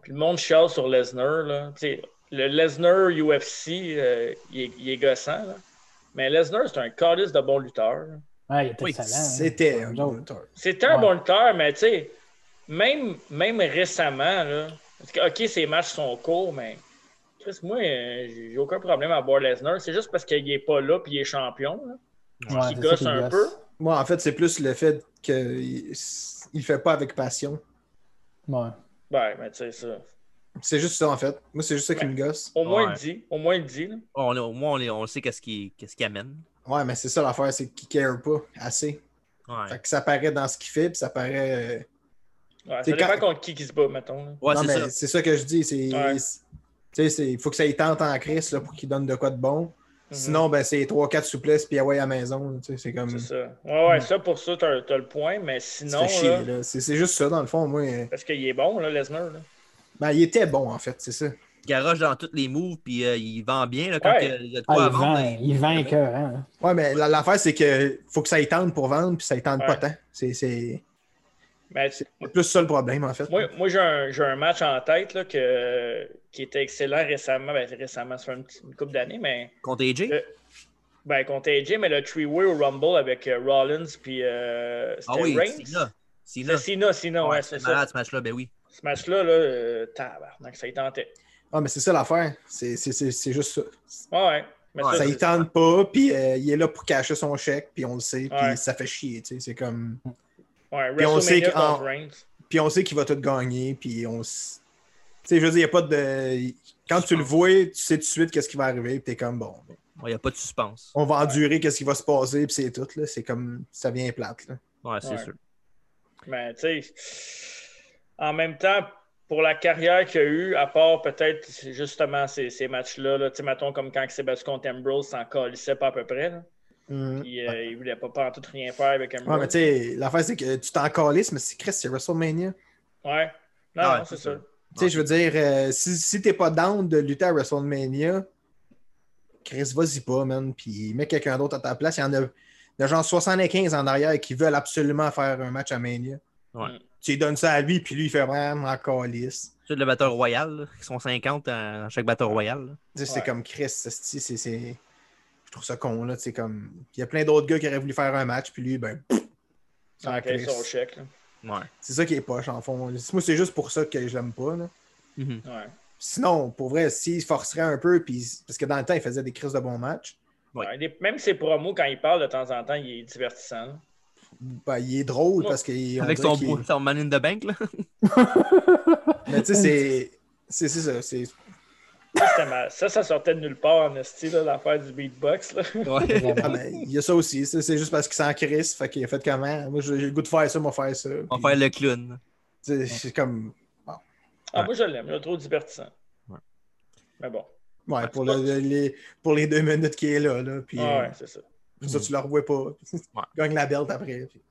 Puis le monde chiale sur Lesnar, là. Tu sais, le Lesnar UFC, euh, il, est, il est gossant, là. Mais Lesnar, c'est un calice de bon lutteur. là. Ouais, il était Oui, excellent. hein. C'était un Nous bon autres. lutteur. C'était un Ouais. bon lutteur, mais tu sais, même, même récemment, là, parce que, OK, ses matchs sont courts, mais Chris, moi, euh, j'ai aucun problème à boire Lesnar. C'est juste parce qu'il est pas là puis il est champion. là. Ouais, qui c'est gosse ça qui un gosse. peu. Moi, en fait, c'est plus le fait qu'il ne fait pas avec passion. Ouais. Ben, mais tu sais, ça. C'est juste ça, en fait. Moi, c'est juste ça qui me gosse. Au moins, Ouais. il dit. Au moins, il dit. là. On, est- au moins, on, est- on sait qu'est-ce qui, qu'est-ce qui amène. Ouais, mais c'est ça l'affaire, c'est qu'il care pas assez. Ouais. Fait que ça paraît dans ce qu'il fait, puis ça paraît. euh, Ouais, ça T'sais, dépend quand- contre qui qui se bat, mettons. là. Ouais, non, c'est mais ça. c'est ça que je dis. C'est. Ouais. c'est- Tu sais, c'est- il faut que ça y tente en crise là, pour qu'il donne de quoi de bon. Mhm. Sinon, ben, c'est 3-4 souplesses, puis ah ouais à la maison. là, tu sais, C'est comme. C'est ça. Ouais, ouais, ça, pour ça, t'as t'as le point, mais tu sinon, fais chier, là, là. C'est c'est juste ça, dans le fond. Moi, euh, parce qu'il est bon, là, Lesnar. là. ben, il était bon, en fait, c'est ça. Il garoche dans tous les moves, puis euh, il vend bien. Là, quand Ouais. que- il y a de Ah, quoi à il vend, vendre. il vend écœurant, hein. Ouais, mais la- l'affaire, c'est que faut que ça y tente pour vendre, puis ça y tente pas Ouais. tant. C'est- C'est Mais c'est plus ça le problème, en fait. moi, moi j'ai un, j'ai un match en tête là, que, qui était excellent récemment. Ben, récemment, ça fait une, petite- une couple d'années, mais Contre AJ. Euh, ben, contre AJ, mais le three-way au Rumble avec euh, Rollins, puis euh, ah c'était oui, Reigns. Cena. Cena. C'est Cena, Cena, ouais, Ouais, c'est c'est ça. malade ce match-là, ben oui. Ce match-là, là, euh, tabarnak, ça y tentait. Ah, mais c'est ça l'affaire. C'est c'est- c'est- c'est juste ça. Ouais, ouais. Mais Ouais. ça, Ça c'est- y tente pas, puis euh, il est là pour cacher son chèque, puis on le sait, puis Ouais. ça fait chier, tu sais. C'est comme. ouais, Puis on sait WrestleMania qu'en- contre Reigns. Puis on sait qu'il va tout gagner, puis on. s- Tu sais, je veux dire, il n'y a pas de. Quand tu le vois, tu sais tout de suite qu'est-ce qui va arriver, puis t'es comme bon. ben, Il n'y a pas de suspense. On va endurer qu'est-ce qui va se passer, puis c'est tout, là. C'est comme. Ça vient plate, là. Ouais, c'est Ouais. sûr. Mais tu sais, en même temps, pour la carrière qu'il a eu, à part peut-être justement ces, ces matchs-là, là, tu sais, mettons comme quand Sébastien contre Ambrose s'en calissait pas à peu près. là. Mhm. Puis euh, il voulait pas, pas en tout rien faire avec Ouais, mais Ambrose. tu sais, l'affaire, c'est que tu t'en calisses, mais c'est Chris, c'est WrestleMania. Ouais. Non, Ah, non, c'est ça. Tu sais, je veux dire, euh, si, si t'es pas down de lutter à WrestleMania, Chris, vas-y pas, man. Puis mets quelqu'un d'autre à ta place. Il y en a, il y en a genre 75 en arrière qui veulent absolument faire un match à Mania. Ouais. Tu lui donnes ça à lui, puis lui, il fait vraiment encore lisse. C'est le batteur royal, là, qui sont 50 à à chaque batteur royal. là. Tu sais, Ouais. c'est comme Chris, esti, c'est. c'est- Je trouve ça con, là. Tu sais, comme. Il y a plein d'autres gars qui auraient voulu faire un match, puis lui, ben. pff, s'en Après crisse. son chèque. là. Ouais. C'est ça qui est poche, en fond. Moi, c'est juste pour ça que je l'aime pas, là. Mhm. Ouais. Sinon, pour vrai, s'il se forcerait un peu, puis parce que dans le temps, il faisait des crises de bons matchs, Ouais. Ouais, des- Même ses promos, quand il parle de temps en temps, il est divertissant. là. ben, il est drôle Ouais. parce qu'il. on Avec dirait son, qu'il- beau- son man in the bank, là. Mais tu sais, c'est. C'est c'est ça. c'est- Ça, c'était mal. ça, ça sortait de nulle part en esti, là, l'affaire du beatbox. là. Ouais. Ah, Vraiment. ben, il y a ça aussi. ça, C'est juste parce qu'il s'en crisse. Fait qu'il a fait comment? Moi, j'ai j'ai le goût de faire ça, moi, faire ça. On Puis, va faire le clown. tu sais, C'est comme. Ah, Ouais. moi, je l'aime. Je le trouve divertissant. Ouais. Mais bon. Ouais, pour, le- les, pour les deux minutes qu'il est là. là puis Ah, euh, ouais, c'est ça. pour ça, tu le revois pas. Gagne la belt après. puis-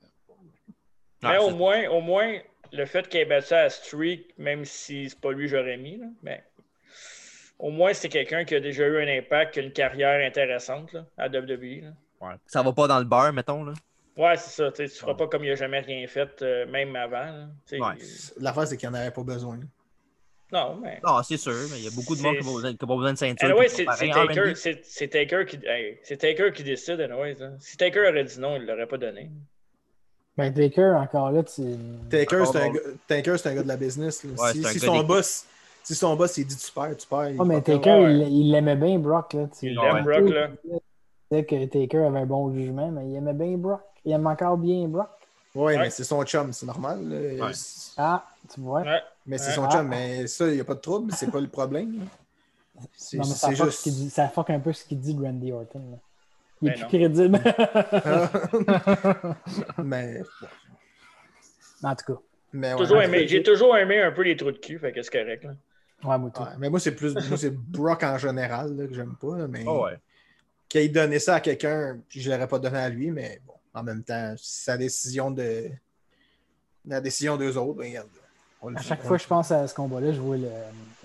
Mais Ouais, au c'est- moins, au moins, le fait qu'il ait battu à Streak, même si c'est pas lui que j'aurais mis, là, mais au moins c'est quelqu'un qui a déjà eu un impact, qui a une carrière intéressante là, à WWE. là. ouais. Ça va pas dans le beurre, mettons, là. Ouais, c'est ça. tu sais, Tu feras pas comme il a jamais rien fait, euh, même avant. là. Tu sais, Ouais. il- euh, L'affaire, c'est qu'il n'y en avait pas besoin. Non, mais. Non, Ah, c'est sûr, mais il y a beaucoup de monde qui n'ont pas besoin de ceinture. Anyway, pour Eh hein, c'est c'est comparer. Taker, R&B, c'est- c'est Taker qui, hey, c'est Taker qui décide, anyways. hein. Si Taker aurait dit non, il l'aurait pas donné. Ben, Taker, encore là, tu. Taker, Encore c'est un, drôle. gars- Taker, c'est un gars de la business. là. Ouais, si c'est un si gars son d'équipe. boss, si son boss, il dit tu perds, tu perds. il Ah, mais va faire- Taker, ouais. il- il aimait bien Brock, là. tu- Il Ouais. l'aime, Brock, là. disait que Taker avait un bon jugement, mais il aimait bien Brock. Il aime encore bien Brock. Ouais, Ouais. mais c'est son chum, c'est normal. là. Ouais. C'est- Ah, tu vois. Ouais. Mais c'est Ouais. son chum, mais ça, il n'y a pas de trouble, c'est pas le problème. là. C'est Non, mais ça, c'est fuck ce juste. qu'il dit- ça fuck un peu ce qu'il dit de Randy Orton. là. Il est Ben plus non. crédible. mais en tout mais ouais. Toujours aimé- J'ai toujours aimé un peu les trous de cul, fait que c'est correct. là. cas, ouais, moi, tout. Ouais, mais moi, c'est plus. Moi, c'est Brock en Oh, général là, que j'aime pas, là, mais Ah ouais. qu'il ait donné ça à quelqu'un, puis je l'aurais pas donné à lui, mais bon. En même temps, si c'est la décision de. La décision d'eux autres, ben, regarde, on le À fait. chaque fois que je pense à ce combat-là, je vois le,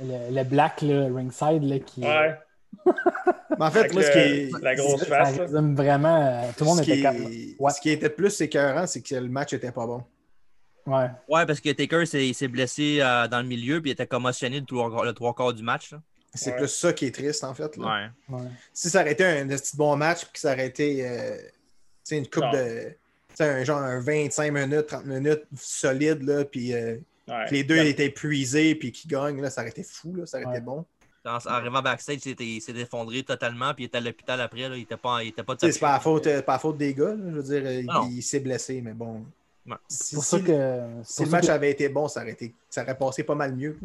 le, le black là, ringside là, qui. Ouais. Mais en fait, Avec moi, ce qui est. le- la grosse Ça face. là. résume vraiment. euh, Tout le monde ce qui était est- capable. Ouais. ce qui était plus écœurant, c'est que le match était pas bon. Ouais. Ouais, parce que Taker s'est il s'est blessé euh, dans le milieu puis il était commotionné le trois, le trois quarts du match. là. C'est Ouais. plus ça qui est triste, en fait. là. ouais. Si ça aurait été un petit bon match, puis que ça aurait été euh, tu sais, une coupe Non. de. tu sais, Un genre un 25 minutes, 30 minutes solide, là, puis euh, Ouais. Ben, que les deux étaient épuisés, puis qu'ils gagnent, là, ça aurait été fou, là, ça aurait Ouais. été bon. En, en arrivant backstage, il s'était- il s'est effondré totalement puis il était à l'hôpital après. là. Il était pas, il était pas Tu sais, C'est pas la top shape. faute, euh, pas la faute des gars, là, je veux dire, euh, Non. il, il s'est blessé, mais bon. Ouais. Si, C'est pour si- ça que. si C'est pour, le ça match que- avait été bon, ça aurait, été, ça aurait passé pas mal mieux.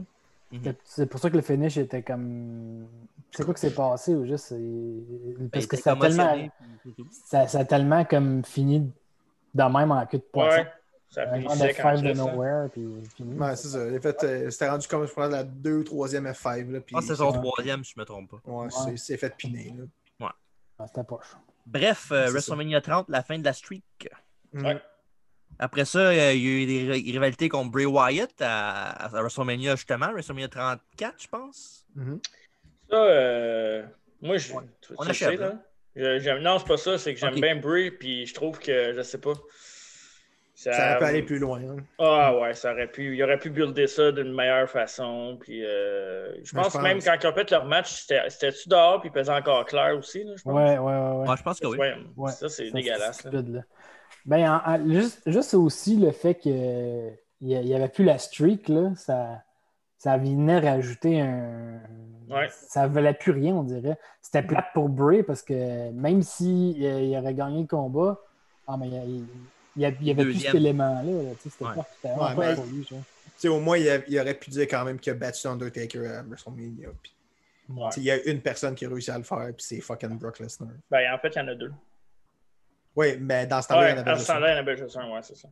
là. c'est pour ça que le finish était comme. C'est quoi que c'est passé ou juste. c'est- Ben, il Parce que était ça a tellement. commotionné, puis c'est tout. ça, ça a tellement comme fini de même en queue de poisson. Ouais. Ça Un finit genre de sec en faire de Christ, hein. nowhere, puis fini. Ouais, c'est ça. En fait, euh, c'était rendu comme, je pense, la deux ou troisième F5. Là, puis, Ah, c'est son Ouais. troisième, si je me trompe pas. Ouais, c'est- c'est fait piner. Là. Ah, C'était poche. Bref, euh, C'est ça. WrestleMania 30, la fin de la streak. Mm. Ouais. Après ça, euh, il y a eu des ri- rivalités contre Bray Wyatt à, à WrestleMania, justement, WrestleMania 34, je pense. Mm-hmm. Mhm. Ça, euh, moi, je. tu- On tu le achève, sais, là. là. Je- j'aime- non, c'est pas ça, c'est que j'aime Ok. bien Brie, puis je trouve que, je sais pas. Ça Euh, aurait pu aller plus loin. hein. Ah ouais, ça aurait pu. Il aurait pu builder ça d'une meilleure façon. Puis, euh, je Mais pense je pense- même quand ils ont fait leur match, c'était- c'était-tu dehors, puis ils faisaient encore clair aussi, là, je pense. Ouais, ouais, ouais. Ah, je pense que oui. Ouais, Ouais. Ça, c'est Ça, dégueulasse. là. stupide, là. Ben, en- en- juste, juste aussi le fait qu'il n'y avait plus la streak, là, ça, ça venait rajouter un. Ouais. Ça valait plus rien, on dirait. C'était plate pour Bray parce que même s'il si, euh, il aurait gagné le combat, ah, mais il il y, a- il y avait plus Deuxième. cet élément-là. là, tu sais, C'était Ouais. plate, c'était Ouais, vraiment mais- plate pour lui. tu vois. Tu sais, au moins, il, a- il aurait pu dire quand même qu'il a battu Undertaker à WrestleMania. puis, tu Ouais. sais, Il y a une personne qui a réussi à le faire, puis c'est fucking Brock Lesnar. Ben, en fait, il y en a deux. Oui, mais dans ce temps-là, Ouais, il y en à avait ce juste un. temps-là, il y en avait juste un, ouais, c'est ça.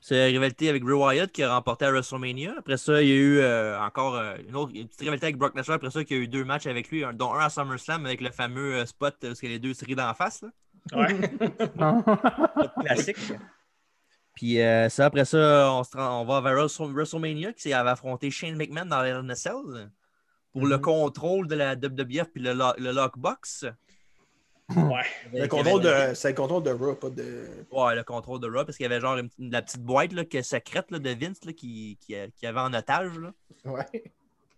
C'est la rivalité avec Bray Wyatt qui a remporté à WrestleMania. Après ça, il y a eu euh, encore euh, une autre une petite rivalité avec Brock Lesnar. Après ça, il y a eu deux matchs avec lui, un- dont un à SummerSlam avec le fameux euh, spot euh, parce qu'il y a les deux séries d'en face. là. Ouais. Classique. Puis euh, ça, après ça, on, se rend- on va vers Wrestle- WrestleMania qui avait affronté Shane McMahon dans la NSL pour le Mhm. contrôle de la WWF puis le, lo- le lockbox. euh, ouais. Le contrôle de, c'est le contrôle de Raw, pas de. Ouais, le contrôle de Raw, parce qu'il y avait genre une, petite- la petite boîte là, que, secrète là, de Vince là, qui, qui, euh, qui avait en otage. Là. Ouais.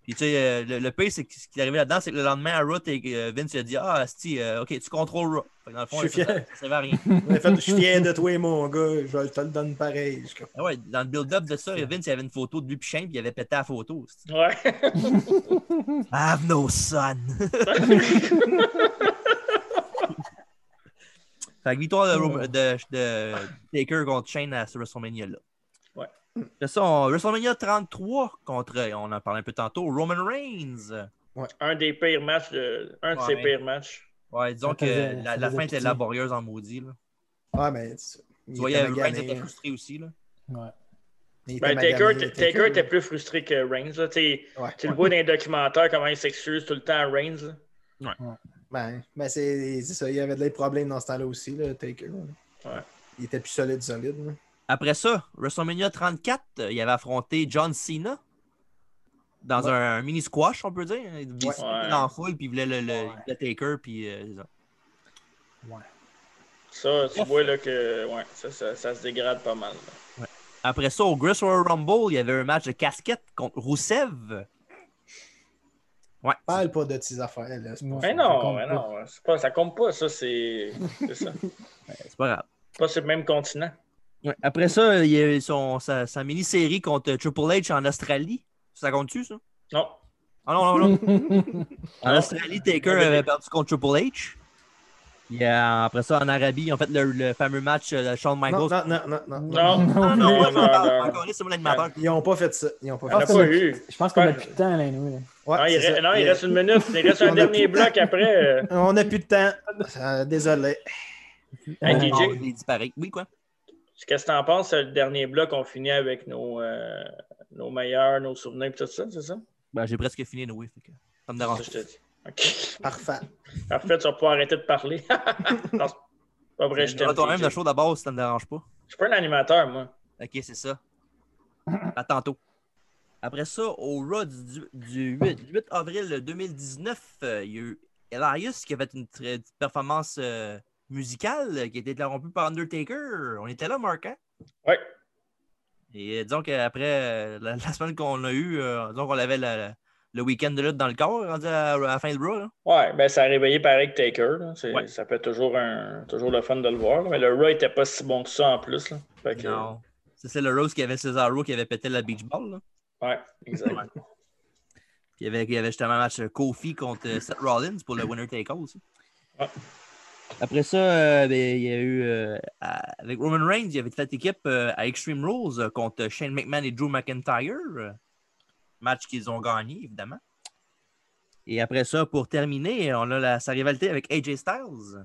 Puis tu sais, euh, le, le pire, c'est que ce qui est arrivé là-dedans, c'est que le lendemain à Raw, t'es- euh, Vince il a dit Ah, Asti, euh, ok, tu contrôles Raw. Fait que dans le fond, Je suis ça, fier. ça servait à rien. En fait, je suis fier de toi, mon gars. Je te le donne pareil. Je suis comme, Ah ouais, dans le build-up de ça, Vince il avait une photo de lui puis Shane, puis il avait pété la photo. c'est- Ouais. I have no son. Fait que victoire de, Oh. Ro- de, de Taker contre Shane à ce WrestleMania-là. Ouais. Après ça, on- WrestleMania 33 contre, on en parlait un peu tantôt, Roman Reigns. un des pires matchs, de, un de ses Ouais. pires matchs. Ouais, disons Ça que faisait- la, ça la faisait fin était pitié. laborieuse en maudit. Là. Ah, mais. Tu il Tu voyais, était Reigns magané, était hein. frustré aussi. Là. Ouais. Il était Ben, Taker, magané, Taker était plus frustré que Reigns. Là. Tu sais, Ouais. tu le vois dans les documentaires, comment il s'excuse tout le temps à Reigns. là. Ben, mais c'est c'est ça, il y avait des problèmes dans ce temps-là aussi, là, Taker. là. Ouais. Il était plus solide, solide. là. Après ça, WrestleMania 34, euh, il avait affronté John Cena dans un, mini squash, on peut dire. hein. Il Ouais. était en foule, puis il voulait le, le- Ouais. le Taker, puis euh, c'est ça. Ça, tu vois là, que ouais, ça, ça, ça se dégrade pas mal. là. Après ça, au Great Royal Rumble, il y avait un match de casquette contre Roussev. Ouais. Parle pas de tes affaires, là. c'est pas- Ouais. Mais Ça non, compte mais pas. non, c'est pas, ça compte pas. Ça, c'est c'est ça. C'est pas grave. pas sur le même continent. Ouais. Après ça, il y a eu son, sa, sa mini-série contre euh, Triple H en Australie. Ça compte-tu, ça? Non. Ah non, non, non. en Non. Australie, Taker avait perdu contre Triple H. Puis, euh, après ça, en Arabie, ils ont fait le, le fameux match euh, de Shawn Non, Michaels. non, non, non, non, non. Non. Ah, moi, non, non, j'en parle. non. Encore là, c'est mon animateur. Ils n'ont pas fait ça. Ils ont pas On n'a fait ça. pas eu. Je pense qu'on a Ouais. plus de temps, là, nous. là. Ouais, non, il, c'est reste- ça. Ah, non, il Il- reste une minute. Il reste un On a dernier plus- bloc après. euh, On n'a plus de temps. Euh, désolé. Hey, Euh, DJ. Ah, il est disparu. Oui, quoi? Qu'est-ce que t'en penses? Le dernier bloc, on finit avec nos, euh, nos meilleurs, nos souvenirs et tout ça, c'est ça? Ben, j'ai presque fini, Noé. fait que Ça me C'est ça dérange que je pas. te dis. OK. Parfait. Parfait, tu vas pouvoir arrêter de parler. Non, Pas vrai, je t'aime. toi-même TJ. le show d'abord si ça ne dérange pas. Je suis pas un animateur, moi. Ok, c'est ça. À tantôt. Après ça, au Raw du, du 8, du 8 avril 2019, euh, il y a eu Elias qui avait une très- performance euh, musicale euh, qui a été interrompue par Undertaker. On était là, Marc, hein? Ouais. Et euh, disons qu'après euh, la, la semaine qu'on a eue, euh, disons qu'on avait la- le week-end de lutte dans le corps, rendu à, à la fin de Raw. là. Ouais, ben ça a réveillé pareil que Taker. là. C'est- Ouais. Ça fait toujours, un, toujours le fun de le voir. là. Mais le Raw était pas si bon que ça en plus. Là. Fait que- Non. Ça, C'est le Rose qui avait Cesaro qui avait pété la beach ball. Là. Ouais, exact. Puis il y avait, il y avait justement un match euh, Kofi contre euh, Seth Rollins pour le winner take all. ça. Ouais. Après ça, euh, ben, il y a eu euh, à- avec Roman Reigns, il y avait fait équipe euh, à Extreme Rules euh, contre Shane McMahon et Drew McIntyre. euh, match qu'ils ont gagné, évidemment. Et après ça, pour terminer, on a la- sa rivalité avec AJ Styles,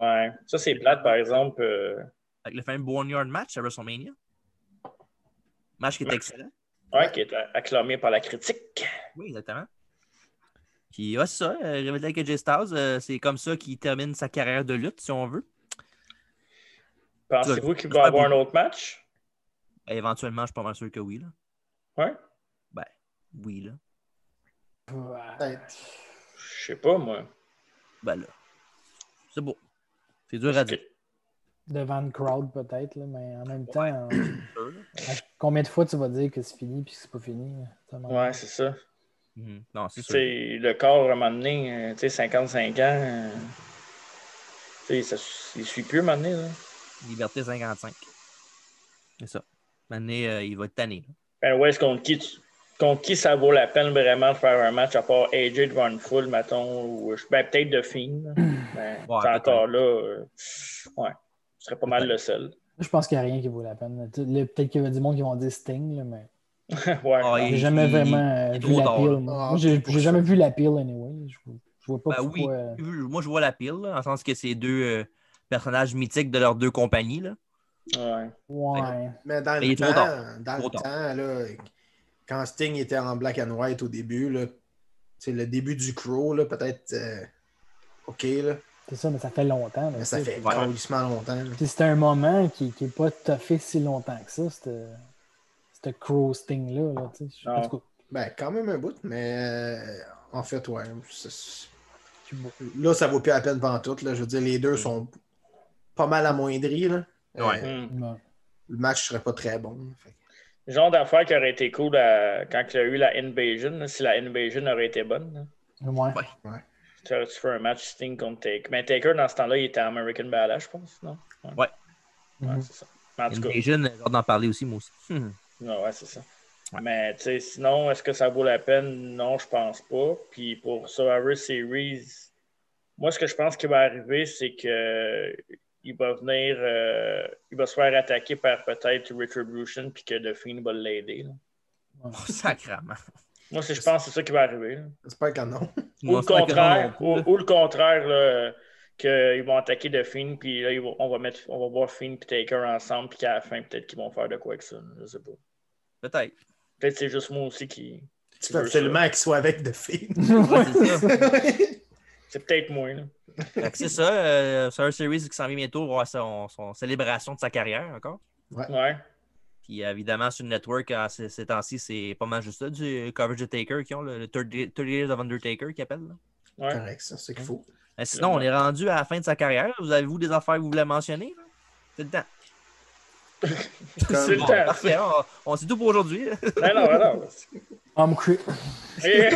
Ouais. Ça, c'est plate, par exemple. euh, avec le fameux Boneyard match à WrestleMania. Match qui est Ouais. excellent. ouais, qui est acclamé par la critique. Oui, exactement. Puis, ouais, c'est ça. Euh, Rivetel avec AJ Styles, euh, c'est comme ça qu'il termine sa carrière de lutte, si on veut. Pensez-vous qu'il va avoir un autre match? Euh, éventuellement, je suis pas mal sûr que oui. Là. Ouais. Oui, là. Ouais. Peut-être. Je sais pas, moi. Ben là. C'est beau. C'est dur à dire. Devant le crowd, peut-être, là, mais en même temps, hein, Mhm. combien de fois tu vas dire que c'est fini puis que c'est pas fini? là? Ça m'en- Ouais, c'est ça. Mhm. Non, c'est Tu sûr. sais, le corps, à un moment donné, euh, tu sais, 55 ans, euh, tu sais, ça- il suit plus, à un moment donné. là. Liberté 55. C'est ça. Maintenant, euh, il va être tanné. là. Ben ouais, c'est contre qui, tu- contre qui ça vaut la peine vraiment de faire un match, à part AJ devant une foule, mettons, ou je- ben, peut-être de Fiend. là. Ben, Ouais, t'es encore là, euh, ouais, ce serait pas mal le seul. Je pense qu'il n'y a rien qui vaut la peine. Tu- là, Peut-être qu'il y a du monde qui vont dire Sting, là, mais ouais. Ah, j'ai il- jamais il- vraiment euh, il est vu trop la tard, pile. là. moi. Ah, Moi, J'ai pour j'ai ça. jamais vu la pile, anyway. Je, je vois pas Ben oui. pourquoi. euh, Moi, je vois la pile, là, dans le sens que c'est deux euh, personnages mythiques de leurs deux compagnies. Là. ouais. Ouais. Mais dans Mais il le est trop temps, tard. dans Trop le tard. temps là, quand Sting était en black and white au début, là, c'est le début du crow, là, peut-être euh, OK, là, C'est ça, mais ça fait longtemps. là, mais ça tu sais. fait Ouais. calissement longtemps. là. Puis C'est un moment qui n'est pas tout à fait si longtemps que ça, ce crow sting-là. Là, tu sais. Je- en Non. tout cas, Ben, quand même un bout, mais euh, en fait, ouais. c'est- c'est- je suis beau. Là, ça vaut plus la peine pantoute. Là. Je veux dire, les deux sont pas mal amoindris. Là. Euh, Ouais. Hmm. Ouais. le match serait pas très bon. là. Fait que- Le genre d'affaire qui aurait été cool à- quand il y a eu la Invasion, là, si la Invasion aurait été bonne. là. Ouais. Tu aurais-tu fait un match Sting contre Taker? Mais Taker, dans ce temps-là, il était à American Badass, je pense, non? Ouais. Ouais. Ouais, Mhm. c'est ça. Mais En tout cas, Les jeunes, j'ai hâte d'en parler aussi, moi aussi. Hmm. non, Ah ouais, c'est ça. Mais tu sais, sinon, est-ce que ça vaut la peine? Non, je pense pas. Puis pour Survivor Series, moi, ce que je pense qui va arriver, c'est que il va venir, euh, il va se faire attaquer par peut-être Retribution, puis que The Fiend va l'aider. là. Oh, sacrament. Moi, c'est- je pense que c'est ça qui va arriver. là. J'espère que non. Ou Moi, le c'est pas que contraire, non, ou, là. ou le contraire, là, qu'ils vont attaquer de Finn, puis là, ils vont- on va mettre, on va voir Finn et Taker ensemble, puis qu'à la fin, peut-être qu'ils vont faire de quoi avec ça. Je sais pas. Peut-être. Peut-être que c'est juste moi aussi qui. Tu veux absolument qu'il soit avec de filles. Ouais, c'est ça. C'est peut-être moi. là. Fait que c'est ça, euh, Survivor Series qui s'en vient bientôt, voir son, son célébration de sa carrière encore. Ouais. Puis euh, évidemment, sur le network, en ces, ces temps-ci, c'est pas mal juste ça, du coverage de Taker qui ont, le, le 30, 30 Years of Undertaker qui appelle. là. Ouais. Correct, ça, c'est ce qu'il faut. Euh, sinon, on est rendu à la fin de sa carrière. Vous avez-vous des affaires que vous voulez mentionner? là? C'est le temps. C'est le Bon, temps. Parfait, on, on sait tout pour aujourd'hui. là. Ben Non, non, non, non. Homme cru- Et-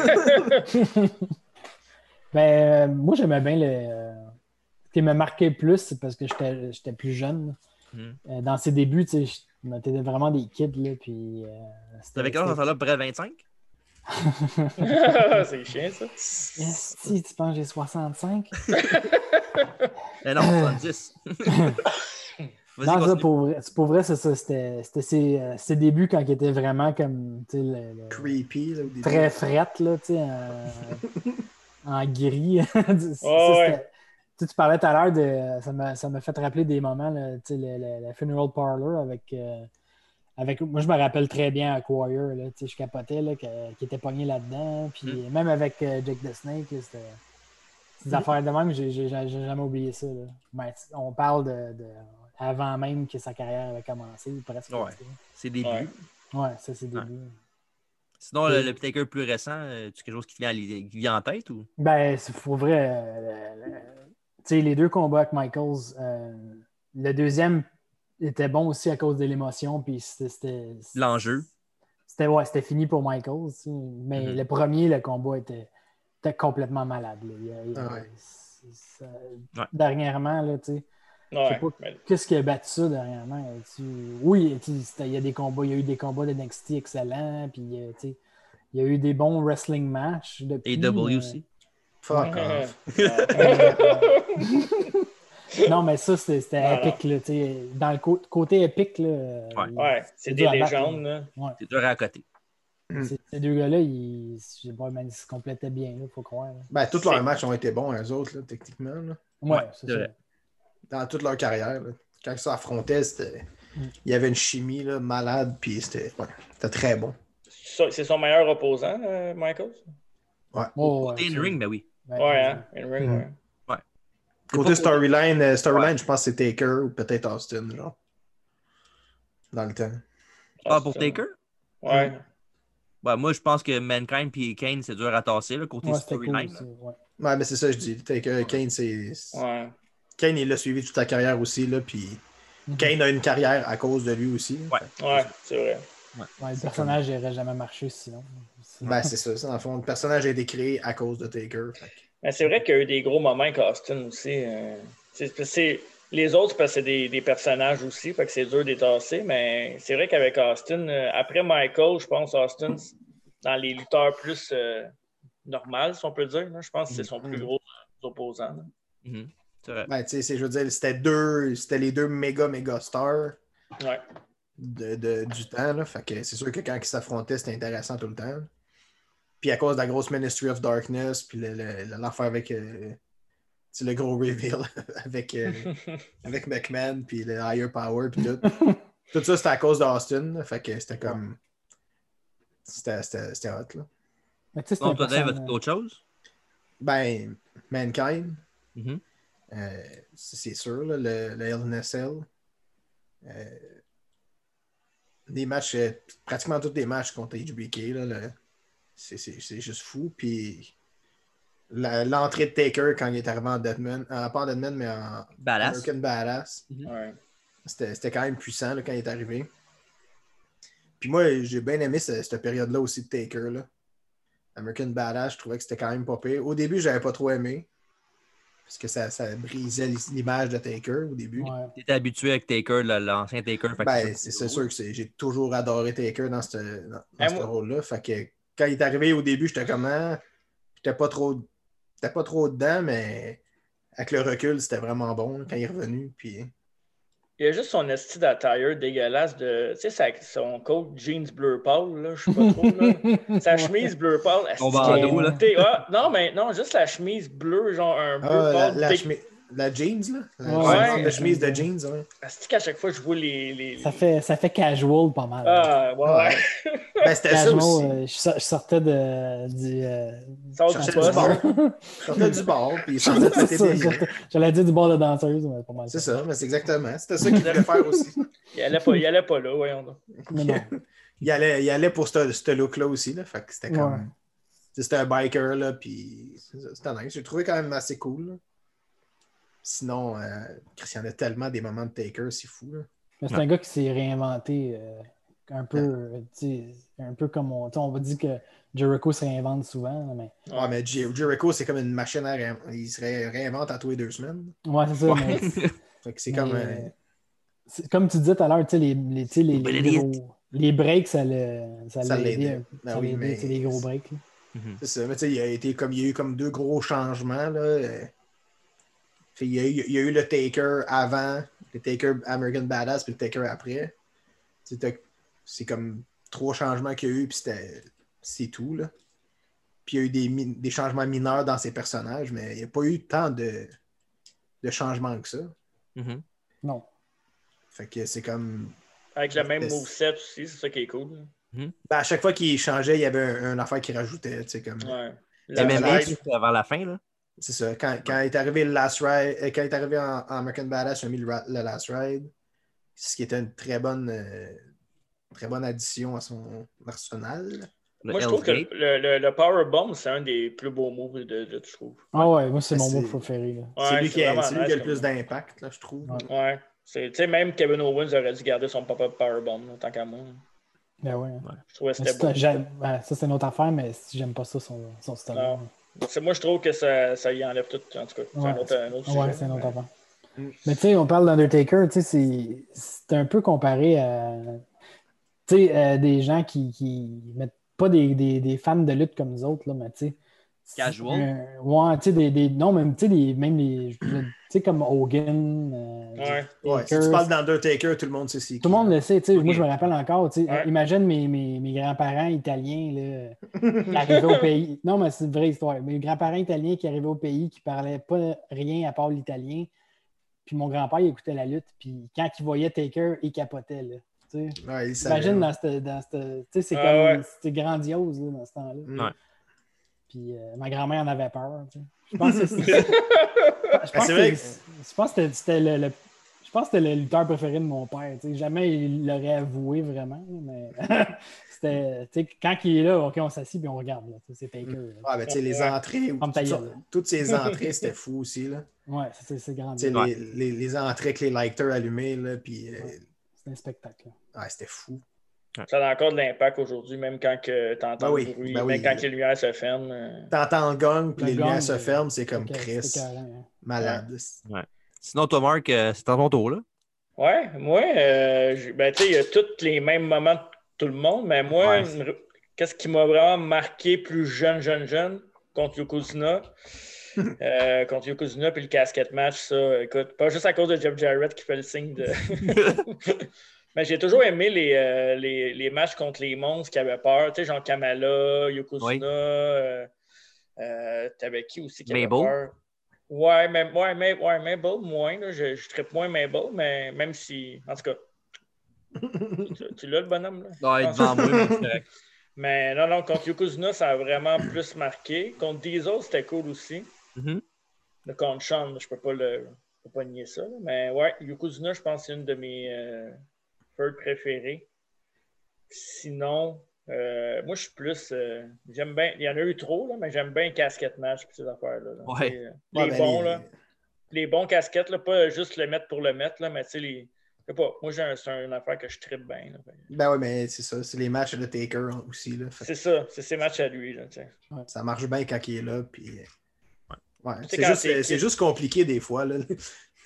Ben, euh, moi, j'aimais bien le. euh, Ce qui m'a marqué plus, c'est parce que j'étais j'étais plus jeune. Mhm. Euh, dans ses débuts, tu sais, je- on était vraiment des kids, là, puis. euh, Vous avez quel âge dans ce là Près de 25? c'est chiant, ça. Yes, si, tu penses que j'ai 65? Eh non, 70. Vas-y, Non, ça, continue. pour vrai, c'est- pour vrai, c'est ça. C'était c'était ses, euh, ses débuts quand il était vraiment comme. tu sais, le- le- Creepy, là, au début. très frette, là, tu sais, en, en gris. Ça, c'était- ouais. Tu sais, tu parlais tout à l'heure de. Ça m'a, ça m'a fait rappeler des moments, là, tu sais, le, le- le funeral parlor avec. euh, avec, moi, je me rappelle très bien Acquire, là, tu sais, je capotais, là, que- qui était pogné là-dedans. Puis même avec euh, Jake the Snake, là, c'était, Des affaires de même, j'ai j'ai- j'ai jamais oublié ça. là. Mais on parle de, de- avant même que sa carrière avait commencé, presque. Ouais. tu sais. C'est des Ouais. buts. Ouais, ça, c'est début. Sinon, le, Ouais. le Taker plus récent, euh, tu quelque chose qui te vient, à l'idée- qui vient en tête ou? Ben, c'est pour vrai. euh, le- le- tu sais, les deux combats avec Michaels, euh, le deuxième était bon aussi à cause de l'émotion, puis c'était- c'était. L'enjeu. C'était ouais, c'était fini pour Michaels. tu sais. Mais Mhm. le premier, le combat était, était complètement malade. là. Il y a- il y a- Ah ouais. c'est- ça- Ouais. Dernièrement, là, tu sais. Ouais, pas- mais- Qu'est-ce qui a battu ça dernièrement? Tu- Oui, tu- c'était- il y a des combats, il y a eu des combats de NXT excellents, puis euh, tu sais, il y a eu des bons wrestling matchs. Depuis, euh, Et W mais- aussi. Fuck Ouais. off. Euh, Non, mais ça, c'était c'était Voilà. épique. Là, tu sais. dans le cô- côté épique, là, euh, Ouais. il- Ouais, c'est des dur à battre, légendes. là. C'est dur à côté. là. Ces, ces deux gars-là, ils, je sais pas, man, ils se complétaient bien, il faut croire. là. Ben, tous leurs C'est- matchs ont été bons, eux autres, là, techniquement, là, Ouais, Ouais, c'est c'est ça. vrai. dans toute leur carrière. là. Quand ils s'affrontaient, c'était- Mm. il y avait une chimie là, malade, puis c'était ouais, c'était très bon. Ça, C'est son meilleur opposant, euh, Michaels? Oh, ouais, Côté ça. in-ring, ben oui. Ouais, Ouais, hein? In ring, Mhm. ouais. C'est Côté pas- storyline, euh, storyline je pense que c'est Taker ou peut-être Austin, genre. Dans le temps. Ah, pour Austin. Taker? Ouais. Ouais, moi, je pense que Mankind et Kane, c'est dur à tasser, là, côté Ouais, c'était cool storyline. aussi, là. ouais. Ouais, mais c'est ça, je dis. Taker, Kane, c'est. c'est- Ouais. Kane, il l'a suivi toute sa carrière aussi, là, puis Mhm. Kane a une carrière à cause de lui aussi. Ouais. Ouais, c'est vrai. Ouais, le personnage n'aurait jamais marché sinon. Ben, c'est ça, c'est dans le fond. Le personnage a été créé à cause de Taker. fait que- Mais Ben, c'est vrai qu'il y a eu des gros moments avec Austin aussi. euh, c'est- c'est- c'est- les autres, c'est parce que c'est des, des personnages aussi, fait que c'est dur de les tasser, mais c'est vrai qu'avec Austin, euh, après Michael, je pense Austin, c'est dans les lutteurs plus euh, normales, si on peut dire, là, je pense que c'est son plus gros opposant. là. Mhm, c'est vrai. Ben, tu sais, c'est- je veux dire, c'était deux, c'était les deux méga, méga stars Ouais. de, de- du temps, là. Fait que c'est sûr que quand ils s'affrontaient, c'était intéressant tout le temps. Puis à cause de la grosse Ministry of Darkness, puis le- le- le- l'affaire avec euh, tu sais, le gros reveal avec, euh, avec McMahon, puis le Higher Power, puis tout. tout ça, c'était à cause d'Austin. là. Fait que c'était comme. C'était c'était- c'était hot, là. Mais tu sais, c'est Sinon, un toi, Dave, as-tu personnage- d'autres choses? Ben, Mankind. Mhm. Euh, c'est c'est sûr, là, le, le LNSL. Euh, des matchs, euh, pratiquement tous des matchs contre HBK, là, le- c'est- c'est c'est juste fou. Puis la- l'entrée de Taker quand il est arrivé en Deadman, euh, pas en Deadman, mais en Badass. American Badass, Ouais. c'était c'était quand même puissant là, quand il est arrivé. Puis moi, j'ai bien aimé ce- cette période-là aussi de Taker. Là. American Badass, je trouvais que c'était quand même pas pire. Au début, j'avais pas trop aimé. Parce que ça, ça brisait l'image de Taker au début. Ouais. T'étais habitué avec Taker, le- l'ancien Taker. fait que Ben, ça, c'est c'est sûr que c'est- j'ai toujours adoré Taker dans ce, dans, dans Ben, ce moi- rôle-là. Fait que quand il est arrivé au début, j'étais comment. J'étais pas trop. J'étais pas trop dedans, mais avec le recul, c'était vraiment bon quand il est revenu. Puis Il y a juste son esti d'attire dégueulasse de. Tu sais, sa- son coat jeans bleu pâle, là, je sais pas trop. Là. Sa chemise bleu pâle, esti Son bandeau, là. dégoûté. Ah, non, mais non, juste la chemise bleue, genre un bleu Ah, la, pâle. la, dé- chemi- la jeans, là? La, Ouais. la Ouais. chemise de jeans, hein. ouais. Asti qu'à chaque fois je vois les. les... Ça fait, ça fait casual pas mal. Ah, ouais, ouais. Ouais. Ben, c'était ça Casual, aussi. euh, je, sor- je sortais de, du. euh, Sors Chercher du du boss. bar. Sortait du bar, puis il sortait de C'est péter ça, des gens. j'allais- J'allais dire du bord de danseuse, mais pas mal. C'est ça, mais c'est exactement. C'était ça qu'il voulait faire aussi. Il allait pas, il allait pas là, voyons donc. Mais non. Il allait, il allait pour ce, ce look-là aussi, là. Fait que c'était comme... Ouais. C'était un biker, là, puis... c'est ça, C'était nice. J'ai trouvé quand même assez cool, là. Sinon, euh, Chris, il y en a tellement des moments de Taker, c'est fou, là. Mais C'est un gars qui s'est réinventé euh, un peu, euh, tu sais, un peu comme on, tu sais, on va dire que Jericho se réinvente souvent, là, mais Ouais, Ah, mais Jer- Jericho, c'est comme une machine à... réin- Il se ré- réinvente à tous les deux semaines. ouais, c'est ça. mais c'est- Ouais. Fait que c'est comme... Mais- euh, c'est- comme tu disais tout à l'heure, tu sais, les, les, tu sais, les, les Brilliant. gros- les breaks, ça le, ça Ça l'a aidé. l'aidait. un peu. Ben Ça oui, l'a aidé, mais- tu sais, les gros breaks. là. Mhm. C'est ça, mais tu sais, il a été comme il y a eu comme deux gros changements. Là. Euh, tu sais, Il, y a eu, il y a eu le Taker avant, le Taker American Badass, puis le Taker après. Tu sais, t'as- C'est comme trois changements qu'il y a eu, puis c'était- c'est tout. Là. Puis il y a eu des, mi- des changements mineurs dans ses personnages, mais il n'y a pas eu tant de, de changements que ça. Mhm. Non. Fait que c'est comme. Avec le même moveset aussi, c'est ça qui est cool. ben, à chaque fois qu'il changeait, il y avait un, un affaire qu'il rajoutait. tu sais, Comme... Ouais. T'aimais la- bien la- surtout avant la fin, là. C'est ça. Quand, quand est arrivé le Last Ride, euh, quand est arrivé en, en American Badass, ils ont mis le, ra- le Last Ride, ce qui était une très bonne, euh, très bonne addition à son arsenal. Le Moi, je trouve que Hell's Gate. le, le, le Powerbomb, c'est un des plus beaux moves de, de je trouve. Ah ouais, moi, c'est mon Ben C'est- mot préféré. là. Ouais, c'est lui, qui a, vraiment c'est lui qui nice a le plus comme- d'impact, là, je trouve. Ouais. Ouais. C'est- Tu sais, même Kevin Owens aurait dû garder son pop-up Powerbomb, là, tant qu'à moi. Ben ouais. Je trouvais que Mais c'était c'est un- bon. j'aime- ouais, ça, c'est une autre affaire, mais si j'aime pas ça, son, son style. Non. C'est- Moi, je trouve que ça, ça y enlève tout. En tout cas, c'est un Ouais. autre, un autre Ah Ouais, sujet. c'est une autre affaire. Mm. Mais tu sais, on parle d'Undertaker, tu sais, c'est- c'est un peu comparé à tu sais, à des gens qui, qui mettent pas des, des, des fans de lutte comme nous autres, là, mais tu sais. c'est Casual. un- ouais, tu sais, des, des. Non, même, tu sais, des- même les. je voulais- Tu sais, comme Hogan. euh, Ouais. Ouais, si tu parles d'Undertaker, tout le monde sait c'est qui. Tout le monde le sait, tu sais. Moi, Ok. je me rappelle encore, tu sais. Ouais. Imagine mes, mes, mes grands-parents italiens, là. qui arrivaient au pays. Non, mais c'est une vraie histoire. Mes grands-parents italiens qui arrivaient au pays, qui parlaient pas rien à part l'italien. Puis mon grand-père, il écoutait la lutte. Puis quand il voyait Taker, il capotait. Là, tu sais. Ouais, il savait, Imagine ouais. dans cette. Dans cette- tu sais, c'est Ah ouais. comme. C'était grandiose là, dans ce temps-là. Mm. Ouais. Puis euh, ma grand-mère en avait peur. tu sais. Je pense que c'est. je pense c'est que vrai c'est- je pense que c'était le. le- je pense que c'était le lutteur préféré de mon père. tu sais. Jamais il l'aurait avoué vraiment, mais c'était tu sais, quand il est là, ok, on s'assit et on regarde. là, tu sais, c'est Taker. là. Ah, ben, tu sais, les Ouais. entrées, ou En toutes, tailleur. sortes- toutes ces entrées, c'était fou aussi. Là. Ouais, ça, c'est c'est Tu sais, grandiose. Ouais. Les, les, les entrées avec les lighters allumés, là, puis euh, Ouais. C'est un spectacle. ah, c'était fou. Ça a encore de l'impact aujourd'hui, même quand tu entends Ben oui, le bruit, ben même oui. quand les lumières se ferment. euh, T'entends le gong, puis Le les lumières gong, se euh, ferment, c'est comme Ok, Chris, c'est carré, hein. malade. Sinon, toi, Marc, euh, c'est à ton tour, là. Ouais, moi, euh, j'ai- ben, tu sais, il y a tous les mêmes moments de tout le monde, mais moi, Ouais. une- qu'est-ce qui m'a vraiment marqué plus jeune, jeune, jeune, contre Yokozuna, euh, contre Yokozuna, puis le casquette match, ça, écoute, pas juste à cause de Jeff Jarrett qui fait le signe de... mais j'ai toujours aimé les, euh, les, les matchs contre les monstres qui avaient peur, tu sais, genre Kamala, Yokozuna, Oui. euh, euh, t'avais qui aussi qui avait Mabel. peur? Ouais, mais, ouais, mais, ouais, Mabel, moins. là. je, je trippe moins Mabel, mais même si. En tout cas, tu, tu l'as le bonhomme. Là. Ouais, devant moi, mais c'est correct. Mais non, non, contre Yokozuna, ça a vraiment plus marqué. Contre Diesel, c'était cool aussi. Mhm. Le contre Sean, je peux pas le. Je peux pas nier ça. là. Mais ouais, Yokozuna, je pense que c'est une de mes euh, préférés. préférées. Sinon, euh, moi je suis plus. euh, j'aime bien. Il y en a eu trop, là, mais j'aime bien casquette match et ces affaires-là. là. Ouais. Les, euh, les Ouais, ben, bons, les- là les bons casquettes, là, pas juste le mettre pour le mettre, là, mais tu sais, les. je sais pas, moi, j'ai un- c'est une affaire que je tripe bien. là. Ben ouais, mais c'est ça, c'est les matchs de Taker hein, aussi. Là, Fait C'est que ça, c'est ses matchs à lui. Là, tu sais. ça marche bien quand il est là, puis. Ouais, sais, c'est quand juste, c'est- c'est juste compliqué des fois. Là.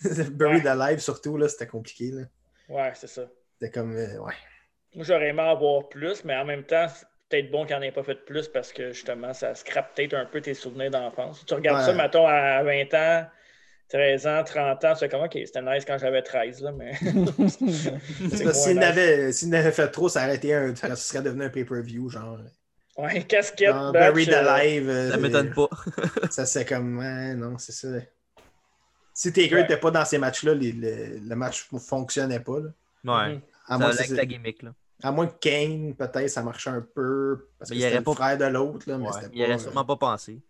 Buried Alive, surtout, là, c'était compliqué. là. ouais, c'est ça. C'était comme. euh, ouais. Moi, j'aurais aimé en avoir plus, mais en même temps, c'est peut-être bon qu'il n'en ait pas fait plus parce que justement, ça scrape peut-être un peu tes souvenirs d'enfance. Tu regardes Ouais. ça, mettons, à 20 ans, 13 ans, 30 ans, c'est comme, OK, c'était nice quand j'avais 13, là, mais. C'est hein. C'est parce que S'il moins n'avait s'il n'avait fait trop, ça aurait, été un, ça serait devenu un pay-per-view, genre. ouais, casquette, genre batch, Buried euh, Alive. euh, Ça m'étonne pas. Ça, c'est comme, ouais, non, c'est ça. Si Taker Ouais. n'était pas dans ces matchs-là, les- le, le match ne fonctionnait pas. là. Ouais. mhm. À, ça moins lag que, ta gimmick, là. à moins que Kane, peut-être, ça marchait un peu. Parce Mais que il c'était aurait le pas- frère de l'autre. là, mais Ouais, c'était Il aurait pas, euh, sûrement pas pensé.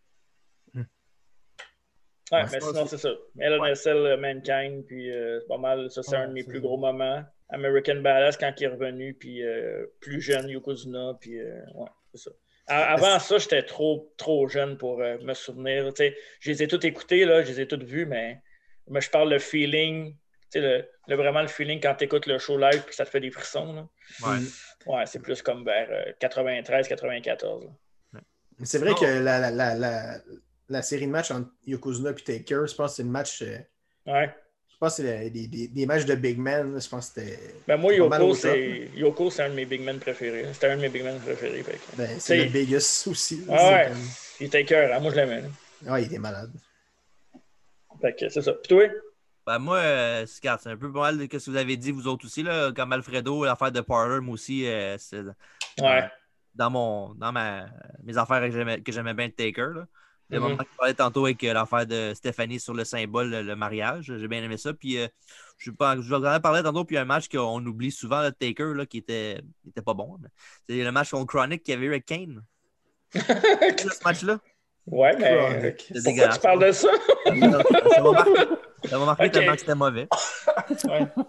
Ouais, Ouais, mais je pense sinon, que- c'est ça. LNSL, euh, Mankind, puis euh, c'est pas mal. Ça, c'est Ouais, un de mes c'est- plus gros moments. American Badass quand il est revenu, puis euh, plus jeune, Yokozuna, puis euh, ouais, c'est ça. A- Avant ça, j'étais trop, trop jeune pour euh, me souvenir. Tu sais, je les ai toutes écoutées, là, je les ai toutes vues, mais, mais je parle le feeling, tu sais, le, le- vraiment le feeling quand tu écoutes le show live, puis ça te fait des frissons. là. Ouais. Ouais, c'est plus comme vers euh, 93-94. euh, Mais C'est vrai Non. que la, la- la- la- la série de matchs entre Yokozuna et Taker, je pense que c'est le match. euh, Ouais. Je pense que c'est le- des, des- des matchs de Big Man. là, Je pense que c'était. Ben, moi, Pas mal au Yoko, top. c'est Yoko, c'est un de mes big men préférés. C'était un de mes big men préférés. fait que- ben, c'est le C'est- biggest aussi. là, Ah c'est ouais, il était cœur, hein. moi je l'aimais. là. comme- ouais, il était malade. Fait que c'est ça. Puis toi? Ben moi, euh, c'est regarde, c'est un peu pas mal de ce que vous avez dit, vous autres aussi, là, comme Alfredo, l'affaire de Parler, moi aussi, euh, c'est Ouais. dans, mon, dans ma, mes affaires que j'aimais- que j'aimais bien de Taker. Là. Le Mhm. moment que je parlais tantôt avec euh, l'affaire de Stéphanie sur le symbole, le, le mariage, j'ai bien aimé ça. Puis, euh, je, pense- je vais en parler tantôt, puis un match qu'on oublie souvent, le Taker, là, qui était, hein. il était pas bon. mais C'est le match contre Chronic qu'il y avait eu avec Kane. Tu sais, ce match-là. Ouais, mais. euh, Chronic. C'est Pourquoi dégueulasse. tu parles de ça? Ça m'a marqué- ça m'a marqué Ok. tellement que c'était mauvais. Ouais.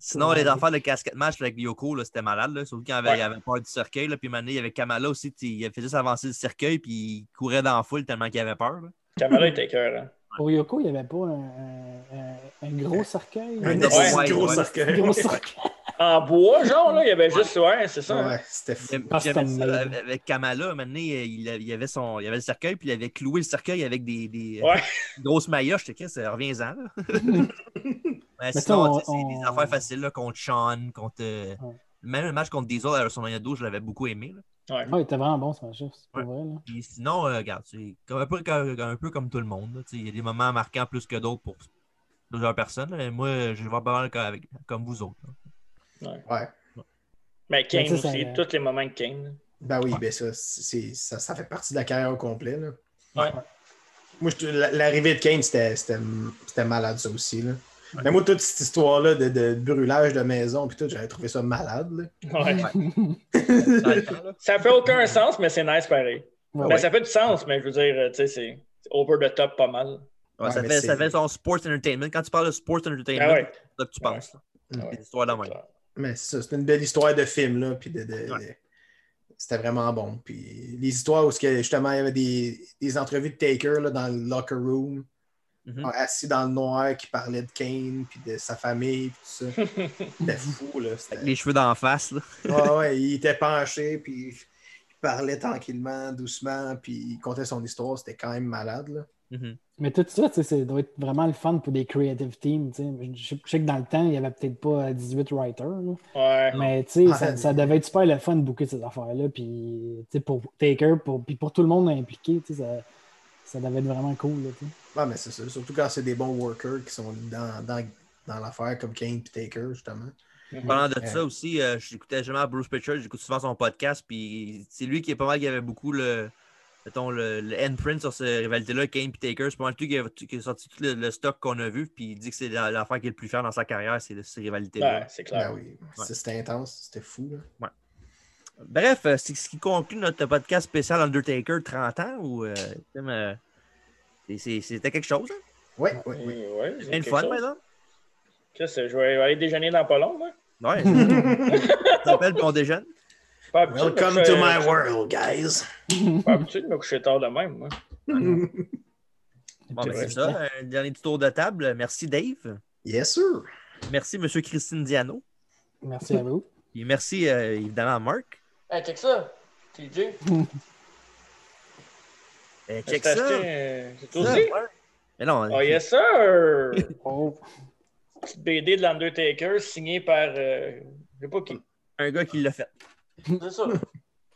Sinon, les affaires de casquette match avec Yoko, là, c'était malade. là. Surtout quand il avait, Ouais. il avait peur du cercueil. Là. Puis maintenant, il y avait Kamala aussi. tu sais, Il faisait juste avancer le cercueil puis il courait dans la foule tellement qu'il avait peur. là. Camara était cœur. Hein. Au Yoko, il n'y avait pas un, un- un- un gros cercueil. Un Ouais, esti de ouais, gros ouais. Un cercueil. gros cercueil. En bois, genre, là, il y avait juste. Ouais, c'est ça. hein. Ouais, c'était fou. J'aime- Custom j'aimais ça, made. avec- avec Kamala, maintenant, il, a- il avait son, il avait le cercueil puis il avait cloué le cercueil avec des, des Ouais. grosses maillots. Je te dis, ça reviens-en. là. Mais ça, sinon, on- tu sais, c'est des on- affaires faciles là, contre Sean, contre. euh, Ouais. Même le match contre Diesel à WrestleMania 12, je l'avais beaucoup aimé. là. Ouais. Ouais, Ah, il était vraiment bon ce match-là, c'est pas vrai. Là. Puis sinon, euh, regarde, c'est comme un, peu, comme- un peu comme tout le monde. là, tu sais, Il y a des moments marquants plus que d'autres pour plusieurs personnes. là, Mais moi, euh, je vais pas mal comme, avec- comme vous autres. là. Ouais. Mais Kane Mais ça, ça- aussi, tous les moments de Kane. Ben oui, ben ça, c'est- ça, ça fait partie de la carrière au complet. là. Ouais. Moi, je- la- l'arrivée de Kane, c'était c'était- c'était malade, ça aussi. Là. Mais moi, toute cette histoire-là de, de brûlage de maison, puis tout, j'avais trouvé ça malade. là. Ouais. Dans le temps, là. Ça fait aucun sens, mais c'est nice pareil. Ah Ouais, Ben, ouais. ça fait du sens, mais je veux dire, euh, tu sais, c'est c'est over the top pas mal. Ouais, Ouais, ça, mais fait, c'est- ça fait son sports entertainment. Quand tu parles de sports entertainment, Ah ouais. c'est ça que tu penses. là. Ah ouais. C'est une histoire de la même. Mais c'est ça, c'est une belle histoire de film, là, puis de, de- Ouais. de- c'était vraiment bon. Puis les histoires où, ce que, justement, il y avait des, des entrevues de Taker là, dans le locker room, Mhm. assis dans le noir, qui parlait de Kane, puis de sa famille, puis tout ça. C'était fou, là. c'était- Avec les cheveux d'en face. là. Ouais, ouais, il était penché, puis il parlait tranquillement, doucement, puis il contait son histoire. C'était quand même malade, là. Mhm. Mais tout ça, tu sais, ça doit être vraiment le fun pour des creative teams. tu sais. Je sais- je sais que dans le temps, il n'y avait peut-être pas 18 writers. là. Ouais. Mais tu sais, Ah, ça, oui. ça devait être super le fun de booker ces affaires-là. Puis tu sais, pour Taker, pour, puis pour tout le monde impliqué, tu sais, ça, ça devait être vraiment cool. là, tu sais. Ouais, mais c'est ça. Surtout quand c'est des bons workers qui sont dans, dans, dans l'affaire, comme Kane et Taker, justement. Parlant de Ouais. ça aussi, euh, j'écoutais jamais Bruce Pritchard, j'écoute souvent son podcast, puis c'est lui qui est pas mal, qui avait beaucoup le, mettons, le, le endprint sur cette rivalité-là, Kane et Taker. C'est pas mal lui qui a, qui a sorti tout le, le stock qu'on a vu, puis il dit que c'est la- l'affaire qui est le plus fier dans sa carrière, c'est de ces rivalités-là. Ouais, c'est Ben clair. oui, c'est- c'était intense, c'était fou, là. Bref, euh, c'est ce qui conclut notre podcast spécial Undertaker 30 ans, où euh, Tim, euh, c'est- c'est- c'était quelque chose, hein? Oui, oui, oui. Et ouais, c'est une quelque fun chose. maintenant. Chris, je vais aller déjeuner dans pas long. Moi. Ouais, ça s'appelle Bon Déjeune. Pas habitué de me Welcome coucher- to my world, guys. Pas Hmm. habitué de me coucher tard de même. Moi. Bon, Puis, ben, Ouais. c'est ça, un dernier petit tour de table. Merci Dave, yes, sir. merci Monsieur Christine Diano. Merci à vous. Et merci euh, évidemment à Marc. Hey, check ça. TJ. Euh, check Check ça. acheté. J'ai tout Ça, aussi. ouais. Mais non, Oh yes, sir. Oh, Petite BD de l'Undertaker signée par. euh, je sais pas qui. un gars qui l'a fait. C'est ça.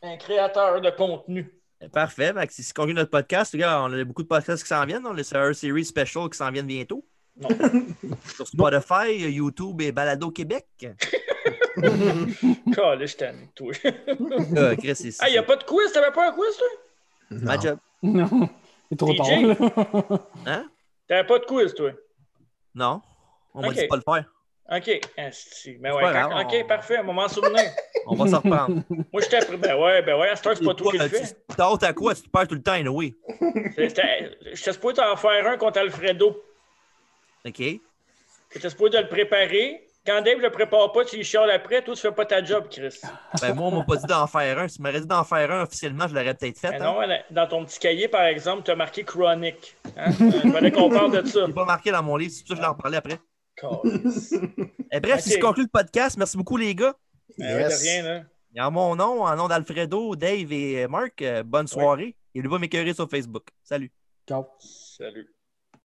Un créateur de contenu. Parfait. Fait que C'est ce qui conclut notre podcast. Les gars, on a beaucoup de podcasts qui s'en viennent. On a le Survivor Series Special qui s'en viennent bientôt. Non. Sur Spotify, YouTube et Balado Québec. Calé, je t'en toi. Euh, Chris, c'est Ah, il n'y a pas de quiz. T'avais pas un quiz, toi? ma job. non, c'est trop DJ. tard. là. Hein? T'avais pas de quiz, toi? Non. On m'a Ok. dit de pas le faire. OK. Asti. Ben ouais, pas quand- grave, OK, on- parfait. Un moment souvenir. On va s'en reprendre. Moi, j'étais pris. Ben ouais, ben ouais, à cette heure, c'est pas toi qui le Toi, fais. tu t'hâtes à quoi? Tu te perds tout le temps, oui. C'était- J'étais supposé t'en faire un contre Alfredo. OK. J'étais supposé de le préparer. Quand Dave le prépare pas, tu y chiales après. Toi, tu fais pas ta job, Chris. Ben, moi, on m'a pas dit d'en faire un. Si tu m'aurais dit d'en faire un officiellement, je l'aurais peut-être fait. Ben Hein. non, elle- dans ton petit cahier, par exemple, tu as marqué chronique. Hein? Euh, Il fallait qu'on parle de ça. J'ai pas marqué dans mon livre. Si tu veux, je l'en reparlerai après. Calisse. Et Eh, bref, c'est ce qui Ok. conclut le podcast. Merci beaucoup, les gars. Ben ouais, de rien, là. Et en mon nom, en nom d'Alfredo, Dave et euh, Marc, euh, bonne soirée. Et n'oubliez pas m'écœurer sur Facebook. Salut. Ciao. Salut.